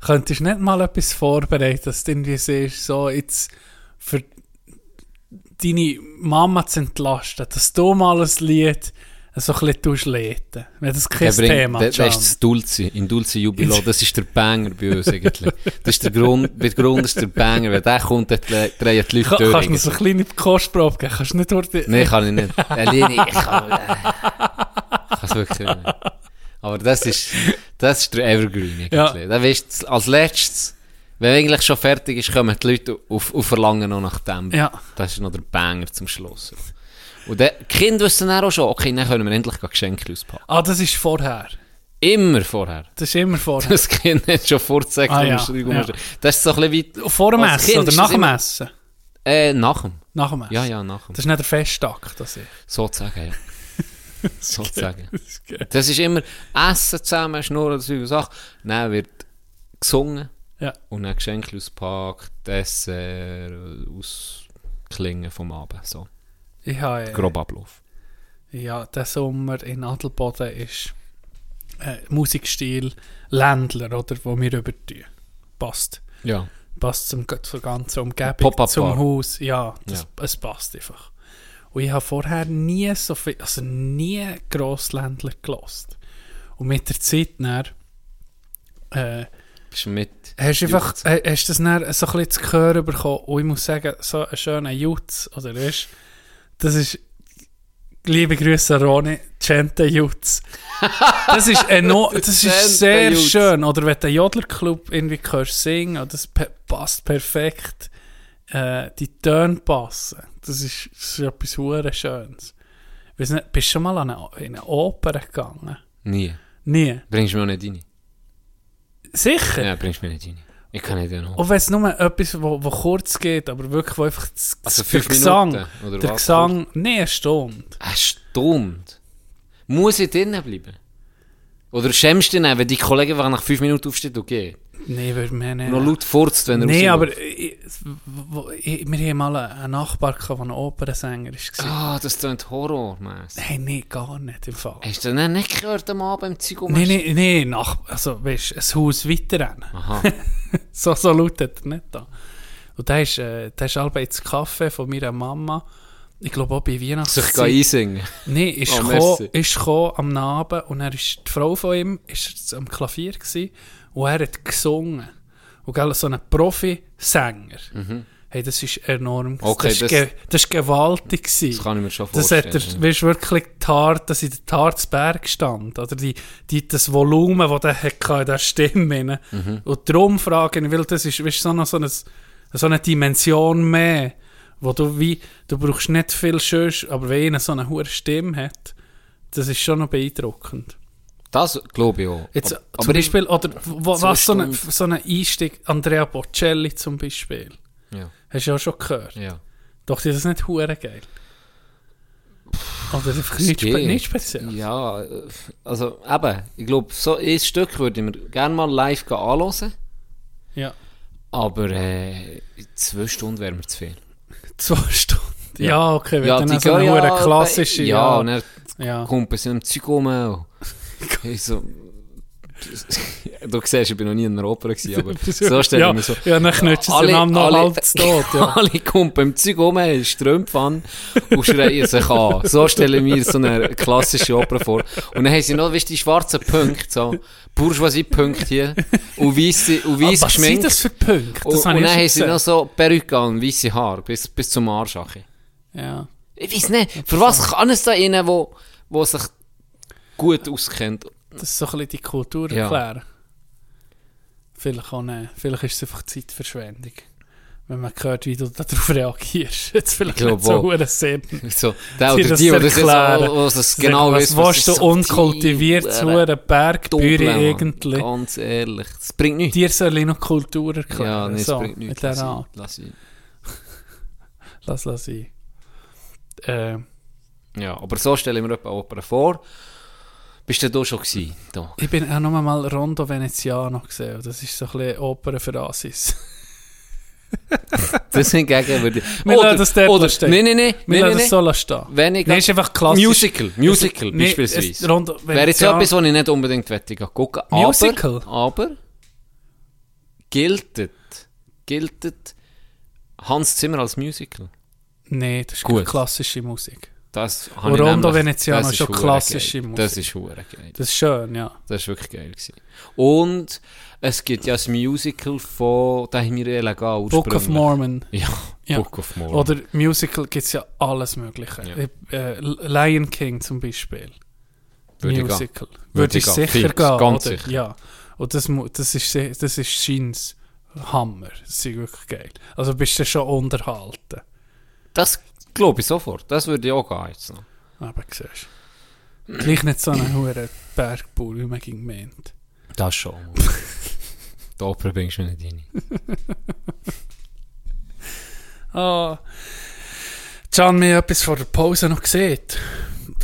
S4: könntest du nicht mal etwas vorbereiten, dass du irgendwie siehst, so jetzt für deine Mama zu entlasten, dass du mal ein Lied so ein bisschen durchleten Wenn das kein
S3: Hey, bring-
S4: Thema
S3: da- da ist.
S4: Can.
S3: Das Dulce, in Dulce Jubilo, das ist der Banger bei uns eigentlich. Das ist der Grund, bei Grund ist der Banger. Wenn der kommt, dann dre- drehen die Leute
S4: Ka- Kannst du mir
S3: durch.
S4: so eine kleine Kostprobe geben? Kannst du nicht durch die...
S3: Nein, kann ich nicht. Alleine, ich kann es wirklich nicht. Aber das ist, das ist der Evergreen.
S4: Ja.
S3: Ja. Da weißt du, als letztes, wenn eigentlich schon fertig ist, kommen die Leute auf, auf Verlangen noch nach dem.
S4: Ja.
S3: Das ist noch der Banger zum Schluss. Und dann- die Kinder wissen dann auch schon, okay, dann können wir endlich Geschenke auspacken.
S4: Ah, das ist vorher.
S3: Immer vorher.
S4: Das ist immer vorher.
S3: Das Kind hat schon vor die
S4: Ah, ja,
S3: ja.
S4: ja.
S3: Das ist so ein bisschen weit...
S4: Vor dem
S3: Als
S4: Essen
S3: Kind
S4: oder
S3: ist
S4: nach
S3: das
S4: dem
S3: immer-
S4: Essen?
S3: Äh, nach dem.
S4: Nach dem Essen.
S3: Ja, ja, nach dem.
S4: Das ist nicht der Festakt, das ist.
S3: Sozusagen, ja. Sozusagen. Das ist immer Essen zusammen, Schnurren, das ist Sache. Dann wird gesungen
S4: Ja.
S3: und dann Geschenke ausgepackt, Dessert, äh, ausklingen vom Abend. So.
S4: Ich habe, äh,
S3: Grob Ablauf.
S4: ja, der Sommer in Adelboden ist äh, Musikstil Ländler, oder, wo wir übertun. Passt.
S3: Ja.
S4: Passt zum, zur ganzen Umgebung,
S3: Pop-up
S4: zum
S3: Bar.
S4: Haus. Ja, das,
S3: Ja.
S4: es passt einfach. Und ich habe vorher nie so viel, also nie Grossländler gelost. Und mit der Zeit dann, äh,
S3: Bist du mit?
S4: Hast du einfach,
S3: Jutz.
S4: ha- hast du das dann so ein bisschen zu hören bekommen? Und ich muss sagen, so ein schöner Jutz, oder weißt das ist, liebe Grüße an Roni, Gente Jutz. Das ist, eno das
S3: Gente
S4: ist sehr
S3: Jutz.
S4: schön. Oder wenn du den Jodlerclub irgendwie hörst singen, und das pe- passt perfekt. Äh, die Töne passen. Das ist, das ist etwas hure Schönes. Weiss nicht, bist du schon mal an eine, in eine Oper gegangen?
S3: Nie.
S4: Nie.
S3: Bringst du mich auch nicht rein?
S4: Sicher?
S3: Ja, bringst du mich nicht rein. Ich kann nicht den
S4: Auch wenn es nur etwas, wo, wo kurz geht, aber wirklich, wo einfach das,
S3: Also
S4: der
S3: fünf
S4: Gesang,
S3: Minuten, oder
S4: der
S3: was?
S4: Gesang, nee, eine Stunde.
S3: Eine Stunde. Muss ich drinnen bleiben? Oder schämst du dich, dann, wenn dein Kollege einfach nach fünf Minuten aufsteht und geht?
S4: Nee, würde mir nicht.
S3: Noch laut furzt, wenn er
S4: nee,
S3: rausgeht.
S4: aber ich, wo, ich, wir haben mal einen Nachbar gehabt, der ein Opernsänger war.
S3: Ah, das klingt horrormäßig.
S4: Nein, nee, gar nicht im Fall.
S3: Hast du den nicht gehört am Abend im Zeug
S4: Nee, nee, nee, nach, also weißt du, ein Haus weiter rennen.
S3: Aha.
S4: so, so laut hat er nicht da. Und der ist, äh, der ist allbei ins Café von meiner Mama, ich glaube auch bei
S3: Sich
S4: Weihnachtszeit.
S3: gehen einsingen.
S4: Nein, ist
S3: Oh,
S4: gekommen
S3: merci.
S4: ist gekommen am Abend und er ist, die Frau von ihm ist am Klavier gewesen, und er hat gesungen. Und gell, so ein Profi-Sänger. Hey, das ist enorm. gewesen.
S3: Mhm. Okay,
S4: das,
S3: das-
S4: ist ge das ist gewaltig. Gewesen.
S3: Das kann ich mir schon
S4: Das
S3: vorstellen.
S4: hat er, weißt, du, wirklich die Hart, dass in der Tarzberg stand, oder die, die, das Volumen, das er hatte in der Stimme. Mhm. Und darum frage ich, weil das ist, weißt, du, so, noch so, eine, so eine Dimension mehr, wo du wie, du brauchst nicht viel Schuss, aber wenn einer so eine hohe Stimme hat, das ist schon noch beeindruckend.
S3: das glaube ich auch.
S4: Jetzt,
S3: Ab-
S4: zum
S3: ich-
S4: Beispiel, oder wo,
S3: Zwei
S4: was so ein
S3: Stunden.
S4: so eine Einstieg, Andrea Bocelli zum Beispiel,
S3: Ja,
S4: hast du ja auch schon gehört.
S3: ja.
S4: Doch, das ist nicht hure geil. Oder einfach
S3: Es
S4: nicht, spe
S3: geht.
S4: nicht speziell.
S3: Ja, äh, also eben, ich glaube, so ein Stück würde ich mir gerne mal live gehen anhören.
S4: Ja.
S3: Aber äh, zwei Stunden wären mir zu viel.
S4: Zwei Stunden. Ja, okay, wenn dann so
S3: gehen
S4: eine hure klassische.
S3: Ja, ne, und
S4: Ja,
S3: dann
S4: ja.
S3: kommt ein bisschen am Zeug rum. und- Ich so, Du siehst, ich bin noch nie in einer Oper gewesen, aber so stelle
S4: ja,
S3: ich mir so.
S4: Ja, dann knutschen sie
S3: Alle-
S4: einander noch
S3: alle-
S4: halb zu tot. Ja.
S3: Alle kommen beim Zeug um, haben Strümpfe an und schreien sich an. So stelle ich mir so eine klassische Oper vor. Und dann haben sie noch, weißt du, die schwarzen Punkte, so Bourgeoisie-Punkte hier und weiße und
S4: Ah, Was
S3: weiss
S4: sind
S3: geschminkt.
S4: das für Punkte?
S3: Und,
S4: Das
S3: und
S4: habe
S3: dann
S4: ich
S3: haben
S4: schon
S3: sie noch
S4: gesehen.
S3: so Perücke an, weiße Haare, bis, bis zum Arsch. Ach.
S4: Ja.
S3: Ich weiß nicht, für was kann es da innen, wo, wo sich gut auskennt?
S4: Das ist so ein bisschen die Kultur
S3: Ja.
S4: erklären. Vielleicht auch nicht. Vielleicht ist es einfach Zeitverschwendung. Wenn man hört, wie du darauf reagierst. Jetzt vielleicht
S3: Ich glaub
S4: nicht so
S3: auch.
S4: hohen Sinn.
S3: So, der
S4: Sie
S3: oder
S4: das
S3: die, die das jetzt
S4: erklären.
S3: auch, dus was es
S4: Sag,
S3: genau
S4: was
S3: wissen,
S4: willst
S3: ist
S4: du
S3: so
S4: unkultiviert
S3: viel,
S4: zu
S3: äh,
S4: einer
S3: Doppel, Mann.
S4: Bergbüre irgendwie?
S3: Ganz ehrlich, das bringt nichts.
S4: Dir soll ich noch Kultur erklären.
S3: ja, nee, das
S4: so,
S3: bringt nichts.
S4: mit
S3: Lass
S4: dieser
S3: ihn,
S4: Art.
S3: lass ihn.
S4: Lass, lass sein. Äh,
S3: Ja, aber so stelle ich mir etwa Oper vor. Bist denn du schon gewesen? Da.
S4: ich bin auch noch mal Rondo Veneziano gesehen. Das ist so ein bisschen Oper für Asis.
S3: Das hingegen würde ich...
S4: Wir lassen das dort
S3: oder,
S4: stehen.
S3: Nein, nein, nein. nein,
S4: Wir lassen
S3: nein,
S4: das so stehen.
S3: nein. Wenn ich...
S4: Nein, ist einfach klassisch.
S3: Musical, Musical
S4: Nee, es-
S3: beispielsweise.
S4: Rondo
S3: Wäre jetzt
S4: Veneziano-
S3: etwas, was ich nicht unbedingt wette, gucken aber-
S4: Musical?
S3: Aber... Giltet. Giltet Hans Zimmer als Musical.
S4: Nein, das ist
S3: Gut.
S4: klassische Musik.
S3: Das habe
S4: Und
S3: ich
S4: Rondo
S3: nämlich-
S4: Veneziano
S3: das
S4: ist schon
S3: hure
S4: klassische
S3: geil.
S4: Musik.
S3: Das ist hure geil.
S4: Das ist schön, ja.
S3: Das war wirklich geil. Gewesen. Und es gibt ja das Musical von, da haben wir illegal
S4: Book of Mormon.
S3: Ja,
S4: Ja.
S3: Book of Mormon.
S4: Oder Musical gibt es ja alles Mögliche.
S3: Ja.
S4: Ich- Äh, Lion King zum Beispiel.
S3: Würde ich
S4: Musical.
S3: Würde
S4: Würde
S3: ich
S4: ich
S3: gehen.
S4: sicher
S3: Fix,
S4: gehen.
S3: ganz
S4: oder?
S3: sicher.
S4: Ja. Und das, mu- das ist, se- das ist scheins Hammer. Das ist wirklich geil. Also bist du schon unterhalten.
S3: Das glaube ich sofort. Das würde ich auch gehen jetzt noch.
S4: Aber siehst du. Gleich nicht so einen hohen Bergbau, wie man ging meint.
S3: Das schon. Die Oper bringst du nicht rein.
S4: Ah. Can mir etwas vor der Pause noch gesehen.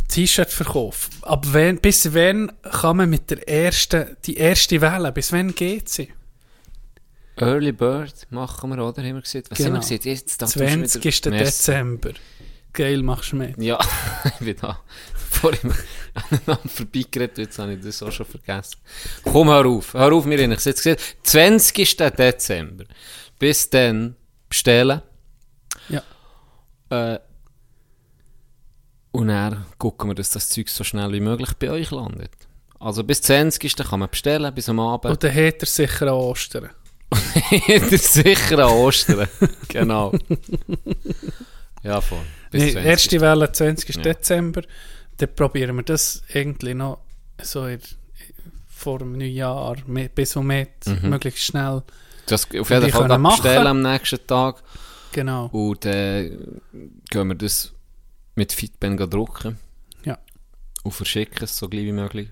S4: T-Shirt-Verkauf. Ab wann, bis wann kann man mit der ersten, die erste Welle, bis wann geht sie?
S3: Early Bird machen wir, oder? Haben wir gesagt? Was haben wir
S4: Genau.
S3: gesagt? Jetzt, da tust du wieder-
S4: 20.
S3: Merci.
S4: Dezember. Geil, machst du mit.
S3: Ja, ich bin da vorhin aneinander vorbeigeredet, jetzt habe ich das auch schon vergessen. Komm, hör auf, hör auf, Mirjam, ich habe jetzt gesehen, 20. Dezember. Bis dann bestellen.
S4: Ja.
S3: Äh, und dann gucken wir, dass das Zeug so schnell wie möglich bei euch landet. Also bis 20. kann man bestellen, bis am Abend.
S4: Und dann hat er sicher an Ostern.
S3: Hinter sicher an Ostern. genau. ja, voll.
S4: Nee, erste Welle 20.
S3: Ja.
S4: Dezember. Dann probieren wir das irgendwie noch so in, vor dem Neujahr mi- bis um März
S3: Mhm.
S4: möglichst schnell.
S3: Das auf jeden
S4: die
S3: Fall dann
S4: können
S3: bestellen
S4: machen.
S3: am nächsten Tag.
S4: Genau.
S3: Und dann gehen wir das mit Fitpen drucken.
S4: Ja.
S3: Und verschicken es so gleich wie möglich.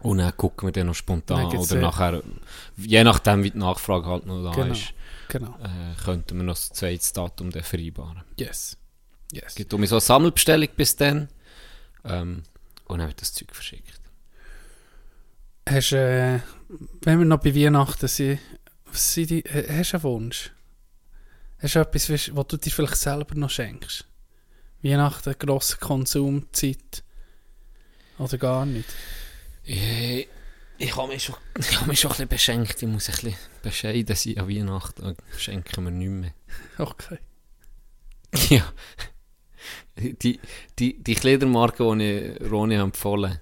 S3: Und dann gucken wir dann noch spontan.
S4: Dann gibt's,
S3: oder
S4: äh,
S3: nachher, je nachdem, wie die Nachfrage halt noch da
S4: Genau.
S3: ist,
S4: Genau.
S3: äh, könnten wir noch ein zweites Datum dann vereinbaren.
S4: Yes. Yes.
S3: Es gibt um so eine Sammelbestellung bis dann. Ähm, und dann wird das Zeug verschickt.
S4: Hast, äh, wenn wir noch bei Weihnachten sind, was sind die, h- hast du einen Wunsch? Hast du etwas, weisst- was du dir vielleicht selber noch schenkst? Weihnachten, grosse Konsumzeit. Oder gar nicht.
S3: Ich, Äh, ich habe mich, schon- ich habe mich schon ein bisschen beschenkt. Ich muss ein bisschen bescheiden sein an Weihnachten. Schenken wir nicht mehr.
S4: Okay.
S3: Ja. Die, die, die Kleidermarken, die ich Roni empfohlen habe,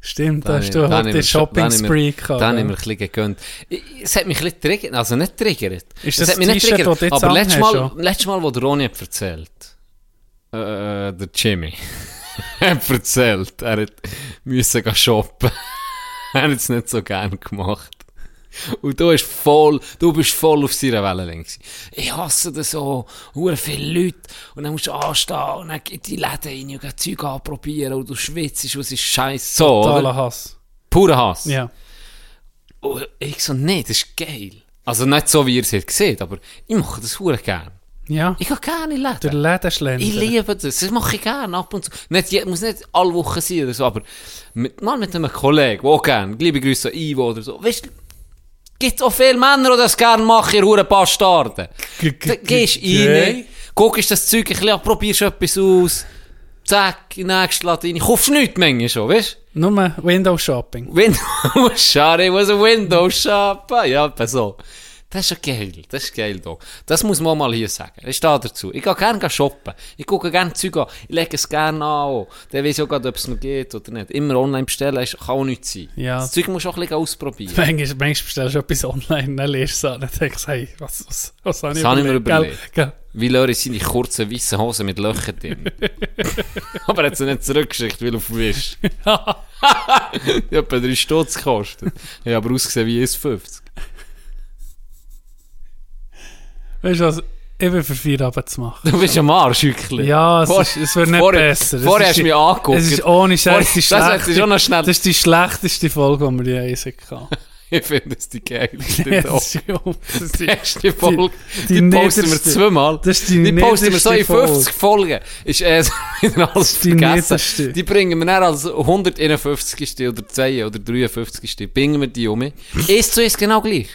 S4: Stimmt,
S3: Da
S4: da hast
S3: nehm-
S4: du
S3: da
S4: halt
S3: nehmen wir-
S4: den
S3: da nehmen wir-
S4: Shopping-Spree
S3: da
S4: gehabt.
S3: habe ich mir
S4: ja.
S3: ein bisschen gegönnt. Ich- Es hat mich ein bisschen triggert, also nicht triggert.
S4: Ist
S3: es
S4: das
S3: hat mich
S4: das
S3: nicht
S4: T-Shirt,
S3: triggert,
S4: das du jetzt
S3: aber letztes
S4: anhast
S3: Mal,
S4: schon?
S3: letztes Mal, wo der Roni hat erzählt, äh, der Jimmy hat erzählt, er hat müssen gehen shoppen. er hat es nicht so gerne gemacht. Und du bist voll, du bist voll auf seiner Wellenlänge. gewesen. Ich hasse das so, hure viele Leute. Und dann musst du anstehen und dann in die Läden rein und gehen Zeug anprobieren und du schwitzt und es ist scheiße. So,
S4: Totaler
S3: oder?
S4: Hass.
S3: Purer Hass.
S4: Ja.
S3: Und ich so, Oh, nee, das ist geil. Also nicht so, wie ihr es hier seht, aber ich mache das hure gern.
S4: Ja.
S3: Ich gehe gerne in
S4: Der
S3: Läden.
S4: Lädenschländer.
S3: Ich liebe das. Das mache ich gerne ab und zu. Nicht, nou, je- muss nicht alle Wochen sein oder so, aber mit, mal mit einem Kollegen, der auch gerne, liebe Grüße an Ivo dus, oh, oder so. Weißt du, gibt auch viele Männer, die das gerne machen, ihr huren Bastarden.
S4: G- g-
S3: Da Gehst
S4: g-
S3: rein, guckst das Zeug ein bisschen an, probierst etwas aus, zack, in den nächsten Laden rein. Kaufst nichts manchmal schon, weißt du?
S4: Nur Windows Shopping.
S3: Window Shot, it was a Window Shop. Ah, Ja, etwa so. Das ist ja geil, das ist geil da. Das muss man mal hier sagen. Ich stehe dazu. Ich gehe gerne shoppen. Ich gucke gerne Zeug an. Ich lege es gerne an. auch. Dann weiß ich auch gerade, ob es noch geht oder nicht. Immer online bestellen ist- kann auch nichts sein.
S4: Ja.
S3: Das Zeug musst du auch ein bisschen ausprobieren.
S4: Manchmal, manchmal bestellst du etwas online, dann liest du es an und denkst, hey, was, was, was habe ich
S3: habe ich mir
S4: gell?
S3: überlegt.
S4: Gell?
S3: Wie Lori seine kurzen weißen Hosen mit Löchern drin. Aber er hat sie nicht zurückgeschickt, weil er auf Wisch. Die hat etwa 3 Stutz gekostet. Ich habe aber ausgesehen wie 1,50.
S4: Weißt du was? Ich bin für Feierabend zu machen.
S3: Du bist am Arsch, wirklich.
S4: Ja, es,
S3: Vor-
S4: ist, es wird nicht
S3: vorher-
S4: besser. Es
S3: vorher
S4: ist
S3: hast du
S4: Dus die-
S3: mich angeguckt.
S4: Es ist ohne Scheiß die
S3: Vorher- das hättest du schon noch
S4: schlechteste.
S3: schnell-
S4: Das ist die schlechteste Folge, die wir je eins hatten.
S3: Ich finde es die geilste da.
S4: Das ist ja- das ist
S3: Die
S4: die-
S3: erste Folge,
S4: die
S3: die, posten wir
S4: niederste-
S3: zweimal.
S4: das ist die
S3: posten wir so in
S4: niederste Folge.
S3: 50 Folgen. Ist eh so wieder alles
S4: die
S3: vergessen.
S4: niederste.
S3: Die bringen wir dann als 151. oder 2 oder 53. Bringen wir die um. Eins zu eins genau gleich.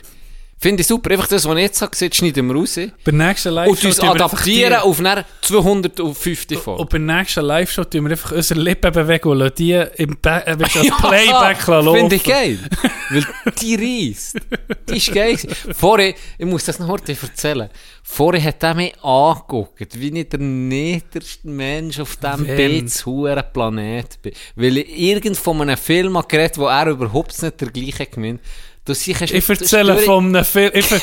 S3: Finde ich super. Einfach das, was ich jetzt habe, gesehen, schneiden wir raus.
S4: Bei der nächsten
S3: Und
S4: Live-Show
S3: uns
S4: tun wir einfach
S3: adaptieren
S4: Äh, die-
S3: auf dann 250 Folgen.
S4: Und bei der nächsten Live-Show tun wir einfach unsere Lippen bewegen und lassen die im Ba- äh, weißt du, als
S3: Ja,
S4: Playback laufen.
S3: Finde ich geil. Weil die reist. Die ist geil. gewesen. Vorher, ich muss das noch heute erzählen. Vorher hat er mich angeguckt, wie ich der niederste Mensch auf diesem
S4: Wem?
S3: betzhuren Planet bin. Weil ich irgend von einem Film habe geredet wo er überhaupt nicht der gleiche gemeint Du siehst, hast-
S4: Ich
S3: du-
S4: erzähle
S3: du-
S4: von einem Film. Ich, ver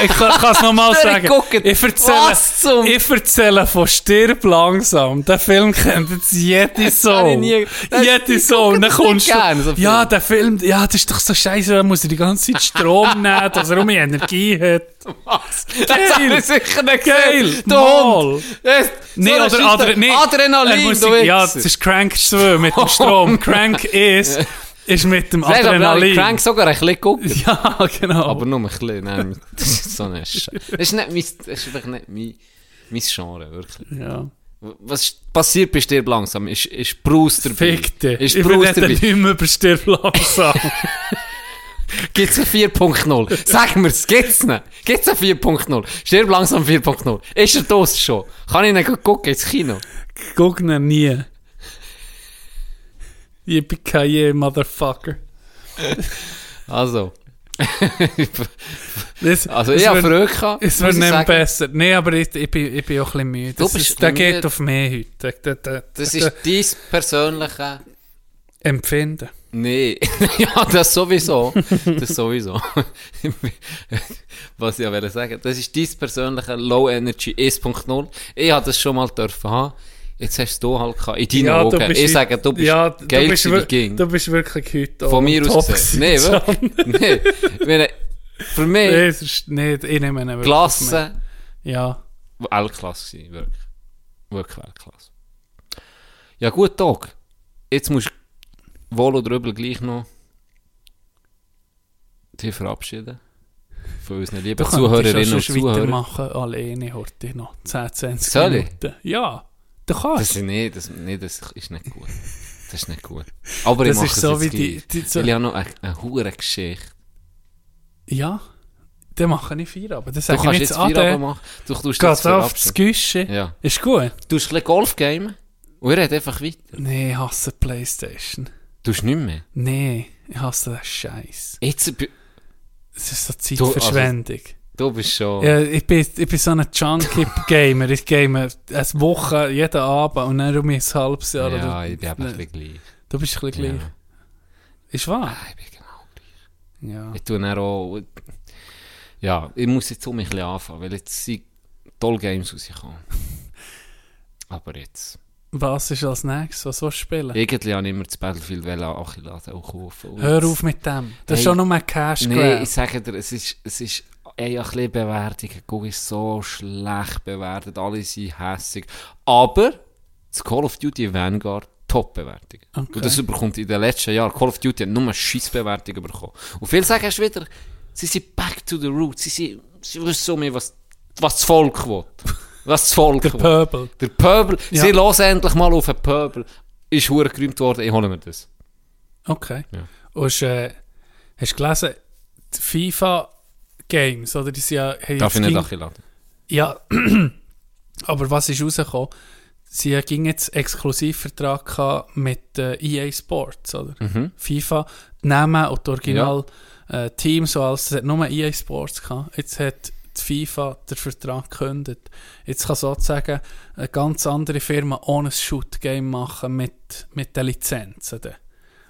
S4: ich kann es nochmal
S3: Störi
S4: sagen.
S3: guckt.
S4: Ich
S3: Was zum-
S4: erzähle, ich erzähle von Stirb langsam. Den Film kennt jetzt jede
S3: hab ich
S4: Soul.
S3: nie- Das-
S4: Jede
S3: ich guck
S4: Soul. Und
S3: das
S4: Dann
S3: nicht
S4: kommst du.
S3: gern, so
S4: ja,
S3: Film.
S4: der Film, ja, das ist doch so scheiße, da muss er die ganze Zeit Strom nehmen, dass er um Energie hat.
S3: Was? Das habe ich sicher nicht
S4: Geil.
S3: gesehen. Du
S4: Mal.
S3: Hund. Das-
S4: Nee,
S3: so eine
S4: oder
S3: Scheiße.
S4: Adre nee. Er
S3: Adrenalin,
S4: muss
S3: du
S4: sich- Ja,
S3: Wichser.
S4: das ist Crank 2 mit dem Strom. Crank ist, ist mit dem
S3: Vielleicht habe ich auch in
S4: Adrenalin.
S3: Crank sogar ein bisschen geguckt.
S4: Ja, genau.
S3: Aber nur ein bisschen. Nein, das ist so eine Sche Das ist nicht mein, das ist wirklich nicht mein, mein Genre, wirklich.
S4: ja.
S3: Was ist passiert bei Stirb langsam? Ist, ist Bruce dabei?
S4: Fick dich.
S3: Ist
S4: ich bin
S3: Bruce
S4: nicht
S3: dabei?
S4: mehr über Stirb langsam.
S3: Gibt es ein 4.0? Sag mir's, gibt's nicht? Gibt's ein 4.0? Stirb langsam 4.0. Ist er das schon? Kann ich nicht gucken ins Kino?
S4: Guck ihn nie. Yippie-ki-yay, Motherfucker.
S3: Also.
S4: Das,
S3: also,
S4: das
S3: ich habe
S4: wird-
S3: Freude gehabt.
S4: Es
S3: muss
S4: wird
S3: ich
S4: nicht
S3: sagen.
S4: besser. Nein, aber ich, ich, bin, ich bin auch ein bisschen müde.
S3: Du
S4: Das
S3: bist
S4: ist, der
S3: müde.
S4: geht auf mich heute. Der, der,
S3: Das
S4: der-
S3: ist dein persönliche...
S4: Empfinden.
S3: Nee, ja, das sowieso. Das sowieso. Was ich ja wollte sagen, das ist dein persönliche Low Energy 1.0. Ich habe das schon mal dürfen haben. Jetzt hast du halt gehabt. In deinen Augen. ich sage, du bist
S4: ja,
S3: geil
S4: du bist,
S3: gewesen,
S4: wir,
S3: wie ging.
S4: du bist wirklich heute
S3: Von
S4: auch
S3: mir
S4: oh, top
S3: aus gesehen. Nee,
S4: gewesen,
S3: wirklich.
S4: Can.
S3: nee. Ich meine, Für mich,
S4: Nee, es ist nicht, ich nehme ihn wirklich mit.
S3: Klasse,
S4: Ja.
S3: Weltklasse gewesen, wirklich. Wirklich Weltklasse. Ja, gut, Tag. Jetzt musst du wohl oder übel gleich noch dich verabschieden. Von unseren lieben Zuhörerinnen und Zuhörern.
S4: machen alleine heute noch 10, 20
S3: Soll ich?
S4: Minuten. Ja, du kannst.
S3: Das, ist- nee, das, nee, das ist nicht gut. Das ist nicht gut. Aber ich
S4: Das
S3: mache
S4: ist
S3: es
S4: so
S3: jetzt
S4: wie die-
S3: gleich,
S4: die- so-
S3: Weil ich habe noch eine, eine hure Geschichte.
S4: ja, dann mache ich vier, aber das
S3: Du
S4: sage ich
S3: kannst
S4: jetzt
S3: jetzt
S4: an.
S3: Feierabend
S4: Geht
S3: machen. Du tust jetzt
S4: auf das
S3: verabschieden.
S4: Güsche.
S3: Ja.
S4: Ist gut.
S3: Du hast ein bisschen Golf gamen und ich rede einfach weiter.
S4: Nee, ich hasse Playstation.
S3: Du hast nicht mehr.
S4: Nee, ich hasse den Scheiß.
S3: Jetzt, bi-
S4: Es ist so
S3: Du, also-
S4: Zeitverschwendung.
S3: du bist schon...
S4: Ja, ich, bin, ich bin so ein Junkie-Gamer. ich game eine Woche, jeden Abend und dann um ein halbes Jahr.
S3: Ja,
S4: oder,
S3: ich bin eben
S4: Nee,
S3: ein bisschen gleich.
S4: Du bist ein bisschen
S3: Ja.
S4: gleich. Ist wahr?
S3: Ah, ich bin genau gleich.
S4: Ja.
S3: Ich tue dann auch... Ja, ich muss jetzt um mich ein bisschen anfangen, weil jetzt sind tolle Games rausgekommen. Aber jetzt...
S4: Was ist als nächstes? Was willst du spielen?
S3: Irgendwie wollte ich immer das Battlefield anladen und kaufen. Und
S4: Hör
S3: jetzt-
S4: auf mit dem. Das ist
S3: Hey.
S4: auch nur ein cash
S3: Nein,
S4: nee,
S3: ich sage dir, es ist... Es ist Ey, ein bisschen Bewertungen. Google ist so schlecht bewertet. Alle sind hässig. Aber das Call of Duty Vanguard Top-Bewertung. Und das bekommt in den letzten Jahren. Call of Duty hat nur eine Scheissbewertung bekommen. Und viele sagen erst wieder, sie sind back to the roots. Sie, sind, sie wissen um mich, was, was das Volk will. Was das Volk will.
S4: Pöbel.
S3: Der Pöbel.
S4: Ja.
S3: Sie hören endlich mal auf den Pöbel. Ist hure gerühmt worden, ich hole mir das.
S4: Okay.
S3: Ja.
S4: Und hast, äh, hast du gelesen, die FIFA Games, oder? Die sind ja, haben
S3: Darf
S4: jetzt
S3: ich nicht
S4: ging-
S3: nachladen?
S4: Ja. Aber was ist rausgekommen? sie ging jetzt Exklusivvertrag gehabt mit äh, EA Sports, oder?
S3: Mhm.
S4: FIFA, die Namen und die Original äh, Teams und alles, das hat nur EA Sports gehabt. Jetzt hat die FIFA den Vertrag gekündigt. Jetzt kann sozusagen eine ganz andere Firma ohne ein Shoot-Game machen mit, mit den Lizenzen. dann.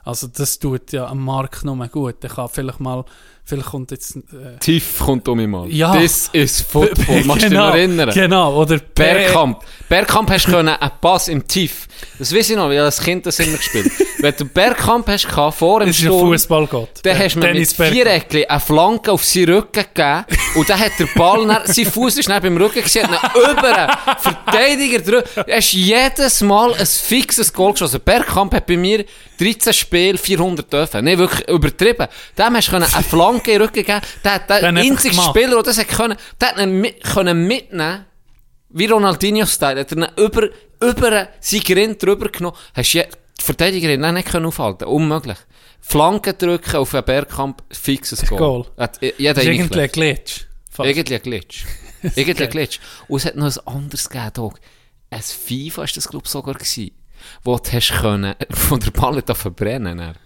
S4: Also das tut ja am Markt nur gut. Ich kann vielleicht mal, vielleicht kommt jetzt... Äh,
S3: Tief kommt um mich mal.
S4: Ja.
S3: Das ist Football. Magst du dich
S4: Genau,
S3: noch erinnern?
S4: Genau, oder
S3: Bergkamp. Bergkamp hast du können, einen Pass im Tief. Das weiß ich noch, weil als Kind das immer gespielt. Wenn du Bergkamp hast gehabt, vor dem
S4: Das ist ein
S3: Sturm,
S4: Fußballgott.
S3: dann hast du mir mit
S4: Dennis Bergkamp.
S3: Viereckli eine Flanke auf seinen Rücken gegeben und dann hat der Ball, dann, sein Fuß ist dann beim Rücken gesehen, hat ihn über den Verteidiger drüber. Du hast jedes Mal ein fixes Goal geschossen. Bergkamp hat bei mir 13 Spiele, 400 Dörfer. Nein, wirklich übertrieben. Dem hast du können eine Flanke in den Rücken gegeben. Der, hat- der
S4: Den hat er
S3: einzige
S4: gemacht.
S3: Spieler, der das hat können, der hat ihn mit, können mitnehmen wie Ronaldinho-Style, hat er ihn über, über sein Grind drüber genommen. Hast je, die Verteidiger ihn nicht können aufhalten Unmöglich. Flanken drücken auf einen Bergkamp, fixes Goal.
S4: Goal.
S3: Hat i- jeder
S4: Das ist irgendwie ein
S3: eingeklemmt.
S4: Glitch. Fast.
S3: Irgendwie ein Glitch. Irgendwie ein Glitch. Und es hat noch ein anderes gegeben, Doc. Ein FIFA war das, glaube ich, sogar, gewesen, wo du hast können, von der Ball hat verbrennen dann.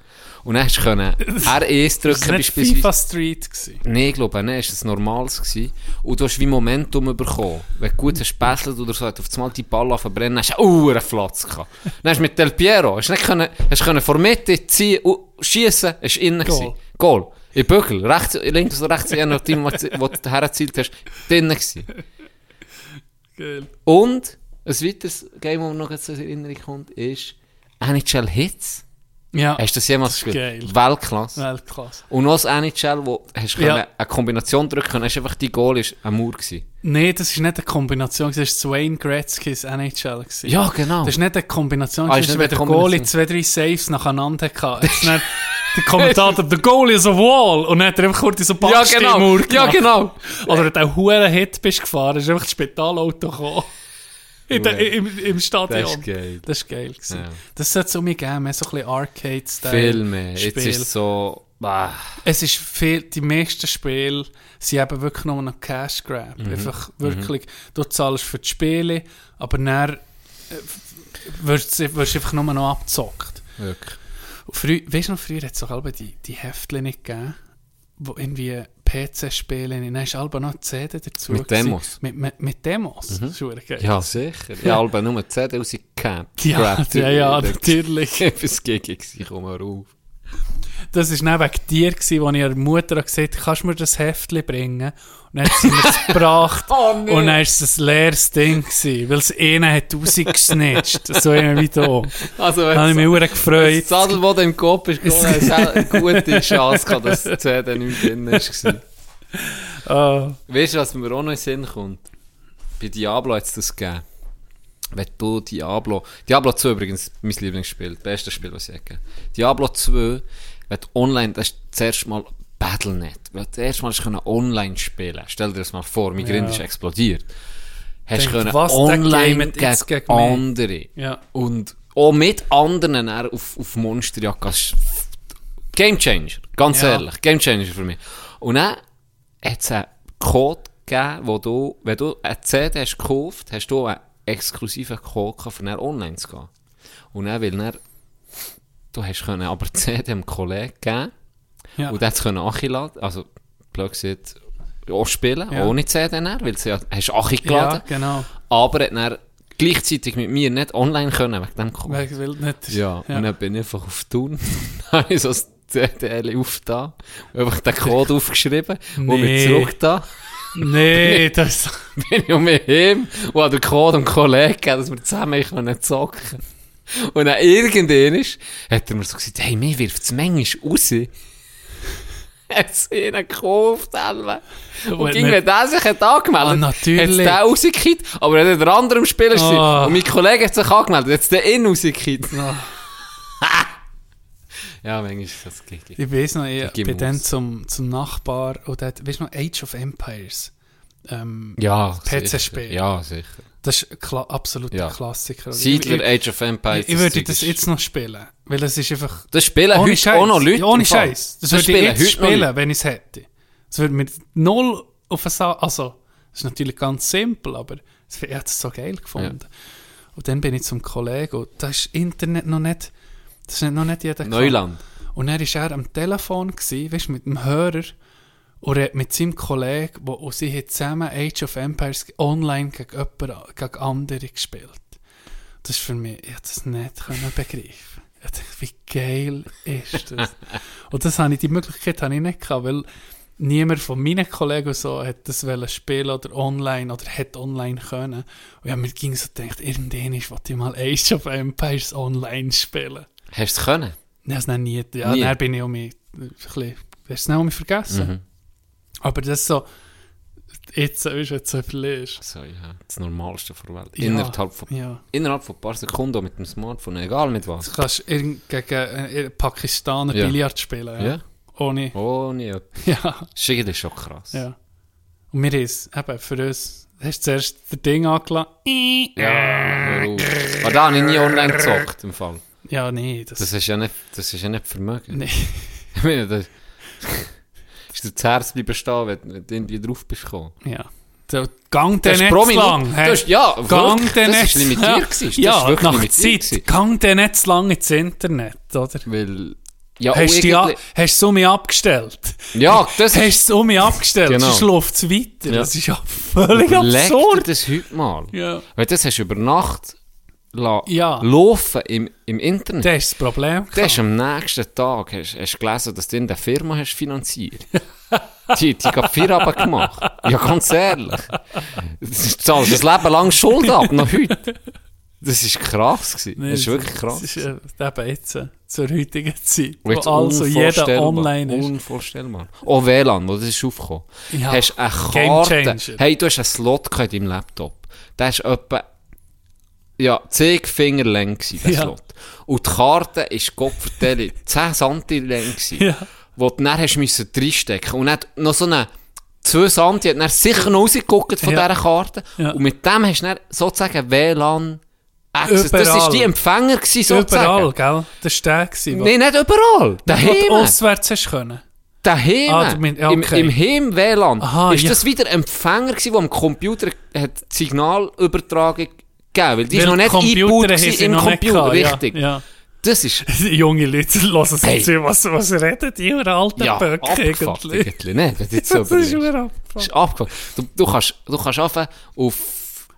S3: Und dann hast du können REs drücken,
S4: Das war nicht
S3: beispielsweise.
S4: FIFA Street. Gewesen.
S3: Nein, ich glaube, ne, ist das Normales gewesen. Und du hast wie Momentum bekommen. Wenn du gut hast gebesselt oder so, hat auf einmal die Ball verbrennen, hast du auch einen Flatz gehabt. Dann hast du mit Del Piero, hast nicht können, hast können vor Mitte ziehen und schiessen, ist innen
S4: Goal.
S3: gewesen. Goal. In Bügel, rechts, links oder rechts, je nachdem, wo du- wo du hergezielt hast, drinnen gewesen.
S4: Geil.
S3: Und, ein weiteres Game, das mir noch so in Erinnerung kommt, ist NHL Hits.
S4: Ja,
S3: Hast du das jemals
S4: Das ist
S3: gespielt?
S4: geil.
S3: Weltklasse.
S4: Weltklasse.
S3: Und noch das NHL, wo hast du
S4: Ja.
S3: können eine Kombination drücken können, hast einfach die Goal ist am Mauer gewesen.
S4: Nein, das war nicht eine Kombination, gewesen, das war Wayne Gretzky's NHL. Gewesen.
S3: Ja, genau.
S4: Das war nicht eine Kombination,
S3: Ah,
S4: ah,
S3: ist
S4: das war,
S3: nicht
S4: wenn
S3: eine
S4: der Goalie
S3: Kombination.
S4: zwei, drei Saves nacheinander hatte. Es ist nicht der Kommentator, der Goalie is a wall! Und dann hat er einfach kurz in so
S3: Ja,
S4: Bast
S3: genau. Ja, genau.
S4: Oder wenn du einen hohen Hit bist gefahren, ist einfach das Spitalauto gekommen. In der, im, Im Stadion.
S3: Das ist geil.
S4: Das ist geil. gewesen.
S3: Ja.
S4: Das sollte es um mich geben, mehr so ein bisschen Arcade-Style.
S3: Viel mehr. Jetzt
S4: Spiel.
S3: ist es so, bah,
S4: Es ist viel, die meisten Spiele sind eben wirklich nur noch Cash Grab.
S3: Mhm.
S4: Einfach wirklich, du zahlst für die Spiele, aber dann äh, wirst du wirst du einfach nur noch abgezockt.
S3: wirklich.
S4: Und Früher, weißt du noch, früher hat es doch alle die, die Heftchen nicht gegeben, wo irgendwie PC-Spiele, dann hast du alle noch CD dazu.
S3: Mit
S4: gewesen.
S3: Demos. Mhm.
S4: Mit, mit, mit Demos. Das ist verdammt geil.
S3: Ja, sicher. Ja, aber nur 10.000 Cap.
S4: ja, ja, ja, natürlich.
S3: Etwas gegen gewesen, komm mal rauf.
S4: Das war dann wegen dir, gewesen, wo ich ihrer Mutter gesagt habe, kannst du mir das Heftchen bringen? Und dann hat sie mir das gebracht.
S3: Oh,
S4: Und dann war es ein leeres Ding, gewesen, weil es ihnen hat rausgesnitcht. so irgendwie da.
S3: Also,
S4: Dann habe ich mich
S3: wenn
S4: sehr
S3: das
S4: gefreut.
S3: Zadel, wo du im Kopf ist, hast du eine gute Chance gehabt, dass die CD nicht drin war.
S4: Ah,
S3: Weißt du, was mir auch noch in den Sinn kommt? Bei Diablo hat es das gegeben. Wenn du Diablo. Diablo 2 übrigens mein Lieblingsspiel, das beste Spiel, was ich hätte. Diablo 2, wenn du online, das ist das erste Mal Battlenet. Wenn du das erste Mal hast können online spielen Stell dir das mal vor, mein Grind ist explodiert. Hast
S4: Denkt,
S3: können
S4: was, der
S3: online
S4: gamet
S3: gegen,
S4: jetzt gegen mich?
S3: andere.
S4: Ja.
S3: Und auch mit anderen dann auf, auf Monsterjagd. Das ist f- Game Changer, ganz
S4: Ja.
S3: ehrlich. Game Changer für mich. Und dann hat es einen Code gegeben, wo du, wenn du eine CD hast gekauft, hast du einen exklusiven Code gehabt, um dann online zu gehen. Und dann, weil dann, du hast können aber die CD dem Kollegen geben
S4: Ja.
S3: und der hat es können anladen, also blöd gesagt, auch spielen,
S4: Ja.
S3: ohne CD dann, weil sie ja, hast Achi
S4: ja,
S3: geladen,
S4: genau.
S3: aber hat dann gleichzeitig mit mir nicht online können wegen dem Code.
S4: Weil, weil nicht,
S3: Ja, und dann bin ich einfach auf Tun. dann habe ich so das ZDL aufgetan und einfach den Code aufgeschrieben und
S4: Nee.
S3: mir zurückgetan.
S4: nee, das,
S3: bin ich um mich hin und habe den Code dem Kollegen gegeben, dass wir zusammen können zocken Und dann irgendwann hat er mir so gesagt, hey, mir wirft es manchmal raus. Er hat es ihnen gekauft, Alba. Und
S4: Wenn
S3: ging,
S4: nicht-
S3: wenn der sich hat angemeldet
S4: Ah, natürlich.
S3: hat der rausgekippt, aber er hat der andere im Spiel
S4: Ah.
S3: oh. Und mein Kollege hat sich angemeldet, hat es den innen rausgekippt.
S4: Ah.
S3: ja, manchmal ist das gegen.
S4: Ich weiß noch, ich
S3: gebe
S4: bin dann
S3: Maus.
S4: zum, zum Nachbar und der hat, weißt du noch, Age of Empires. Ähm,
S3: Ja,
S4: PC
S3: sicher.
S4: spielen.
S3: Ja, sicher.
S4: das ist kla absolut
S3: Ja.
S4: ein Klassiker.
S3: Siedler,
S4: Ich- ich,
S3: Age of Empires.
S4: ich, ich würde
S3: Zeug
S4: das
S3: ist-
S4: jetzt noch spielen, weil es ist einfach...
S3: Das spielen heute auch noch Leute.
S4: Ja, ohne
S3: im Fall.
S4: Scheiß. Das, würde ich jetzt
S3: heute noch
S4: spielen, wenn ich es hätte. Das würde mir null auf den Sa Also, das ist natürlich ganz simpel, aber es- ich hätte es so geil gefunden. Und dann bin ich zum Kollegen und da ist Internet noch nicht, das ist noch nicht jeder gehabt.
S3: Neuland.
S4: Und dann war er am Telefon, gewesen, weißt, mit dem Hörer und er hat mit seinem Kollegen, wo, und sie haben zusammen Age of Empires online gegen, jemand, gegen andere gespielt. Das ist für mich, ich hätte das nicht können begreifen Ich dachte, wie geil ist das? und das habe ich, die Möglichkeit habe ich nicht gehabt, weil niemand von meinen Kollegen so hat das wollen spielen oder online oder hat online können. Und ja, mir ging so gedacht, irgendwann wollte ich mal Age of Empires online spielen.
S3: Hast du es können?
S4: Nein, das dann nie. Ja,
S3: Nie. Mhm.
S4: dann bin ich um mich, ein bisschen, hast du es um mich vergessen. Aber das so, jetzt ist jetzt ein verlierst.
S3: So, ja, das Normalste von der Welt.
S4: Ja.
S3: Innerhalb, von,
S4: Ja.
S3: innerhalb von ein paar Sekunden auch mit dem Smartphone, egal mit was.
S4: Du kannst irgend gegen einen Pakistaner
S3: Ja.
S4: Billard spielen. Ja.
S3: Ja.
S4: Ohne.
S3: Oh, nee. ja.
S4: Ja.
S3: Schick, das ist schon krass.
S4: ja. Und wir haben es eben für uns. Hast du zuerst das Ding angelassen?
S3: Hör auf. Aber da habe ich nie online gezockt, im Fall.
S4: Ja, nee. Das,
S3: Das ist ja nicht, das ist ja nicht Vermögen.
S4: nee.
S3: Ich meine, das ist dir das Herz bleiben stehen, wenn, wenn du irgendwie drauf bist gekommen.
S4: Ja. Da, gang den
S3: Das ist
S4: nicht
S3: pro
S4: zu
S3: Minute-
S4: lang. hey.
S3: Das ist- ja, wirklich,
S4: gang den
S3: das
S4: nicht
S3: ist limitiert
S4: Ja,
S3: gewesen. Das ist
S4: ja
S3: wirklich
S4: nach
S3: limitiert
S4: Zeit.
S3: gewesen.
S4: Gang den nicht zu lange ins Internet, oder?
S3: Weil, ja,
S4: Hast du
S3: und
S4: die a-
S3: irgendwie-
S4: hast du um mich abgestellt?
S3: ja, das ist
S4: Hast du um mich abgestellt?
S3: Genau.
S4: Sonst läuft es weiter.
S3: Ja.
S4: Das ist ja völlig
S3: Überleg dir
S4: absurd.
S3: das heute mal.
S4: Ja.
S3: Weil das hast du über Nacht la
S4: Ja.
S3: laufen im, im Internet.
S4: Das ist das Problem.
S3: Dann hast du am nächsten Tag hast, hast du gelesen, dass du in der Firma hast finanziert. die die hat Feierabend gemacht. Ja, ganz ehrlich. Du zahlst das Leben lang Schuld ab, noch heute. Das war krass. Gewesen. das ist wirklich krass.
S4: Das ist äh, eben jetzt, äh, zur heutigen Zeit,
S3: Und
S4: wo
S3: jetzt
S4: also jeder
S3: unvorstellbar,
S4: online ist.
S3: Unvorstellbar. Oh, WLAN, wo das ist aufgekommen.
S4: Ja,
S3: Hast eine
S4: Game
S3: Karte.
S4: Changer.
S3: Hey, du hast einen Slot gehabt in deinem Laptop. Der ist etwa, ja, 10 Finger lang gewesen, der
S4: Ja.
S3: Slot. Und die Karte ist, Gott vertelle, 10 Santi lang gewesen.
S4: Ja.
S3: Wo du dann hast müssen reinstecken Und dann noch so eine, zwei Santi hat dann sicher noch rausgeguckt von
S4: Ja.
S3: dieser Karte.
S4: Ja.
S3: Und mit dem hast du dann sozusagen WLAN Access. Das
S4: Überall.
S3: war Dus die Empfänger gewesen, sozusagen.
S4: Überall, gell? Das war der, gewesen, wo-
S3: Nein, nicht überall.
S4: wo du
S3: Daheim.
S4: auswärts hast können.
S3: Daheim,
S4: Ah, du meinst- ja,
S3: im,
S4: okay.
S3: im Heim-WLAN,
S4: Aha,
S3: ist
S4: ja.
S3: das wieder Empfänger gewesen, der am Computer hat die Signalübertragung gegeben Weil die ist noch nicht eingebaut
S4: Computer
S3: gewesen
S4: haben sie
S3: im
S4: noch nicht
S3: Computer,
S4: gehabt,
S3: richtig. Dus
S4: Ja,
S3: Das ist
S4: ja. Junge Leute lassen sich
S3: Hey.
S4: zu, was, was reden die über alten
S3: ja,
S4: Böcke
S3: abgefuckt
S4: eigentlich?
S3: eigentlich, ne? wenn du jetzt so
S4: Das ist
S3: überlegst.
S4: schon
S3: Das ist
S4: abgefuckt.
S3: abgefuckt. Du, du kannst, du kannst anfangen, auf,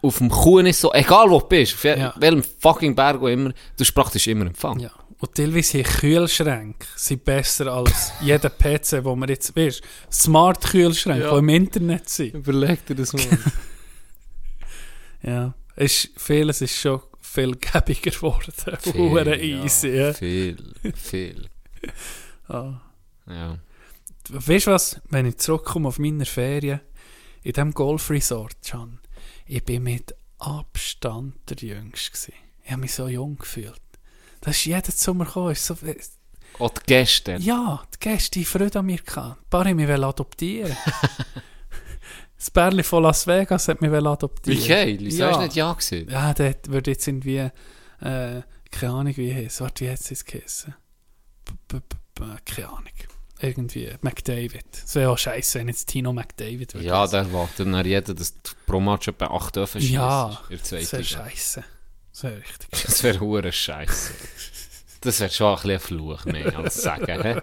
S3: auf dem Kuhn ist so, egal wo du bist, auf je-
S4: Ja.
S3: welchem fucking Berg auch immer, du hast praktisch immer Empfang.
S4: Ja. Und teilweise haben Kühlschränke sind besser als jeder PC, wo man jetzt, weißt Smart-Kühlschränke, die im Internet sind.
S7: Überleg dir das mal.
S4: Ja, ist, vieles ist schon viel gäbiger geworden. Huere easy. Ja.
S3: Viel, viel.
S4: Ah.
S3: Ja.
S4: Weißt du was, wenn ich zurückkomme auf meine Ferien, in diesem Golfresort, Can, ich bin mit Abstand der Jüngste. Gewesen. Ich habe mich so jung gefühlt. Das ist jeden Sommer gekommen. Ist so,
S3: Und die Gäste.
S4: ja, die Gäste haben Freude an mir. gehabt. Ein paar haben mich adoptieren. das Bärli von Las Vegas hat mich adoptieren.
S3: Wie geil, wieso
S4: Ja.
S3: hast du nicht Ja gesehen?
S4: Ja, der hat- würde jetzt irgendwie, äh, keine Ahnung wie heißt, warte, wie hat es geheißen? B- b- b- Keine Ahnung. Irgendwie, McDavid. Es wäre auch scheiße, wenn jetzt Tino McDavid würde.
S3: Ja, der wartet nach jeder, dass du pro Match etwa 8 Öfen schießt.
S4: Ja,
S3: Ihr
S4: das wäre
S3: zweite.
S4: scheiße. Das wäre richtig.
S3: Das wäre hure Scheiße. Das wäre schon ein bisschen ein Fluch, mehr als sagen. hä?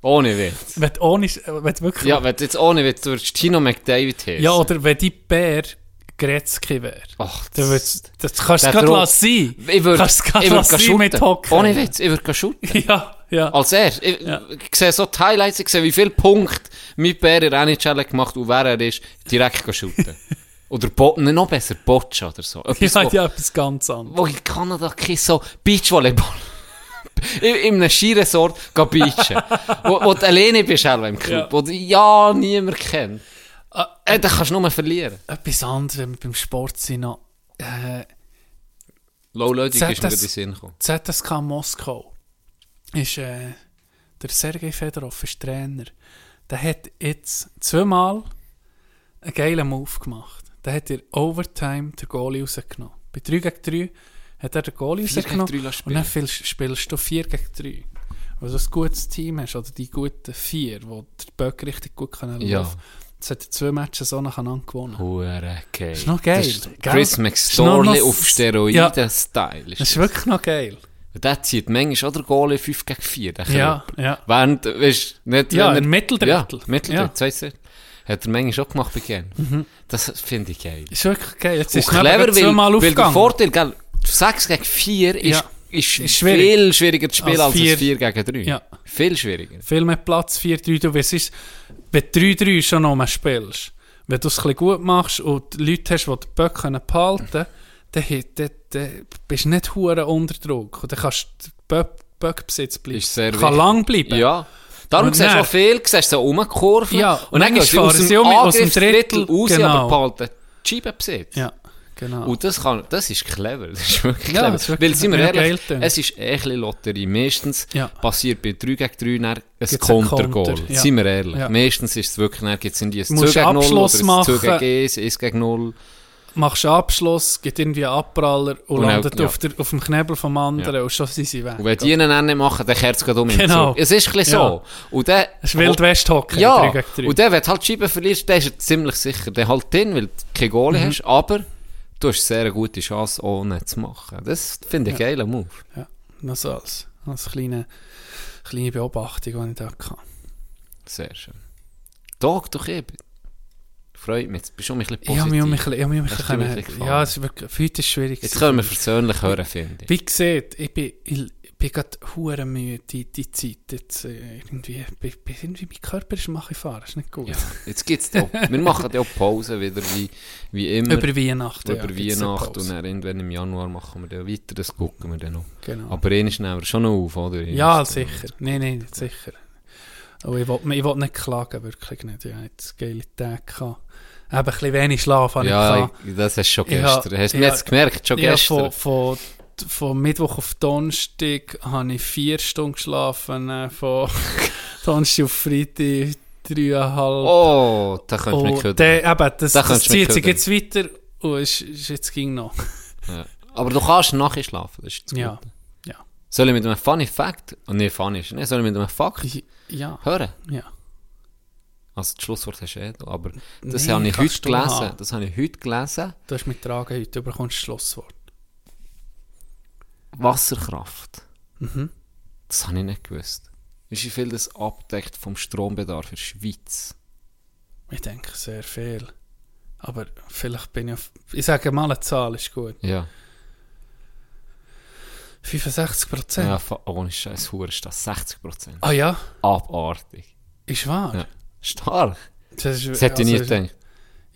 S3: Ohne Witz.
S4: Wenn, du ohne, äh, wenn du wirklich.
S3: Ja, wenn du jetzt ohne Witz, du würdest Tino McDavid heissen.
S4: Ja, oder wenn die Bär Gretzky wäre.
S3: Ach, das...
S4: Dann würdest- Das kannst du
S3: Der
S4: es gerade
S3: Druck.
S4: lassen. sein.
S3: Ich würde
S4: Kannst du es gerade
S3: würd
S4: lassen
S3: shooten.
S4: mit Hockey.
S3: Ohne Witz, ich würde shooten.
S4: Ja, ja.
S3: Als er. Ich,
S4: Ja.
S3: ich sehe so die Highlights, ich sehe, wie viele Punkte mein Bär in der NHL hat gemacht und wer er ist, direkt shooten. oder Bo nein, noch besser, Boccia oder so.
S4: Ich
S3: Etwas, wo-
S4: sage ja etwas ganz anderes.
S3: wo in Kanada kein so Beachvolleyball. in, in einem Skiresort gehen beachen. wo, wo du alleine bist, Alva, im Club.
S4: Ja.
S3: Wo du ja niemand kennt. Äh, dann kannst du nur verlieren.
S4: Etwas anderes, wenn wir beim Sport sind, noch. Äh,
S3: Low-Loading
S4: Sag
S3: ist mir
S4: das-
S3: gerade in den Sinn gekommen.
S4: ZSK Moskau ist äh, der Sergei Fedorov ist Trainer. Der hat jetzt zweimal einen geilen Move gemacht. Der hat in Overtime den Goalie rausgenommen. Bei 3 gegen 3 hat er den Goalie
S3: 4 gegen 3
S4: rausgenommen.
S3: lassen
S4: Und dann viel- spielst du 4 gegen 3. Weil du ein gutes Team hast, oder die guten 4, die den Böck richtig gut können laufen
S3: Ja. Oh,
S4: können. Jetzt hat er zwei Matches so nacheinander gewonnen.
S3: Hure geil.
S4: Ist noch geil,
S3: Das ist
S4: gell?
S3: Chris McStorley
S4: Ist noch-
S3: auf Steroiden-Style. ist
S4: Das
S3: das.
S4: ist wirklich noch geil.
S3: Und Der zieht manchmal auch der Goal in 5 gegen 4. Der
S4: Ja,
S3: Körper.
S4: ja.
S3: Während, weißt du, nicht
S4: Ja,
S3: wenn er-
S4: im Mitteldrittel.
S3: Ja, Mitteldrittel,
S4: Ja. Mhm.
S3: ja. zwei Sätze. Hat er manchmal auch gemacht bei Genf. Das finde ich geil.
S4: Ist wirklich geil. Jetzt
S3: Und
S4: ist er
S3: Oh, clever, weil,
S4: zweimal
S3: weil der
S4: aufgegangen.
S3: Vorteil, gell, 6 gegen 4 ist,
S4: Ja.
S3: ist,
S4: Ist schwierig.
S3: viel schwieriger zu spielen als,
S4: Als
S3: 4.
S4: vier.
S3: 4 gegen 3.
S4: Ja.
S3: Viel schwieriger.
S4: Viel mehr Platz, 4-3. Du weißt, es ist- wenn du 3-3 schon nochmal spielst, wenn du es ein bisschen gut machst und die Leute hast, die die Böcke können behalten können, dann, hat- dann, dann bist du nicht hure unter Druck. Und dann kannst du Bö- Böckbesitz bleiben.
S3: Ist sehr
S4: Kann
S3: wichtig.
S4: lang bleiben.
S3: Ja. Darum
S4: Und
S3: siehst du
S4: dann-
S3: auch viel, siehst du so rumkurven.
S4: Ja,
S3: und dann
S4: manchmal
S3: gehst du aus
S4: fahren
S3: dem,
S4: sie um- aus dem
S3: Angriffsdrittel
S4: Drittel,
S3: raus,
S4: genau.
S3: aber behalten die Scheibe besitzt.
S4: Ja, genau.
S3: Und das, kann, das ist clever. Das ist wirklich
S4: Ja,
S3: clever.
S4: das ist wirklich
S3: Weil, sind wir
S4: sehr
S3: ehrlich,
S4: geil,
S3: es ist eh ein bisschen Lotterie. Meistens
S4: Ja.
S3: passiert bei 3 gegen 3 dann ein
S4: Gibt's einen
S3: Kontergoal.
S4: Konter, ja.
S3: Sind wir ehrlich.
S4: Ja.
S3: Meistens ist es wirklich, dann gibt es in die ein 2
S4: Du musst
S3: gegen 0
S4: Abschluss
S3: oder ein 2
S4: machen.
S3: gegen 1, 1 gegen 0.
S4: Machst einen Abschluss, geht irgendwie einen Abpraller und,
S3: Und auch-
S4: landet
S3: ja.
S4: auf, der, auf dem Knebel vom anderen
S3: Ja.
S4: und schon sind sie weg.
S3: Und wenn die einen dann nicht machen, dann kehrt es gerade um ihn
S4: Genau.
S3: zurück. Es ist ein bisschen
S4: Ja.
S3: so. Und dann,
S4: Es ist Wildwest-Hockey,
S3: Ja,
S4: 3 gegen 3.
S3: und der, wenn du halt die Scheibe verlierst, der ist er ziemlich sicher. Der halt drin, weil du keine Goalie
S4: Mhm.
S3: hast, aber du hast sehr eine gute Chance, ohne zu machen. Das finde ich einen geilen Move.
S4: Noch so als, als kleine, kleine Beobachtung, die ich da hatte.
S3: Sehr schön. Tag doch eben. Freut mich. Jetzt bist du schon ein bisschen
S4: Ich habe mich um mich,
S3: positiv.
S4: ein bisschen- ich habe mich
S3: Das
S4: ein
S3: hat dir
S4: bisschen
S3: wirklich
S4: können-
S3: gefallen.
S4: Ja, es ist wirklich, für heute ist schwierig.
S3: Jetzt
S4: gewesen.
S3: können wir persönlich hören, finde ich.
S4: Wie gesagt, ich bin, ich bin gerade hure müde, die, die Zeit jetzt äh, irgendwie, bin, bin irgendwie mein Körper ist mache ich fahren, ist nicht gut.
S3: Ja. Jetzt gibt's doch. Wir machen ja auch Pause wieder, wie, wie immer.
S4: Über Weihnachten.
S3: Über
S4: ja, gibt's eine
S3: Weihnachten und
S4: Pause.
S3: dann irgendwann im Januar machen wir dann weiter, das gucken wir dann noch.
S4: Genau.
S3: Aber eines nehmen wir schon noch auf, oder?
S4: ja, sicher. Nein, nein, sicher. Aber ich will, ich will nicht klagen, wirklich nicht. Ich habe jetzt geile Tage gehabt. Eben ein bisschen wenig Schlaf habe ich
S3: Ja,
S4: gehabt.
S3: ich- das hast du schon
S4: Ich hab-
S3: gestern. hast du
S4: ich
S3: mir
S4: hab-
S3: jetzt gemerkt, schon
S4: Ich habe
S3: gestern.
S4: von, von, von Mittwoch auf Donnerstag habe ich vier Stunden geschlafen, äh, von Donnerstag auf Freitag dreieinhalb.
S3: Oh, da könntest du mich
S4: Und
S3: kümmern.
S4: der, eben, das,
S3: Da
S4: das
S3: könntest du mich
S4: zieht sich
S3: ködern.
S4: jetzt weiter und ist, ist jetzt ging noch.
S3: Aber du kannst nachher schlafen, das ist das
S4: Ja.
S3: Gute.
S4: Ja.
S3: Soll ich mit einem Funny Fact, oh, nee, Funny ist, nee, soll ich mit einem Fakt
S4: Ja,
S3: hören?
S4: ja.
S3: Also das Schlusswort hast du eh da, aber das
S4: Nee,
S3: habe ich heute
S4: kannst du
S3: gelesen,
S4: haben.
S3: das habe ich heute gelesen.
S4: Du hast mit Tragen heute, du bekommst das Schlusswort.
S3: Wasserkraft.
S4: Mhm.
S3: Das habe ich nicht gewusst. Ist wie viel das abdeckt vom Strombedarf in der Schweiz?
S4: Ich denke sehr viel. Aber vielleicht bin ich auf, ich sage mal, eine Zahl ist gut.
S3: Ja.
S4: 65 Prozent.
S3: ja fa- oh, ohne Scheiß, Hure ist das 60%.
S4: Ah ja,
S3: Abartig.
S4: ist wahr.
S3: Ja. Stark.
S4: Das, ist,
S3: Das hätte ich nie
S4: also-
S3: gedacht.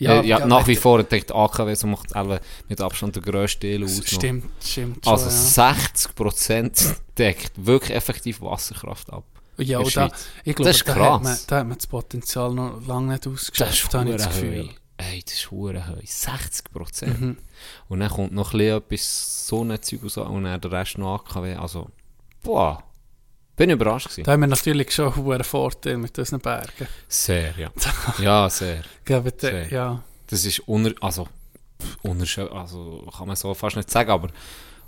S3: Ja, ja, nach wie vor denkt AKW, so macht alle mit Abstand der grösste Teil aus. noch.
S4: Stimmt, stimmt. Schon,
S3: Also
S4: ja.
S3: 60% deckt wirklich effektiv Wasserkraft ab.
S4: Ja,
S3: in
S4: und
S3: der
S4: da,
S3: Schweiz.
S4: ich glaube,
S3: Das ist
S4: da,
S3: krass.
S4: hat man, da hat man das Potenzial noch lange nicht ausgeschöpft, habe ich das
S3: hure
S4: Gefühl. Mhm.
S3: heu. Ey, das ist hure heu. 60%. Und dann kommt noch ein bisschen etwas Sonnenzeug und so und dann der Rest noch AKW. Also, boah. Bin überrascht gewesen.
S4: Da haben wir natürlich schon einen Vorteil mit unseren Bergen.
S3: Sehr, ja. Ja, sehr.
S4: Ja, bitte,
S3: Sehr.
S4: ja.
S3: Das ist uner, also, pff, unerschön, also kann man so fast nicht sagen, aber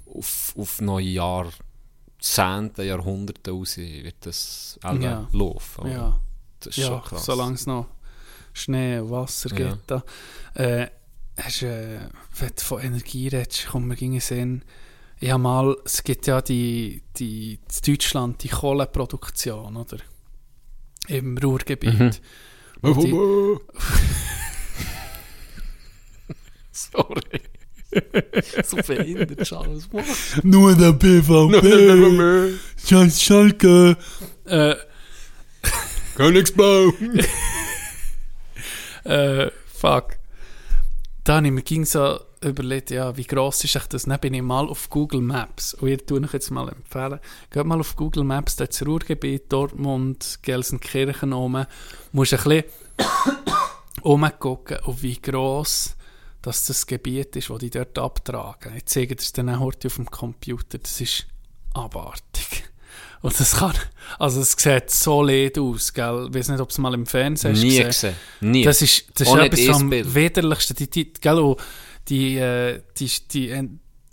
S3: auf, auf neue Jahrzehnte, Jahrhunderte raus wird das auch
S4: Ja.
S3: laufen. oder?
S4: ja.
S3: Das Oh, ist schon
S4: ja,
S3: krass.
S4: solange es noch Schnee und Wasser
S3: Ja.
S4: gibt. Da. Äh, hast, äh, wenn du von Energie redest, kommt mir gegen den Sinn. Ich habe mal, es gibt ja die, die, in Deutschland die Kohleproduktion, oder? Im Ruhrgebiet.
S3: Mhm.
S4: Und die-
S3: Sorry. so behindert, Charles.
S4: Nur der BVB. Scheiß Schalke. Äh,
S5: Königsblau!
S4: äh, fuck. Da habe ich mir ging so überlegt, ja, wie gross ist echt das? Dann bin ich mal auf Google Maps. Und ihr tue ich jetzt mal empfehlen. Geht mal auf Google Maps, da das Ruhrgebiet, Dortmund, Gelsenkirchen oben. Musst ein bisschen umgucken, und wie gross dass das Gebiet ist, das die dort abtragen. Ich zeige dir das dann auch heute auf dem Computer. Das ist abartig. Und das kann, also es sieht so leid aus, gell? Ich weiß nicht, ob es mal im Fernsehen hast
S3: Nie
S4: gesehen.
S3: gesehen. Nie.
S4: Das ist, das ist
S3: Auch nicht
S4: etwas
S3: ein
S4: am
S3: Bild.
S4: widerlichsten. Die, die, gell, wo die, äh, die, die, äh,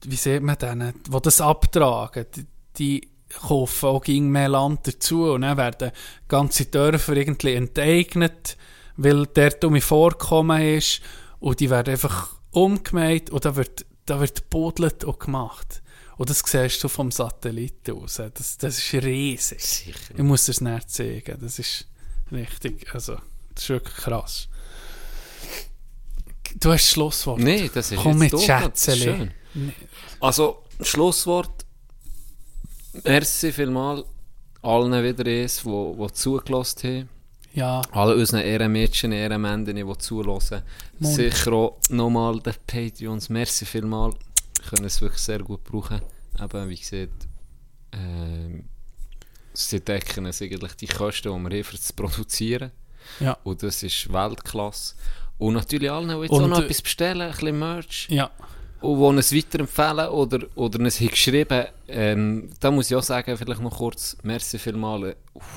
S4: wie sieht man denen, die das abtragen, die, die kaufen auch ging mehr Land dazu und dann werden ganze Dörfer irgendwie enteignet, weil der dumme Vorkommen ist und die werden einfach umgemäht und da wird, da wird bodelt und gemacht. Und das siehst du vom Satelliten aus. Das, das ist riesig.
S3: Sicher.
S4: Ich muss dir das nicht zeigen. Das ist richtig, also, das ist wirklich krass. Du hast das Schlusswort.
S3: Nein, das ist
S4: Komm
S3: jetzt
S4: mit
S3: doch noch
S4: Schätzeli.
S3: schön. Also, Schlusswort. Merci vielmals allen wieder eins, die, die zugelassen haben.
S4: Ja,
S3: Alle unseren Ehrenmädchen, Ehrenmänner, die zuhören.
S4: Mund.
S3: Sicher auch nochmal den Patreons. Merci vielmals. Können es wirklich sehr gut brauchen. Eben, wie gesagt, ähm, sie decken es eigentlich die Kosten, die wir haben, für das Produzieren.
S4: Ja.
S3: Und das ist Weltklasse. Und natürlich allen, die jetzt
S4: Und,
S3: auch noch
S4: äh,
S3: etwas bestellen, ein bisschen Merch.
S4: ja.
S3: Und die es weiterempfehlen oder, oder es haben geschrieben, ähm, da muss ich auch sagen, vielleicht noch kurz, merci vielmals,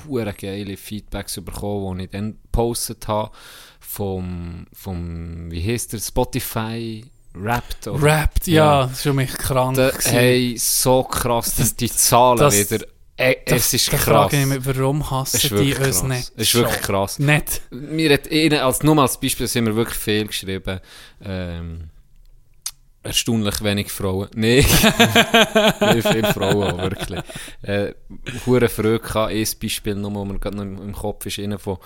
S3: hure geile Feedbacks bekommen, die ich dann gepostet habe, vom, vom wie heisst der, Spotify Wrapped. oder?
S4: Rappt, ja, das war mich krank.
S3: Da,
S4: gewesen.
S3: hey, so krass, die, die Zahlen
S4: das-
S3: wieder, äh, es ist
S4: da
S3: krass.
S4: frage ich mich, warum
S3: Es ist
S4: hassen die
S3: wirklich
S4: uns
S3: krass.
S4: nicht?
S3: Es ist wirklich
S4: schon?
S3: krass.
S4: Nicht.
S3: Mir hat ihnen, als, nur als Beispiel sind wir wirklich viel geschrieben. Ähm, erstaunlich wenig Frauen. Nein, nicht viele Frauen, aber wirklich. Äh, Hure Freude gehabt. Ein Beispiel, nur, wo mir gerade noch im, im Kopf ist, einer von,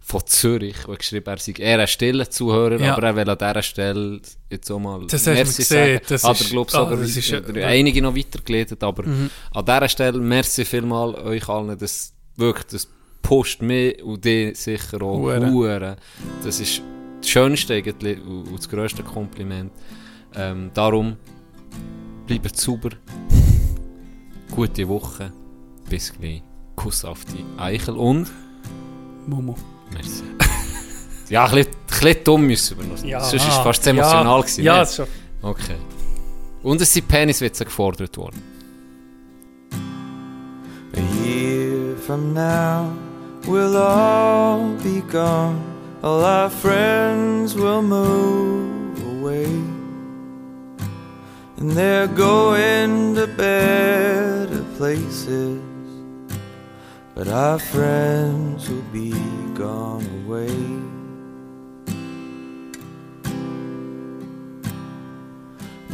S3: von Zürich, der geschrieben hat, er sei eher ein stiller Zuhörer,
S4: Ja.
S3: aber er will an dieser Stelle jetzt auch mal
S4: Das hat man
S3: Merci
S4: gesehen,
S3: sagen.
S4: das
S3: aber
S4: ist-
S3: glaub's,
S4: ah,
S3: aber
S4: das ist ja-
S3: oder einige noch weitergeleitet, aber
S4: Mhm.
S3: an dieser Stelle merci vielmal euch allen, das wirklich, das pusht mich und die sicher auch
S4: Hure.
S3: Hure. Das ist das schönste eigentlich und und das grösste Kompliment. Ähm, darum, bleibt sauber, gute Woche, bis gleich, Kuss auf die Eichel und
S4: Momo.
S3: merci. Ja, ein bisschen, ein bisschen dumm müssen wir noch. Sonst ist es fast zu emotional
S4: ja,
S3: gewesen.
S4: Ja,
S3: ne?
S4: ist schon.
S3: Okay. Und es sind Peniswitze gefordert worden.
S8: A year from now, we'll all be gone. All our friends will move away. And they're going to better places. But our friends will be gone away.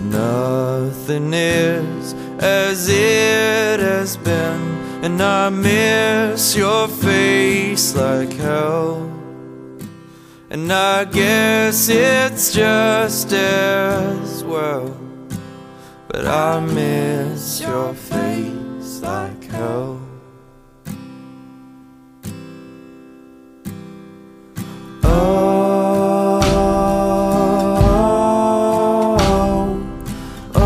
S8: Nothing is as it has been, and I miss your face like hell. And I guess it's just as well, but I miss your face like hell. Oh. Oh, oh,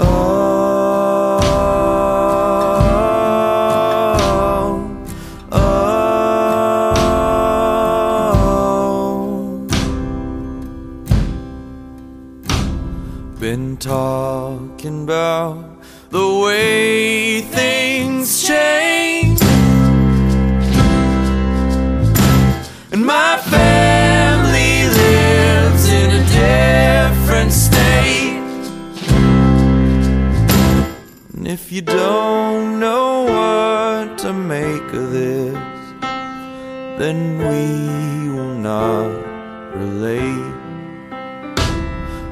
S8: oh, oh. Been talking about the way things change. And my family lives in a different state. And if you don't know what to make of this, then we will not relate.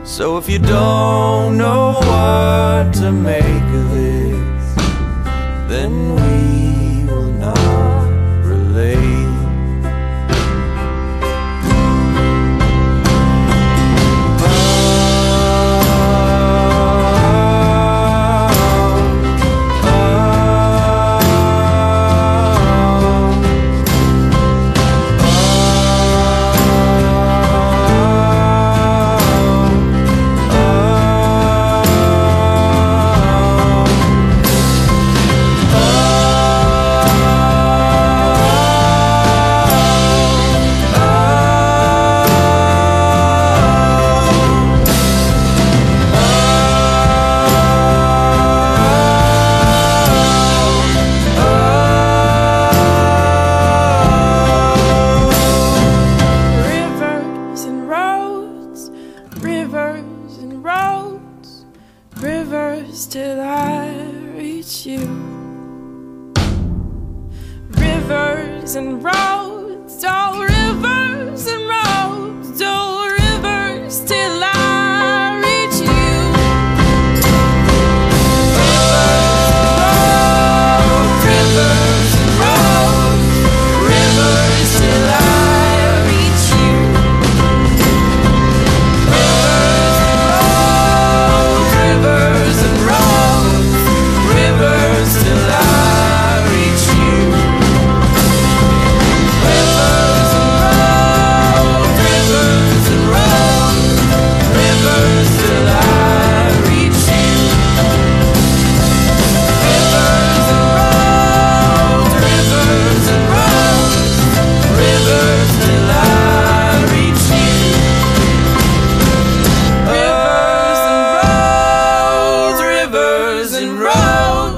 S8: So if you don't know what to make of this, then we will not relate. Oh
S9: Tall oh, rivers and roads, tall rivers till I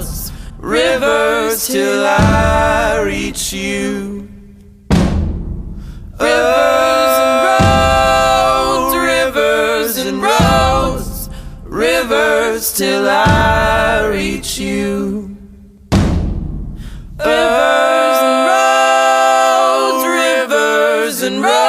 S9: reach you. Rivers, rivers and roads, rivers till I reach you. Rivers and roads, rivers and roads, rivers till I reach you. Rivers and roads, rivers and roads, rivers till I reach you. Rivers and roads, rivers and roads, rivers till I reach you. Rivers and roads, rivers and roads, rivers till I reach you. Rivers and roads, rivers and roads, rivers till I reach you. Rivers and roads, rivers and roads.